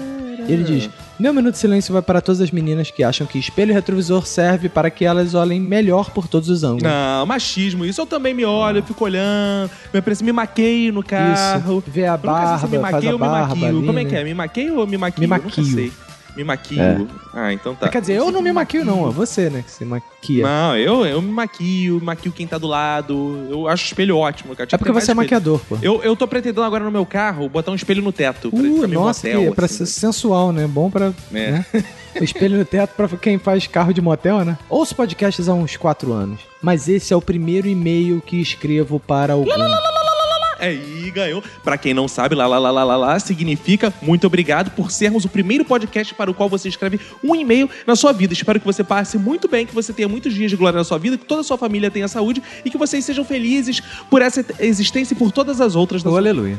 [SPEAKER 2] E ele diz: Meu Minuto de Silêncio vai para todas as meninas que acham que espelho retrovisor serve para que elas olhem melhor por todos os ângulos.
[SPEAKER 1] Não, machismo. Isso eu também me olho, eu fico olhando, me, apareço, me maqueio no carro.
[SPEAKER 2] Vê a
[SPEAKER 1] Eu nunca sei se
[SPEAKER 2] barba, faz a
[SPEAKER 1] me maqueio ou me
[SPEAKER 2] barba
[SPEAKER 1] maquio.
[SPEAKER 2] ali,
[SPEAKER 1] Como é
[SPEAKER 2] né?
[SPEAKER 1] que é? Me maqueio ou me maquio?
[SPEAKER 2] Me
[SPEAKER 1] Eu nunca
[SPEAKER 2] maquio.
[SPEAKER 1] sei. Me maquio.
[SPEAKER 2] É.
[SPEAKER 1] Ah, então tá.
[SPEAKER 2] Quer dizer, eu não me maquio, não, é você, né, que se maquia.
[SPEAKER 1] Não, eu, eu me maquio, maquio quem tá do lado. Eu acho espelho ótimo, cara. Tinha
[SPEAKER 2] é porque
[SPEAKER 1] que ter
[SPEAKER 2] você é
[SPEAKER 1] mais espelho.
[SPEAKER 2] maquiador, pô.
[SPEAKER 1] Eu, eu tô pretendendo agora no meu carro botar um espelho no teto. pra
[SPEAKER 2] Uh,
[SPEAKER 1] ficar meio
[SPEAKER 2] nossa,
[SPEAKER 1] motel,
[SPEAKER 2] que é pra
[SPEAKER 1] assim.
[SPEAKER 2] ser sensual, né? Bom pra.
[SPEAKER 1] É.
[SPEAKER 2] né? O espelho no teto pra quem faz carro de motel, né? Ouço podcasts há uns 4 anos, mas esse é o primeiro e-mail que escrevo para alguém.
[SPEAKER 1] Aí ganhou. Pra quem não sabe, lá, lá, lá, lá, lá, lá, significa muito obrigado por sermos o primeiro podcast para o qual você escreve um e-mail na sua vida. Espero que você passe muito bem, que você tenha muitos dias de glória na sua vida, que toda a sua família tenha saúde e que vocês sejam felizes por essa existência e por todas as outras. Da
[SPEAKER 2] Aleluia.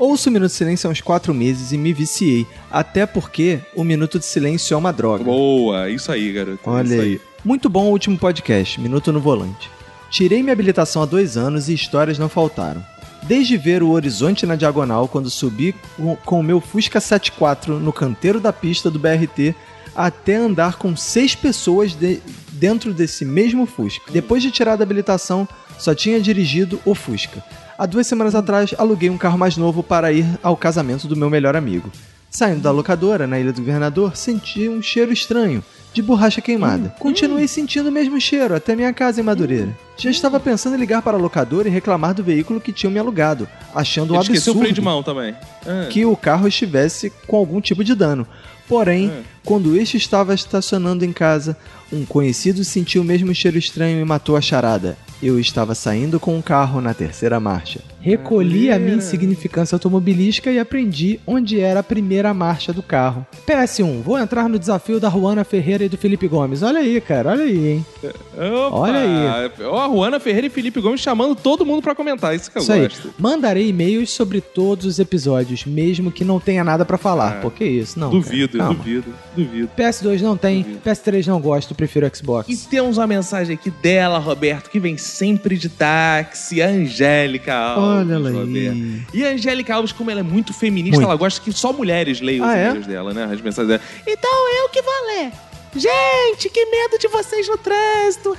[SPEAKER 2] Ouço o Minuto de Silêncio há uns 4 meses e me viciei, até porque o Minuto de Silêncio é uma droga.
[SPEAKER 1] Boa, isso aí, garoto.
[SPEAKER 2] Olha
[SPEAKER 1] Isso
[SPEAKER 2] aí. Muito bom o último podcast, Minuto no Volante. Tirei minha habilitação há dois anos e histórias não faltaram. Desde ver o horizonte na diagonal quando subi com- com o meu Fusca 74 no canteiro da pista do BRT, até andar com seis pessoas de- dentro desse mesmo Fusca. Depois de tirar da habilitação, só tinha dirigido o Fusca. Há duas semanas atrás, aluguei um carro mais novo para ir ao casamento do meu melhor amigo. Saindo da locadora, na Ilha do Governador, senti um cheiro estranho, de borracha queimada. Continuei sentindo o mesmo cheiro até minha casa em Madureira. Já estava pensando em ligar para a locadora e reclamar do veículo que tinham me alugado, achando um
[SPEAKER 1] Ele esqueceu o freio de
[SPEAKER 2] absurdo
[SPEAKER 1] mão também. Ah.
[SPEAKER 2] que o carro estivesse com algum tipo de dano. Porém,
[SPEAKER 1] É.
[SPEAKER 2] quando este estava estacionando em casa, um conhecido sentiu o mesmo cheiro estranho e matou a charada. Eu estava saindo com o carro na terceira marcha. Recolhi a minha insignificância automobilística e aprendi onde era a primeira marcha do carro. PS1, vou entrar no desafio da Juana Ferreira e do Felipe Gomes. Olha aí, cara, olha aí, hein?
[SPEAKER 1] Opa!
[SPEAKER 2] Olha aí.
[SPEAKER 1] Ó, a Juana Ferreira e Felipe Gomes chamando todo mundo pra comentar. Isso que eu
[SPEAKER 2] Isso aí.
[SPEAKER 1] gosto.
[SPEAKER 2] Mandarei e-mails sobre todos os episódios, mesmo que não tenha nada pra falar. Porque isso, não. cara,
[SPEAKER 1] É. duvido,
[SPEAKER 2] calma.
[SPEAKER 1] duvido, duvido.
[SPEAKER 2] PS2 não tem, PS3 não gosto, prefiro Xbox.
[SPEAKER 1] E temos uma mensagem aqui dela, Roberto, que vem sempre de táxi, a Angélica.
[SPEAKER 2] Olha
[SPEAKER 1] Alves,
[SPEAKER 2] ela aí.
[SPEAKER 1] Roberto. E a Angélica Alves, como ela é muito feminista,
[SPEAKER 2] Muito.
[SPEAKER 1] ela gosta que só mulheres leiam
[SPEAKER 2] Ah,
[SPEAKER 1] os
[SPEAKER 2] é?
[SPEAKER 1] e-mails dela, né? As mensagens dela. Então eu que vou ler. Gente, que medo de vocês no trânsito.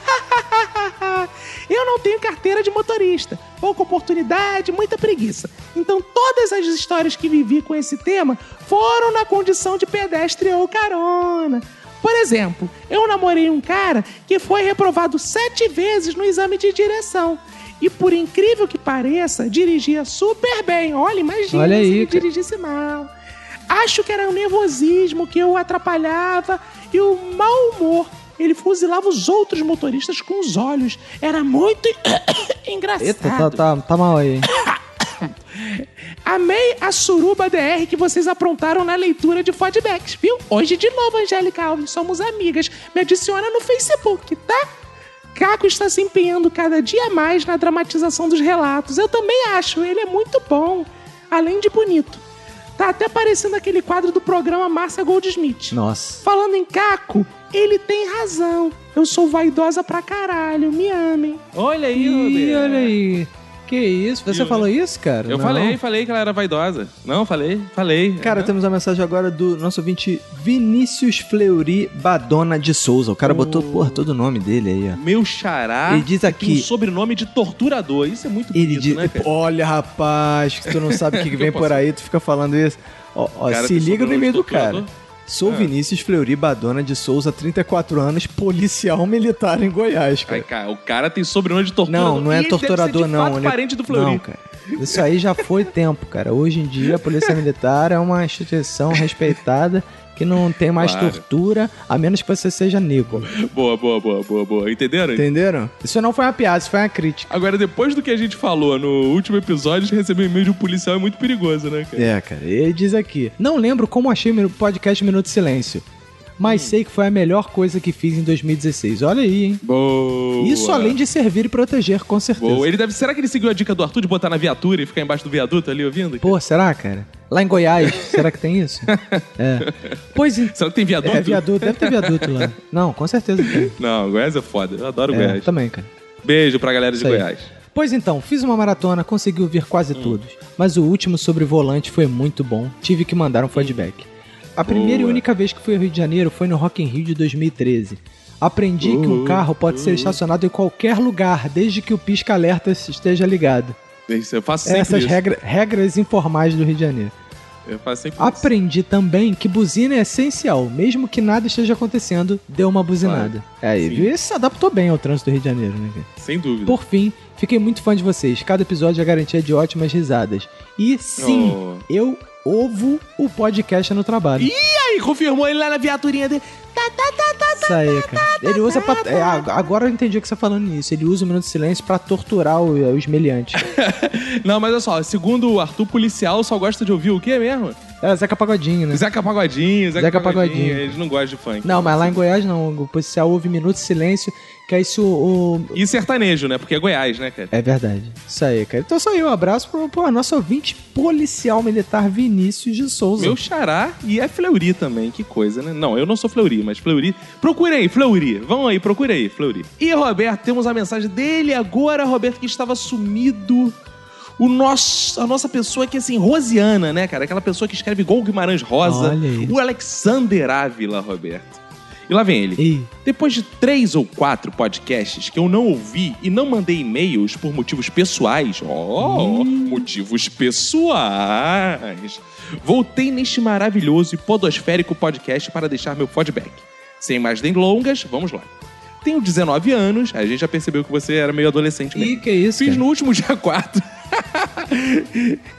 [SPEAKER 1] [LAUGHS] eu não tenho carteira de motorista. Pouca oportunidade, muita preguiça. Então todas as histórias que vivi com esse tema foram na condição de pedestre ou carona. Por exemplo, eu namorei um cara que foi reprovado sete vezes no exame de direção. E por incrível que pareça, dirigia super bem. Olha, imagina
[SPEAKER 26] Olha
[SPEAKER 1] se
[SPEAKER 26] aí,
[SPEAKER 1] ele
[SPEAKER 26] cara.
[SPEAKER 1] dirigisse mal. Acho que era o nervosismo que eu atrapalhava e o mau humor. Ele fuzilava os outros motoristas com os olhos. Era muito [COUGHS] engraçado.
[SPEAKER 26] Eita, tá, tá, tá mal aí. hein?
[SPEAKER 1] Amei a suruba DR que vocês aprontaram na leitura de feedbacks, viu? Hoje de novo, Angélica Alves, somos amigas. Me adiciona no Facebook, tá? Caco está se empenhando cada dia mais na dramatização dos relatos. Eu também acho, ele é muito bom, além de bonito. Tá até parecendo aquele quadro do programa Márcia Goldsmith.
[SPEAKER 26] Nossa.
[SPEAKER 1] Falando em Caco, ele tem razão. Eu sou vaidosa pra caralho, me amem.
[SPEAKER 26] Olha aí, Ih, olha aí. Que isso? Você falou isso, cara? Não.
[SPEAKER 1] falei que ela era vaidosa. Não, falei, falei.
[SPEAKER 2] Cara, temos a mensagem agora do nosso ouvinte Vinícius Fleury Badona de Souza. O cara botou, porra, todo o nome dele aí, ó.
[SPEAKER 1] Meu xará.
[SPEAKER 2] Ele diz
[SPEAKER 1] que
[SPEAKER 2] aqui-
[SPEAKER 1] tem um sobrenome de torturador. Isso é muito bonito,
[SPEAKER 2] Ele diz,
[SPEAKER 1] né, cara?
[SPEAKER 2] olha, rapaz, que tu não sabe o que que
[SPEAKER 1] [LAUGHS]
[SPEAKER 2] vem
[SPEAKER 1] Eu posso-
[SPEAKER 2] por aí, tu fica falando isso. Ó, ó,
[SPEAKER 1] Cara,
[SPEAKER 2] se
[SPEAKER 1] tem
[SPEAKER 2] liga no
[SPEAKER 1] sobrenome
[SPEAKER 2] e-mail
[SPEAKER 1] de
[SPEAKER 2] do cara.
[SPEAKER 1] torturador?
[SPEAKER 2] Sou
[SPEAKER 1] É.
[SPEAKER 2] Vinícius Fleury Badona de Souza, 34 anos, policial militar em Goiás, cara.
[SPEAKER 1] Ai, cara, o cara tem sobrenome de torturador.
[SPEAKER 2] Não, não é
[SPEAKER 1] E ele deve ser
[SPEAKER 2] torturador,
[SPEAKER 1] de
[SPEAKER 2] não.
[SPEAKER 1] fato
[SPEAKER 2] ele é-
[SPEAKER 1] parente do Fleury.
[SPEAKER 2] Não, cara. Isso aí já foi tempo, cara. Hoje em dia, a Polícia Militar é uma instituição respeitada que não tem mais
[SPEAKER 1] Claro.
[SPEAKER 2] tortura, a menos que você
[SPEAKER 1] [LAUGHS]
[SPEAKER 2] seja negro.
[SPEAKER 1] Boa, boa, boa, boa, boa. Entenderam?
[SPEAKER 2] Entenderam? Isso não foi uma piada, isso foi uma crítica.
[SPEAKER 1] Agora, depois do que a gente falou no último episódio, a gente recebeu um e-mail de um policial é muito perigoso, né, cara?
[SPEAKER 2] É, cara. Ele diz aqui: Não lembro como achei o podcast Minuto de Silêncio,
[SPEAKER 1] Hum.
[SPEAKER 2] mas sei que foi a melhor coisa que fiz em 2016. Olha aí, hein?
[SPEAKER 1] Boa.
[SPEAKER 2] Isso além de servir e proteger, com certeza.
[SPEAKER 1] Boa. Ele deve... Será que ele seguiu a dica do Arthur de botar na viatura e ficar embaixo do viaduto ali ouvindo?
[SPEAKER 2] Pô, será, cara? Lá
[SPEAKER 1] [LAUGHS]
[SPEAKER 2] em Goiás, será que tem isso? É. Pois então.
[SPEAKER 1] Será que tem viaduto?
[SPEAKER 2] É viaduto, deve ter viaduto lá. Não, com certeza tem.
[SPEAKER 1] Não, Goiás é foda. Eu adoro
[SPEAKER 2] É,
[SPEAKER 1] Goiás.
[SPEAKER 2] também, cara.
[SPEAKER 1] Beijo pra galera de
[SPEAKER 2] Isso aí.
[SPEAKER 1] Goiás.
[SPEAKER 2] Pois então, fiz uma maratona, consegui ouvir quase todos, mas o último sobre volante foi muito bom, tive que mandar um feedback. A primeira
[SPEAKER 26] Boa.
[SPEAKER 2] e única vez que fui ao Rio de Janeiro foi no Rock in Rio de 2013. Aprendi que um
[SPEAKER 26] Uh,
[SPEAKER 2] carro pode ser
[SPEAKER 26] uh.
[SPEAKER 2] estacionado em qualquer lugar, desde que o pisca-alerta esteja ligado. É
[SPEAKER 1] Isso, eu faço sempre
[SPEAKER 2] Essas
[SPEAKER 1] isso.
[SPEAKER 2] regra- regras informais do Rio de Janeiro.
[SPEAKER 1] Eu faço sempre isso.
[SPEAKER 2] Aprendi também que buzina é essencial, mesmo que nada esteja acontecendo, deu uma buzinada. É, e
[SPEAKER 26] Sim.
[SPEAKER 2] viu? Isso se adaptou bem ao trânsito do Rio de Janeiro, né? cara?
[SPEAKER 1] Sem dúvida.
[SPEAKER 2] Por fim, fiquei muito fã de vocês. Cada episódio é garantia de ótimas risadas. E sim,
[SPEAKER 1] Oh.
[SPEAKER 2] eu ovo o podcast no trabalho.
[SPEAKER 1] Ih, aí, confirmou ele lá na viaturinha dele. Tá, tá, tá, tá.
[SPEAKER 2] Isso aí, cara. Ele usa pra. é, ag- agora eu entendi o que você tá falando nisso. Ele usa o minuto de silêncio pra torturar o,
[SPEAKER 1] [LAUGHS]
[SPEAKER 2] o esmeliante.
[SPEAKER 1] Não, mas olha só, segundo o Arthur, policial só gosta de ouvir o quê mesmo?
[SPEAKER 2] É Zeca Pagodinho, né?
[SPEAKER 1] Zeca Pagodinho, Zeca,
[SPEAKER 2] Zeca
[SPEAKER 1] Pagodinho.
[SPEAKER 2] Pagodinho.
[SPEAKER 1] Eles não gostam de funk.
[SPEAKER 2] Não, mas lá em Goiás não. O policial ouve minuto de silêncio, que aí se o- o,
[SPEAKER 1] E sertanejo, né? Porque é Goiás, né, cara?
[SPEAKER 2] É verdade. Isso aí, cara. Então só aí um abraço pro, pro nosso ouvinte policial militar Vinícius de Souza.
[SPEAKER 1] Meu xará e é Fleury também, que coisa, né? Não, eu não sou Fleury, mas Fleury. Procure aí, Fleury. Vão aí, procure aí, Fleury. E Roberto, temos a mensagem dele agora, Roberto, que estava sumido. O nosso, a nossa pessoa que, assim, Rosiana, né, cara? Aquela pessoa que escreve Gol Guimarães Rosa.
[SPEAKER 2] Olha aí.
[SPEAKER 1] O Alexander Ávila, Roberto. E lá vem ele. Depois de três ou quatro podcasts que eu não ouvi e não mandei e-mails por motivos pessoais, oh,
[SPEAKER 2] Hum.
[SPEAKER 1] motivos pessoais, voltei neste maravilhoso e podosférico podcast para deixar meu feedback. Sem mais delongas, vamos lá. Tenho 19 anos, a gente já percebeu que você era meio adolescente mesmo.
[SPEAKER 2] Ih, que isso,
[SPEAKER 1] Fiz
[SPEAKER 2] cara.
[SPEAKER 1] no último dia [LAUGHS] 4.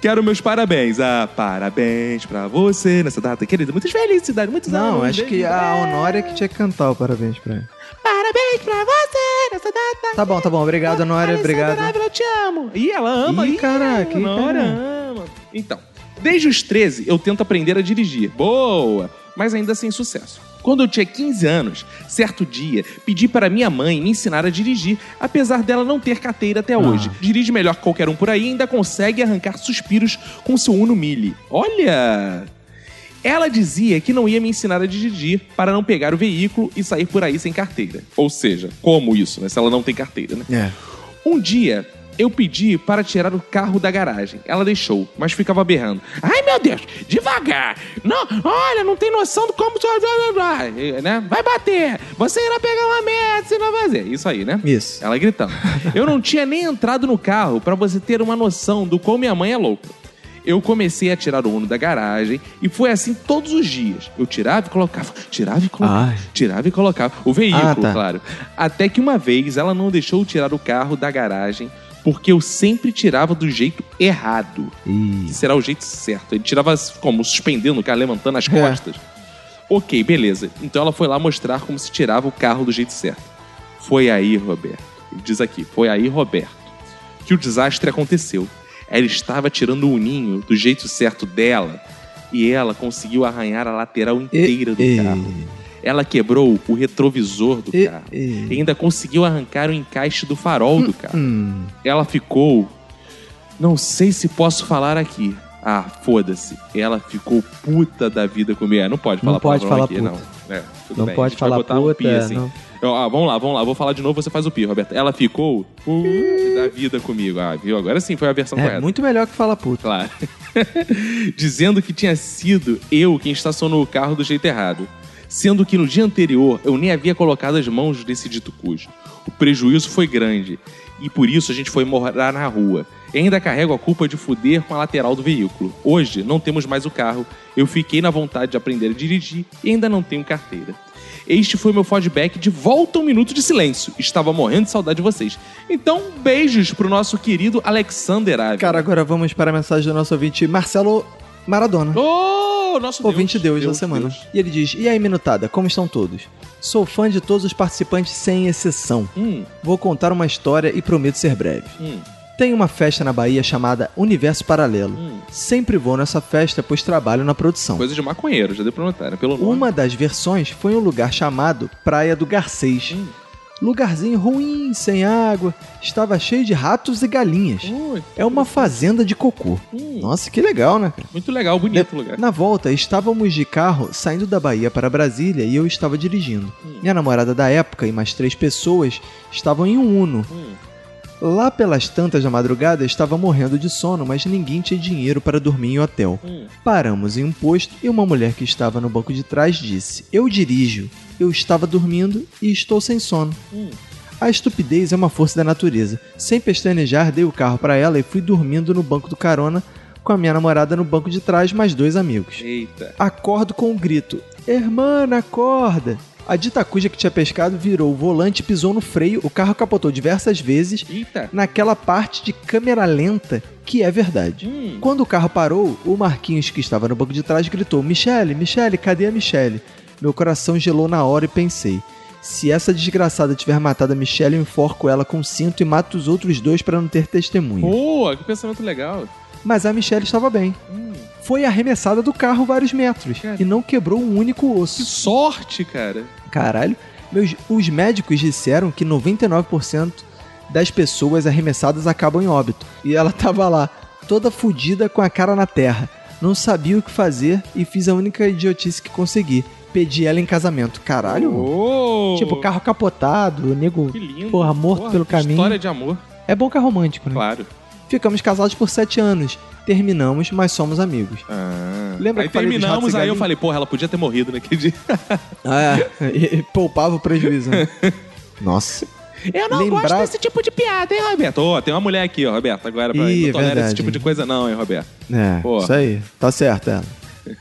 [SPEAKER 1] Quero meus parabéns. Ah, parabéns pra você nessa data querida. Muitas felicidades, muitos anos. É.
[SPEAKER 2] Não, acho que
[SPEAKER 1] beijos.
[SPEAKER 2] a Honória que tinha que cantar o parabéns pra ela.
[SPEAKER 1] Parabéns pra você nessa data.
[SPEAKER 2] Tá bom, tá bom. Obrigado, Honória. Obrigado.
[SPEAKER 1] eu te amo. Ih, ela ama.
[SPEAKER 2] Ih,
[SPEAKER 1] Ih,
[SPEAKER 2] caraca, ih,
[SPEAKER 1] Honória ama. Então, desde os 13 eu tento aprender a dirigir. Boa! Mas ainda sem sucesso. Quando eu tinha 15 anos, certo dia, pedi para minha mãe me ensinar a dirigir, apesar dela não ter carteira até hoje. Dirige melhor que qualquer um por aí e ainda consegue arrancar suspiros com seu Uno Mille. Olha! Ela dizia que não ia me ensinar a dirigir para não pegar o veículo e sair por aí sem carteira. Ou seja, como isso, né? Se ela não tem carteira, né? Um dia, Eu pedi para tirar o carro da garagem. Ela deixou, mas ficava berrando. Ai, meu Deus, devagar. Não, olha, não tem noção do como... blá, blá, blá", e, né? Vai bater. Você irá pegar uma merda se não fazer. Isso aí, né? Isso. Ela gritando. Eu não tinha nem entrado no carro para você ter uma noção do quão minha mãe é louca. Eu comecei a tirar o Uno da garagem e foi assim todos os dias. Eu tirava e colocava, tirava e colocava,
[SPEAKER 2] Ai.
[SPEAKER 1] tirava e colocava. O veículo,
[SPEAKER 2] Ah, tá.
[SPEAKER 1] claro. Até que uma vez ela não deixou eu tirar o carro da garagem porque eu sempre tirava do jeito errado. Que será o jeito certo. Ele tirava como? Suspendendo o carro, levantando as costas.
[SPEAKER 2] É.
[SPEAKER 1] Ok, beleza. Então ela foi lá mostrar como se tirava o carro do jeito certo. Foi aí, Roberto. Ele diz aqui, foi aí, Roberto, que o desastre aconteceu. Ela estava tirando o ninho do jeito certo dela e ela conseguiu arranhar a lateral inteira do carro. Ela quebrou o retrovisor do carro e ainda conseguiu arrancar o encaixe do farol do carro.
[SPEAKER 2] Hum.
[SPEAKER 1] Ela ficou. Não sei se posso falar aqui. Ah, foda-se. Ela ficou puta da vida comigo. É, não pode
[SPEAKER 2] Não
[SPEAKER 1] falar
[SPEAKER 2] pode
[SPEAKER 1] palavrão
[SPEAKER 2] falar
[SPEAKER 1] aqui,
[SPEAKER 2] puta.
[SPEAKER 1] não. É, tudo
[SPEAKER 2] Não
[SPEAKER 1] bem.
[SPEAKER 2] pode
[SPEAKER 1] A gente vai
[SPEAKER 2] falar
[SPEAKER 1] botar um
[SPEAKER 2] puta,
[SPEAKER 1] pi, assim.
[SPEAKER 2] não.
[SPEAKER 1] Ó, ah, vamos lá, vamos lá. Vou falar de novo, você faz o pi, Roberto. Ela ficou puta da vida comigo. Ah, viu? Agora sim foi a versão
[SPEAKER 2] É
[SPEAKER 1] correta.
[SPEAKER 2] muito melhor que falar puta.
[SPEAKER 1] Claro. [LAUGHS] Dizendo que tinha sido eu quem estacionou o carro do jeito errado. Sendo que no dia anterior eu nem havia colocado as mãos nesse dito cujo. O prejuízo foi grande e por isso a gente foi morar na rua. E ainda carrego a culpa de fuder com a lateral do veículo. Hoje não temos mais o carro, eu fiquei na vontade de aprender a dirigir e ainda não tenho carteira. Este foi meu feedback de volta a um minuto de silêncio. Estava morrendo de saudade de vocês. Então, beijos pro nosso querido Alexander Ávila.
[SPEAKER 2] Cara, agora vamos para a mensagem do nosso ouvinte Marcelo Maradona.
[SPEAKER 1] Ô, nosso
[SPEAKER 2] ouvinte Deus, da semana. E ele diz: E aí, minutada, como estão todos? Sou fã de todos os participantes, sem exceção. Vou contar uma história e prometo ser breve.
[SPEAKER 1] Hum.
[SPEAKER 2] Tem uma festa na Bahia chamada Universo Paralelo. Sempre vou nessa festa, pois trabalho na produção.
[SPEAKER 1] hum. Coisa de maconheiro, já deu pra notar, né? Pelo nome.
[SPEAKER 2] Uma das versões foi um lugar chamado Praia do Garcês. Lugarzinho ruim, sem água, estava cheio de ratos e galinhas. é uma fazenda de cocô. Nossa, que legal, né? cara?
[SPEAKER 1] hum. Muito legal, bonito o lugar.
[SPEAKER 2] Na volta, estávamos de carro saindo da Bahia para Brasília e eu estava dirigindo. Minha namorada da época e mais três pessoas estavam em um Uno. Lá pelas tantas da madrugada, estava morrendo de sono, mas ninguém tinha dinheiro para dormir em hotel.
[SPEAKER 1] Hum.
[SPEAKER 2] Paramos em um posto e uma mulher que estava no banco de trás disse: Eu dirijo, eu estava dormindo e estou sem sono. A estupidez é uma força da natureza. Sem pestanejar, dei o carro para ela e fui dormindo no banco do carona com a minha namorada no banco de trás, mais dois amigos.
[SPEAKER 1] Eita.
[SPEAKER 2] Acordo com um grito: Irmã, acorda! A dita cuja que tinha pescado virou o volante, pisou no freio, o carro capotou diversas vezes naquela parte de câmera lenta que é verdade.
[SPEAKER 1] Hum.
[SPEAKER 2] Quando o carro parou, o Marquinhos, que estava no banco de trás, gritou: Michele, Michele, cadê a Michele? Meu coração gelou na hora e pensei: se essa desgraçada tiver matado a Michelle, eu enforco ela com um cinto e mato os outros dois para não ter testemunha.
[SPEAKER 1] Boa, que pensamento legal.
[SPEAKER 2] Mas a Michelle estava bem. Foi arremessada do carro vários metros e não quebrou um único osso. Que
[SPEAKER 1] sorte, cara.
[SPEAKER 2] Caralho. Meus, os médicos disseram que 99% das pessoas arremessadas acabam em óbito. E ela [LAUGHS] tava lá, toda fodida com a cara na terra. Não sabia o que fazer e fiz a única idiotice que consegui. Pedi ela em casamento. Caralho, mano.
[SPEAKER 1] Ô,
[SPEAKER 2] Tipo, carro capotado, o nego, porra, morto
[SPEAKER 1] porra,
[SPEAKER 2] pelo
[SPEAKER 1] que
[SPEAKER 2] caminho.
[SPEAKER 1] História de amor.
[SPEAKER 2] É bom carro romântico, né?
[SPEAKER 1] Claro.
[SPEAKER 2] Ficamos casados por sete anos. Terminamos, mas somos amigos.
[SPEAKER 1] Ah.
[SPEAKER 2] Lembra
[SPEAKER 1] aí
[SPEAKER 2] que eu falei dos ratos
[SPEAKER 1] terminamos,
[SPEAKER 2] e
[SPEAKER 1] aí eu
[SPEAKER 2] galinhas?
[SPEAKER 1] falei, porra, ela podia ter morrido naquele dia. [LAUGHS]
[SPEAKER 2] Ah, é. [LAUGHS] e, e poupava o prejuízo, né? Nossa.
[SPEAKER 1] Eu
[SPEAKER 2] não gosto Lembrar- desse
[SPEAKER 1] tipo de piada, hein, Roberto? Ô, tem uma mulher aqui, ó, Roberto, agora pra
[SPEAKER 2] Ih,
[SPEAKER 1] não tolera
[SPEAKER 2] verdade.
[SPEAKER 1] esse tipo de coisa não, hein, Roberto.
[SPEAKER 2] É,
[SPEAKER 1] Pô.
[SPEAKER 2] isso aí. Tá certo, ela. [LAUGHS]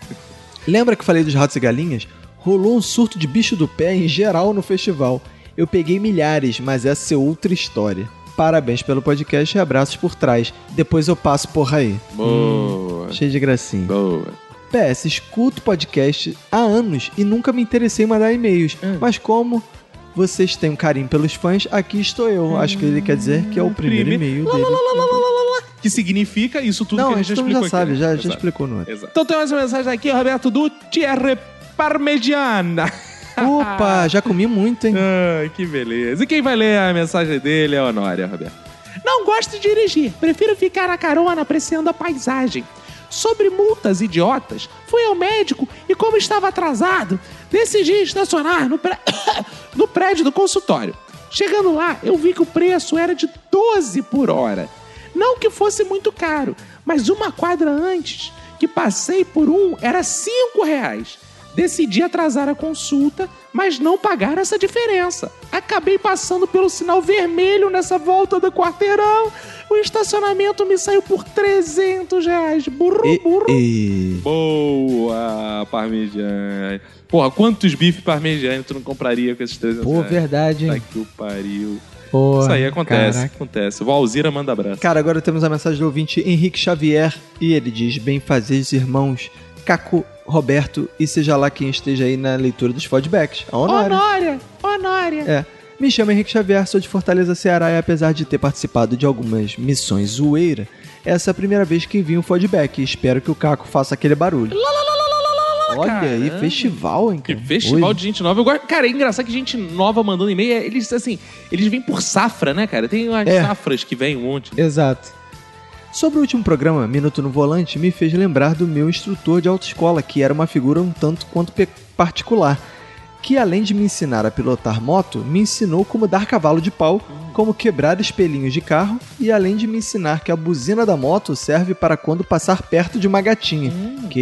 [SPEAKER 2] Lembra que eu falei dos ratos e galinhas? Rolou um surto de bicho do pé em geral no festival. Eu peguei milhares, mas essa é outra história. Parabéns pelo podcast e abraços por trás. Depois eu passo porra aí.
[SPEAKER 1] Boa.
[SPEAKER 2] cheio de gracinha.
[SPEAKER 1] Boa.
[SPEAKER 2] PS, escuto podcast há anos e nunca me interessei em mandar e-mails. Mas como vocês têm um carinho pelos fãs, aqui estou eu. Acho que ele quer dizer que é o primeiro e-mail dele.
[SPEAKER 1] Que significa isso tudo
[SPEAKER 2] Não,
[SPEAKER 1] que a
[SPEAKER 2] a
[SPEAKER 1] gente já
[SPEAKER 2] gente
[SPEAKER 1] explicou
[SPEAKER 2] já sabe,
[SPEAKER 1] aqui, né?
[SPEAKER 2] já, já
[SPEAKER 1] Exato.
[SPEAKER 2] explicou
[SPEAKER 1] [LAUGHS]
[SPEAKER 2] no outro.
[SPEAKER 1] Então tem mais uma mensagem
[SPEAKER 27] é
[SPEAKER 1] aqui, Roberto, do Thierry
[SPEAKER 27] [LAUGHS]
[SPEAKER 1] Parmegiana.
[SPEAKER 2] Opa, já comi muito, hein?
[SPEAKER 27] Ah,
[SPEAKER 1] Ai, que beleza. E quem vai ler a mensagem dele é a Honória, Roberto.
[SPEAKER 27] Não gosto de dirigir, prefiro ficar na carona apreciando a paisagem. Sobre multas idiotas, fui ao médico e, como estava atrasado, decidi [COUGHS] estacionar no, pré- no prédio do consultório. Chegando lá, eu vi que o preço era de R$
[SPEAKER 28] 12 por hora. Não que fosse muito caro, mas uma quadra antes, que passei por um, era 5 reais. Decidi atrasar a consulta, mas não pagar essa diferença. Acabei passando pelo sinal vermelho nessa volta do quarteirão. O estacionamento me saiu por 300 reais. Burro, burro.
[SPEAKER 1] Boa, parmegiana. Porra, quantos bifes parmegiana tu não compraria com esses 300
[SPEAKER 26] Pô,
[SPEAKER 1] reais?
[SPEAKER 26] verdade,
[SPEAKER 1] Tá
[SPEAKER 26] hein?
[SPEAKER 1] que o pariu.
[SPEAKER 26] Pô,
[SPEAKER 1] Isso aí acontece,
[SPEAKER 26] caraca.
[SPEAKER 1] acontece. Valzira manda abraço.
[SPEAKER 2] Cara, agora temos a mensagem do ouvinte Henrique Xavier e ele diz: Bem fazeres irmãos, Caco, Roberto e seja lá quem esteja aí na leitura dos feedbacks. A Honório.
[SPEAKER 28] Honória, Honória.
[SPEAKER 2] É. Me chamo Henrique Xavier, sou de Fortaleza, Ceará e apesar de ter participado de algumas missões zoeira, essa é a primeira vez que vi um feedback e espero que o Caco faça aquele barulho. Olha aí, festival, hein, cara?
[SPEAKER 1] Festival
[SPEAKER 2] Hoje.
[SPEAKER 1] de gente nova. Eu gosto... Cara, é engraçado que gente nova mandando e-mail, é- eles assim, eles vêm por safra, né, cara? Tem umas
[SPEAKER 2] É.
[SPEAKER 1] safras que vêm um monte.
[SPEAKER 2] Exato. Sobre o último programa, Minuto no Volante, me fez lembrar do meu instrutor de autoescola, que era uma figura um tanto quanto pe- particular, que além de me ensinar a pilotar moto, me ensinou como dar cavalo de pau, como quebrar espelhinhos de carro e além de me ensinar que a buzina da moto serve para quando passar perto de uma gatinha. Que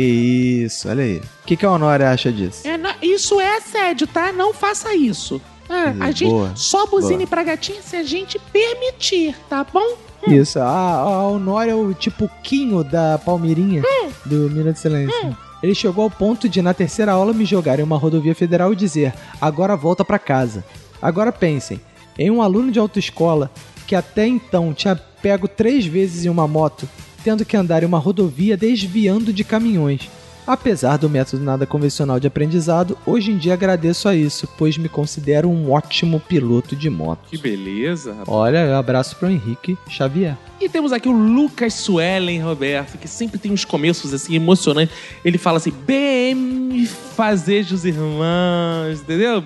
[SPEAKER 2] isso, olha aí. O que, que a Honora acha disso?
[SPEAKER 28] É, não- isso é assédio, tá? Não faça isso.
[SPEAKER 1] É,
[SPEAKER 28] Ah,
[SPEAKER 2] Hum,
[SPEAKER 28] a gente
[SPEAKER 2] boa,
[SPEAKER 28] só buzine
[SPEAKER 2] boa.
[SPEAKER 28] pra gatinha se a gente permitir, tá bom?
[SPEAKER 26] Isso, a, a Honório é o tipo Quinho da Palmeirinha,
[SPEAKER 28] É.
[SPEAKER 26] do Minuto de Silêncio.
[SPEAKER 28] Hum.
[SPEAKER 26] Ele chegou ao ponto de, na terceira aula, me jogar em uma rodovia federal e dizer: agora volta pra casa. Agora pensem, em um aluno de autoescola que até então tinha pego três vezes em uma moto, tendo que andar em uma rodovia desviando de caminhões. Apesar do método nada convencional de aprendizado, hoje
[SPEAKER 2] Um
[SPEAKER 26] em dia agradeço a isso, pois me considero um ótimo piloto de moto.
[SPEAKER 1] Que beleza, rapaz.
[SPEAKER 26] Olha, um abraço pro Henrique Xavier.
[SPEAKER 1] E temos aqui o Lucas Suelen Roberto, que sempre tem uns começos assim emocionantes. Ele fala assim: BM fazejos irmãos, entendeu?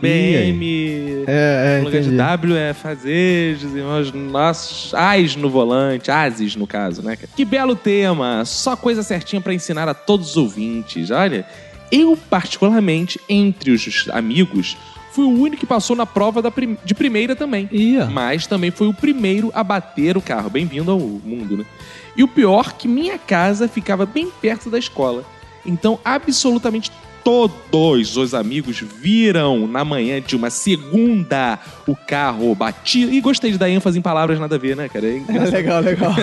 [SPEAKER 1] BM.
[SPEAKER 26] É, é,
[SPEAKER 1] no lugar de
[SPEAKER 26] entendi.
[SPEAKER 1] W é fazejos irmãos, nossos as no volante, ases no caso, né? cara? Que belo tema, só coisa certinha pra ensinar a todos os ouvintes. Olha, eu particularmente entre os amigos fui o único que passou na prova da prim- de primeira também. Mas também foi o primeiro a bater o carro. Bem-vindo ao mundo, né? E o pior que minha casa ficava bem perto da escola. Então, absolutamente todos os amigos viram na manhã de uma segunda o carro batido. E gostei de dar ênfase em palavras nada a ver, né, cara? É
[SPEAKER 26] [LAUGHS]
[SPEAKER 1] engraçado.
[SPEAKER 26] legal, legal.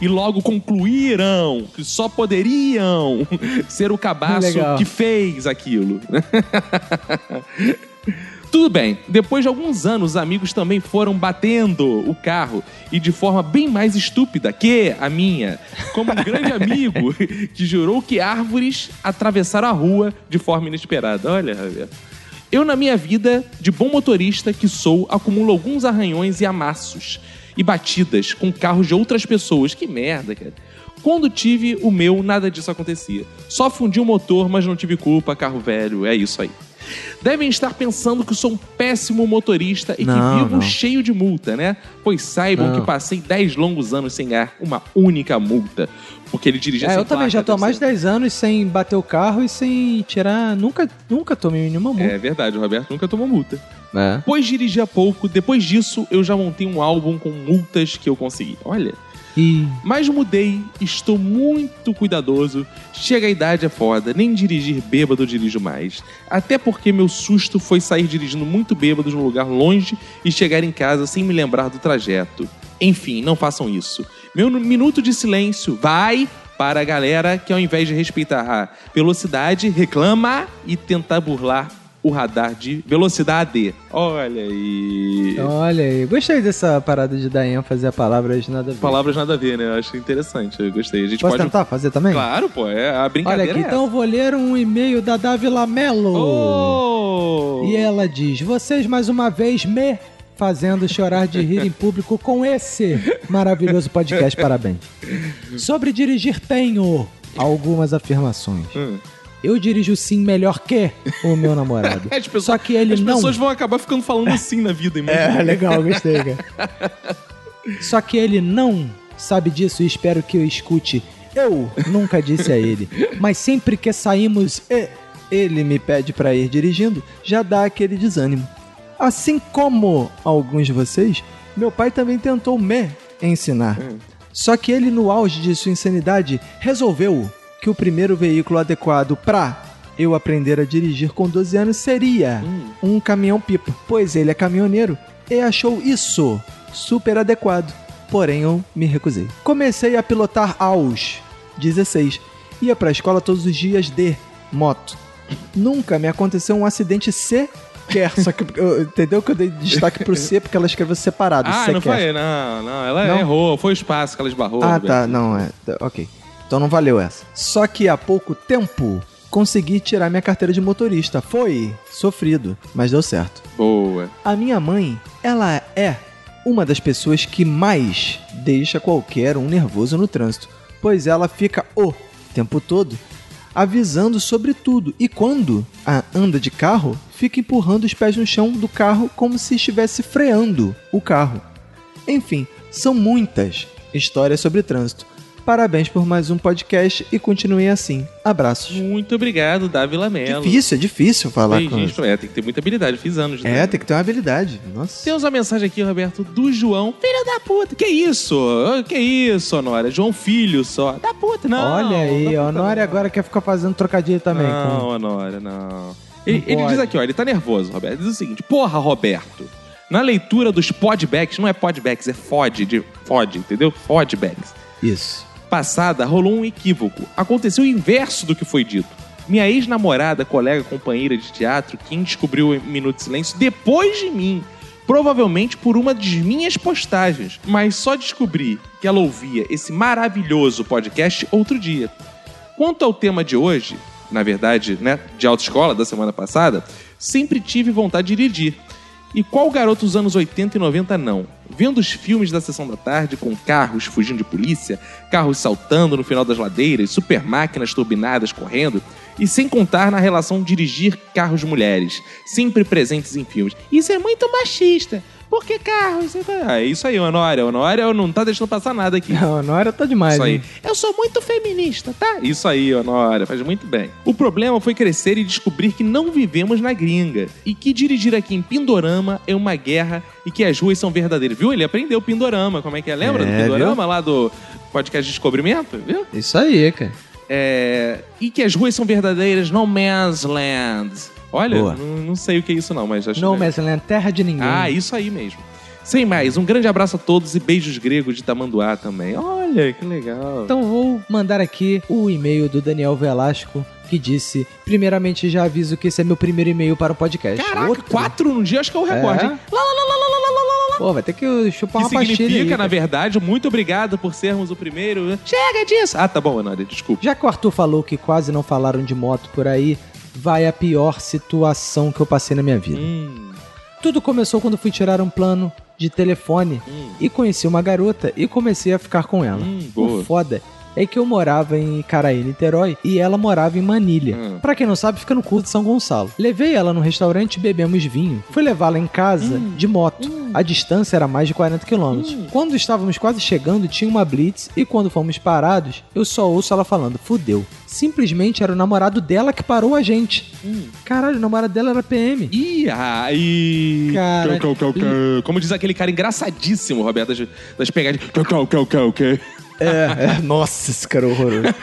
[SPEAKER 1] e logo concluíram que só poderiam [LAUGHS] ser o cabaço
[SPEAKER 26] Legal.
[SPEAKER 1] que fez aquilo. Tudo bem, depois de alguns anos, os amigos também foram batendo o carro e de forma bem mais estúpida que a minha. Como um grande amigo que jurou que árvores atravessaram a rua de forma inesperada. Olha, Javier. Eu, na minha vida, de bom motorista que sou, acumulo alguns arranhões e amassos e batidas com carros de outras pessoas. Que merda, cara. Quando tive o meu, nada disso acontecia. Só fundi o motor, mas não tive culpa, carro velho, é isso aí. Devem estar pensando que sou um péssimo motorista e
[SPEAKER 2] Não,
[SPEAKER 1] que vivo
[SPEAKER 2] não.
[SPEAKER 1] cheio de multa, né? Pois saibam
[SPEAKER 26] Não.
[SPEAKER 1] que passei 10 longos anos sem ganhar uma única multa. Porque ele dirigia
[SPEAKER 26] É,
[SPEAKER 1] sem
[SPEAKER 26] eu também
[SPEAKER 1] placa,
[SPEAKER 26] já tô há
[SPEAKER 1] tá
[SPEAKER 26] mais de 10 anos sem bater o carro e sem tirar. Nunca, nunca tomei nenhuma multa.
[SPEAKER 1] É verdade, o Roberto nunca tomou multa.
[SPEAKER 26] É.
[SPEAKER 1] Pois dirigi há pouco, depois disso eu já montei um álbum com multas que eu consegui. Olha. Mas mudei, estou muito cuidadoso. Chega a idade é foda, nem dirigir bêbado eu dirijo mais. Até porque meu susto foi sair dirigindo muito bêbado de um lugar longe e chegar em casa sem me lembrar do trajeto. Enfim, não façam isso. Meu minuto de silêncio vai para a galera que, ao invés de respeitar a velocidade, reclama e tentar burlar o radar de velocidade. Olha aí.
[SPEAKER 26] Então, Olha aí, gostei dessa parada de dar ênfase a palavras nada a ver.
[SPEAKER 1] Palavras nada a ver, né? Eu acho interessante. Eu gostei. A gente
[SPEAKER 26] Posso
[SPEAKER 1] pode.
[SPEAKER 26] tentar fazer também?
[SPEAKER 1] Claro, pô. É a
[SPEAKER 26] Olha
[SPEAKER 1] brincadeira.
[SPEAKER 26] aqui,
[SPEAKER 1] é
[SPEAKER 26] então eu vou ler um e-mail da Davi Lamelo.
[SPEAKER 1] Oh!
[SPEAKER 26] E é ela diz: Vocês mais uma vez me fazendo chorar de rir em público com esse maravilhoso podcast, parabéns. Sobre dirigir, tenho algumas afirmações.
[SPEAKER 1] Hum.
[SPEAKER 26] Eu dirijo sim melhor que o meu namorado.
[SPEAKER 1] [LAUGHS] É, As pessoas,
[SPEAKER 26] Só que ele
[SPEAKER 1] as
[SPEAKER 26] não.
[SPEAKER 1] pessoas vão acabar ficando falando assim na vida, imagina.
[SPEAKER 26] [LAUGHS] É, legal, gostei, cara. Só que ele não sabe disso e espero que eu escute. Eu nunca disse a
[SPEAKER 1] [LAUGHS]
[SPEAKER 26] ele, mas sempre que saímos e
[SPEAKER 2] ele me pede pra ir dirigindo, já dá aquele desânimo. Assim como alguns de vocês, meu pai também tentou me ensinar. Só que ele, no auge de sua insanidade, resolveu que o primeiro veículo adequado pra eu aprender a dirigir com 12 anos seria
[SPEAKER 1] Hum.
[SPEAKER 2] um caminhão-pipa, pois ele é caminhoneiro e achou isso super adequado. Porém, eu me recusei. Comecei a pilotar aos 16. Ia pra escola todos os dias de moto. Nunca me aconteceu um acidente sequer. Só que, eu- entendeu que eu dei destaque pro C porque ela escreveu separado.
[SPEAKER 1] Ah,
[SPEAKER 2] sequer.
[SPEAKER 1] não foi, não, não. Ela
[SPEAKER 2] Não?
[SPEAKER 1] errou, foi o espaço que ela esbarrou.
[SPEAKER 2] Ah,
[SPEAKER 1] Roberto.
[SPEAKER 2] tá. Não, é. tá, Ok. Então não valeu essa. Só que há pouco tempo consegui tirar minha carteira de motorista. Foi sofrido, mas deu certo.
[SPEAKER 1] Boa.
[SPEAKER 2] A minha mãe, ela é uma das pessoas que mais deixa qualquer um nervoso no trânsito, pois ela fica o tempo todo avisando sobre tudo e quando a anda de carro, fica empurrando os pés no chão do carro como se estivesse freando o carro. Enfim, são muitas histórias sobre trânsito. Parabéns por mais um podcast e continuem assim. Abraços.
[SPEAKER 1] Muito obrigado, Davi Lamelo.
[SPEAKER 2] Difícil, é difícil falar com
[SPEAKER 1] Registro, é, tem que ter muita habilidade, fiz anos. né?
[SPEAKER 2] É, tem que ter uma habilidade. Nossa.
[SPEAKER 1] Temos uma mensagem aqui, Roberto, do João. Filho da puta. Que isso? Ah, Que isso, Honora? João Filho só. Da puta, não.
[SPEAKER 2] Olha aí, a Honória agora quer ficar fazendo trocadilho também.
[SPEAKER 1] Não,
[SPEAKER 2] com-
[SPEAKER 1] Honora, não. Ele, ele
[SPEAKER 2] pode.
[SPEAKER 1] diz aqui, ó, ele tá nervoso, Roberto. Ele diz o seguinte: Porra, Roberto, na leitura dos podbacks, não é podbacks, é fod, de fod, entendeu? Fodbacks.
[SPEAKER 2] Isso.
[SPEAKER 1] Passada, rolou um equívoco. Aconteceu o inverso do que foi dito. Minha ex-namorada, colega, companheira de teatro, quem descobriu o Minuto de Silêncio depois de mim, provavelmente por uma das minhas postagens, mas só descobri que ela ouvia esse maravilhoso podcast outro dia. Quanto ao tema de hoje, na verdade, né, de autoescola da semana passada, sempre tive vontade de dirigir. E qual garoto dos anos 80 e 90 não? Vendo os filmes da sessão da tarde com carros fugindo de polícia, carros saltando no final das ladeiras, super máquinas turbinadas correndo, e sem contar na relação dirigir carros mulheres, sempre presentes em filmes. Isso é muito machista. Por que carros? Ah, é isso aí, Honória. Honória não tá deixando passar nada aqui.
[SPEAKER 2] A Honória tá demais.
[SPEAKER 1] Isso aí.
[SPEAKER 2] hein?
[SPEAKER 1] Eu sou muito feminista, tá? Isso aí, Honora, faz muito bem. O problema foi crescer e descobrir que não vivemos na gringa. E que dirigir aqui em Pindorama é uma guerra e que as ruas são verdadeiras. Viu? Ele aprendeu Pindorama, como é que é? Lembra do
[SPEAKER 2] É,
[SPEAKER 1] Pindorama lá do podcast Descobrimento? Viu?
[SPEAKER 2] Isso aí, cara.
[SPEAKER 1] É... E que as ruas são verdadeiras no man's land. Olha,
[SPEAKER 2] Boa.
[SPEAKER 1] não, não sei o que é isso não, mas acho
[SPEAKER 2] No
[SPEAKER 1] legal.
[SPEAKER 2] Man's Land, terra de ninguém.
[SPEAKER 1] Ah, isso aí mesmo. Sem mais, um grande abraço a todos e beijos gregos de Tamanduá também. Olha, que legal.
[SPEAKER 2] Então vou mandar aqui o e-mail do Daniel Velasco, que disse: Primeiramente, já aviso que esse é meu primeiro e-mail para o podcast.
[SPEAKER 1] Caraca,
[SPEAKER 2] Outro. né?
[SPEAKER 1] quatro num dia acho que é o recorde,
[SPEAKER 2] É?
[SPEAKER 1] hein? Lá, lá, lá, lá, lá, lá, lá, lá, lá.
[SPEAKER 2] Pô, vai ter que chupar
[SPEAKER 1] Que
[SPEAKER 2] uma pastilha. aí,
[SPEAKER 1] significa, né?
[SPEAKER 2] cara.
[SPEAKER 1] na verdade, muito obrigado por sermos o primeiro. Chega disso! Ah, tá bom, Ananda, desculpa.
[SPEAKER 2] Já que o Arthur falou que quase não falaram de moto por aí, vai a pior situação que eu passei na minha vida.
[SPEAKER 1] Hum,
[SPEAKER 2] Tudo começou quando fui tirar um plano de telefone
[SPEAKER 1] Hum.
[SPEAKER 2] e conheci uma garota e comecei a ficar com ela.
[SPEAKER 1] boa.
[SPEAKER 2] o foda é que eu morava em Caraí, Niterói, e ela morava em Manilha. Pra quem não sabe, fica no curto de São Gonçalo. Levei ela num restaurante e bebemos vinho. Fui levá-la em casa de moto. A distância era mais de 40 quilômetros. Quando estávamos quase chegando, tinha uma blitz e quando fomos parados, eu só ouço ela falando, fudeu. Simplesmente era o namorado dela que parou a gente. Caralho, o namorado dela era PM.
[SPEAKER 1] Ih, aí.
[SPEAKER 2] Cara.
[SPEAKER 1] Cau, cau, cau, cau. Como diz aquele cara engraçadíssimo, Roberto, das, das pegadinhas. Cau, cau, cau, cau, cau.
[SPEAKER 2] [LAUGHS] É, é, nossa, esse cara é
[SPEAKER 1] [LAUGHS]
[SPEAKER 2] horroroso.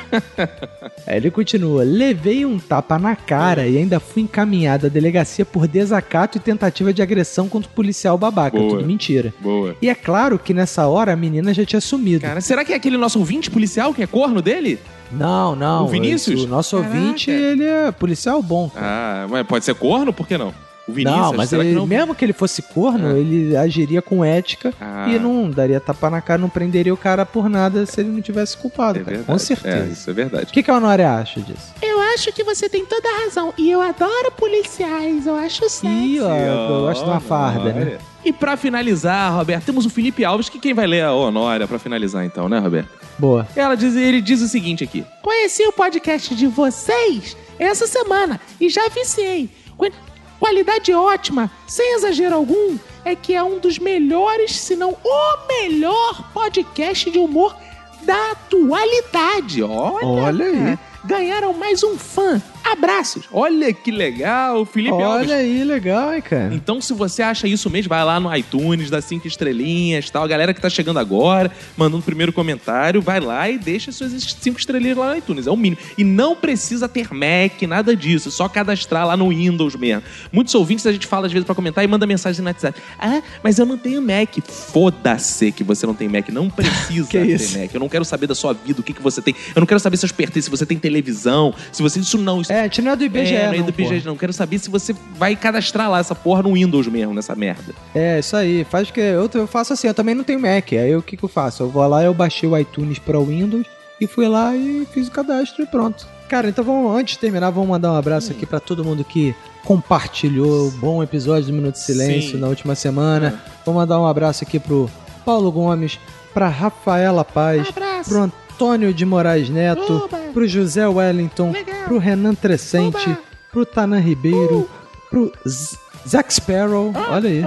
[SPEAKER 2] Aí ele continua: levei um tapa na
[SPEAKER 1] É.
[SPEAKER 2] cara e ainda fui encaminhado à delegacia por desacato e tentativa de agressão contra o policial babaca.
[SPEAKER 1] Boa.
[SPEAKER 2] Tudo mentira.
[SPEAKER 1] Boa.
[SPEAKER 2] E é claro que nessa hora a menina já tinha sumido.
[SPEAKER 1] Cara, será que é aquele nosso ouvinte policial que é corno dele?
[SPEAKER 2] Não, não.
[SPEAKER 1] O Vinícius?
[SPEAKER 2] esse- O nosso ouvinte, ele é policial bom.
[SPEAKER 1] Ah, mas pode ser corno? Por que não? O Vinícius,
[SPEAKER 2] não, mas
[SPEAKER 1] será
[SPEAKER 2] ele-
[SPEAKER 1] que não?
[SPEAKER 2] mesmo que ele fosse corno, ele agiria com ética
[SPEAKER 1] É. Ah.
[SPEAKER 2] e não daria tapa na cara, não prenderia o cara por nada se ele não tivesse culpado. cara, com
[SPEAKER 1] É,
[SPEAKER 2] certeza.
[SPEAKER 1] isso é verdade.
[SPEAKER 2] O que, que a Honória acha disso?
[SPEAKER 26] Eu acho que você tem toda a razão. E eu adoro policiais, eu acho sexy.
[SPEAKER 2] Ih, ó, eu gosto de uma farda, né?
[SPEAKER 1] E pra finalizar, Roberto, temos o Felipe Alves, que quem vai ler é a Honória pra finalizar então, né, Roberto?
[SPEAKER 2] Boa.
[SPEAKER 1] Ela diz, ele diz o seguinte aqui.
[SPEAKER 26] Conheci o podcast de vocês essa semana e já viciei. Qua- Qualidade ótima, sem exagero algum, é que é um dos melhores, se não o melhor podcast de humor da atualidade. Olha,
[SPEAKER 2] Olha aí.
[SPEAKER 26] Ganharam mais um fã,
[SPEAKER 1] Abraços. Olha que legal, Felipe Alves.
[SPEAKER 26] Olha aí, legal, hein, cara.
[SPEAKER 1] Então, se você acha isso mesmo, vai lá no iTunes, dá cinco estrelinhas tal. A galera que tá chegando agora, mandando o primeiro comentário, vai lá e deixa suas cinco estrelinhas lá no iTunes. É o mínimo. E não precisa ter Mac, nada disso. É só cadastrar lá no Windows mesmo. Muitos ouvintes a gente fala às vezes pra comentar e manda mensagem no WhatsApp. Ah, mas eu não tenho Mac. Foda-se que você não tem Mac. Não precisa
[SPEAKER 26] [LAUGHS] Que
[SPEAKER 1] ter
[SPEAKER 26] isso?
[SPEAKER 1] Mac. Eu não quero saber da sua vida, o que, que você tem. Eu não quero saber seus pertences, se você tem televisão, se você. Isso não. Isso...
[SPEAKER 26] É, a gente não é do IBGE,
[SPEAKER 1] É, não é
[SPEAKER 26] não,
[SPEAKER 1] do
[SPEAKER 26] pô.
[SPEAKER 1] IBGE, não. Quero saber se você vai cadastrar lá essa porra no Windows mesmo, nessa merda.
[SPEAKER 26] É, isso aí. Faz que eu, eu faço assim, eu também não tenho Mac. Aí o que, que eu faço? Eu vou lá, eu baixei o iTunes para o Windows e fui lá e fiz o cadastro e pronto. Cara, então vamos, antes de terminar, vamos mandar um abraço aqui para todo mundo que compartilhou o bom episódio do Minuto de Silêncio
[SPEAKER 1] Sim.
[SPEAKER 26] na última semana. Vamos mandar um abraço aqui pro Paulo Gomes, pra Rafaela Paz, pro Antônio de Moraes Neto, pro José Wellington, pro Renan Trescente, pro Tanan Ribeiro, pro Z- Zack Sparrow,
[SPEAKER 2] Ah,
[SPEAKER 26] olha aí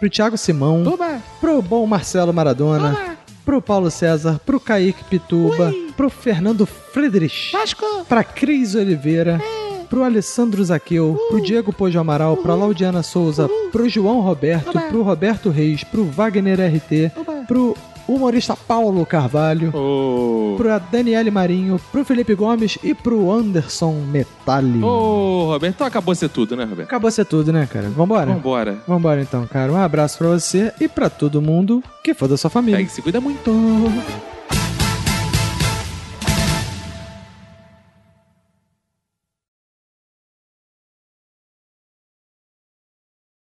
[SPEAKER 26] pro Thiago Simão, pro bom Marcelo Maradona, pro Paulo César, pro Kaique Pituba, pro Fernando Friedrich, pra Cris Oliveira, pro Alessandro Zaqueu, pro Diego Pojo Amaral, pra Laudiana Souza, pro João Roberto, pro Roberto Reis, pro Wagner RT, pro humorista Paulo Carvalho, pro Daniele Marinho, pro Felipe Gomes e pro Anderson Metalli.
[SPEAKER 1] Ô, Roberto, então acabou ser tudo, né, Roberto?
[SPEAKER 26] Acabou ser tudo, né, cara? Vambora?
[SPEAKER 1] Vambora.
[SPEAKER 26] Vambora então, cara. Um abraço pra você e pra todo mundo que for da sua família.
[SPEAKER 1] Pega e se cuida muito.
[SPEAKER 26] Então...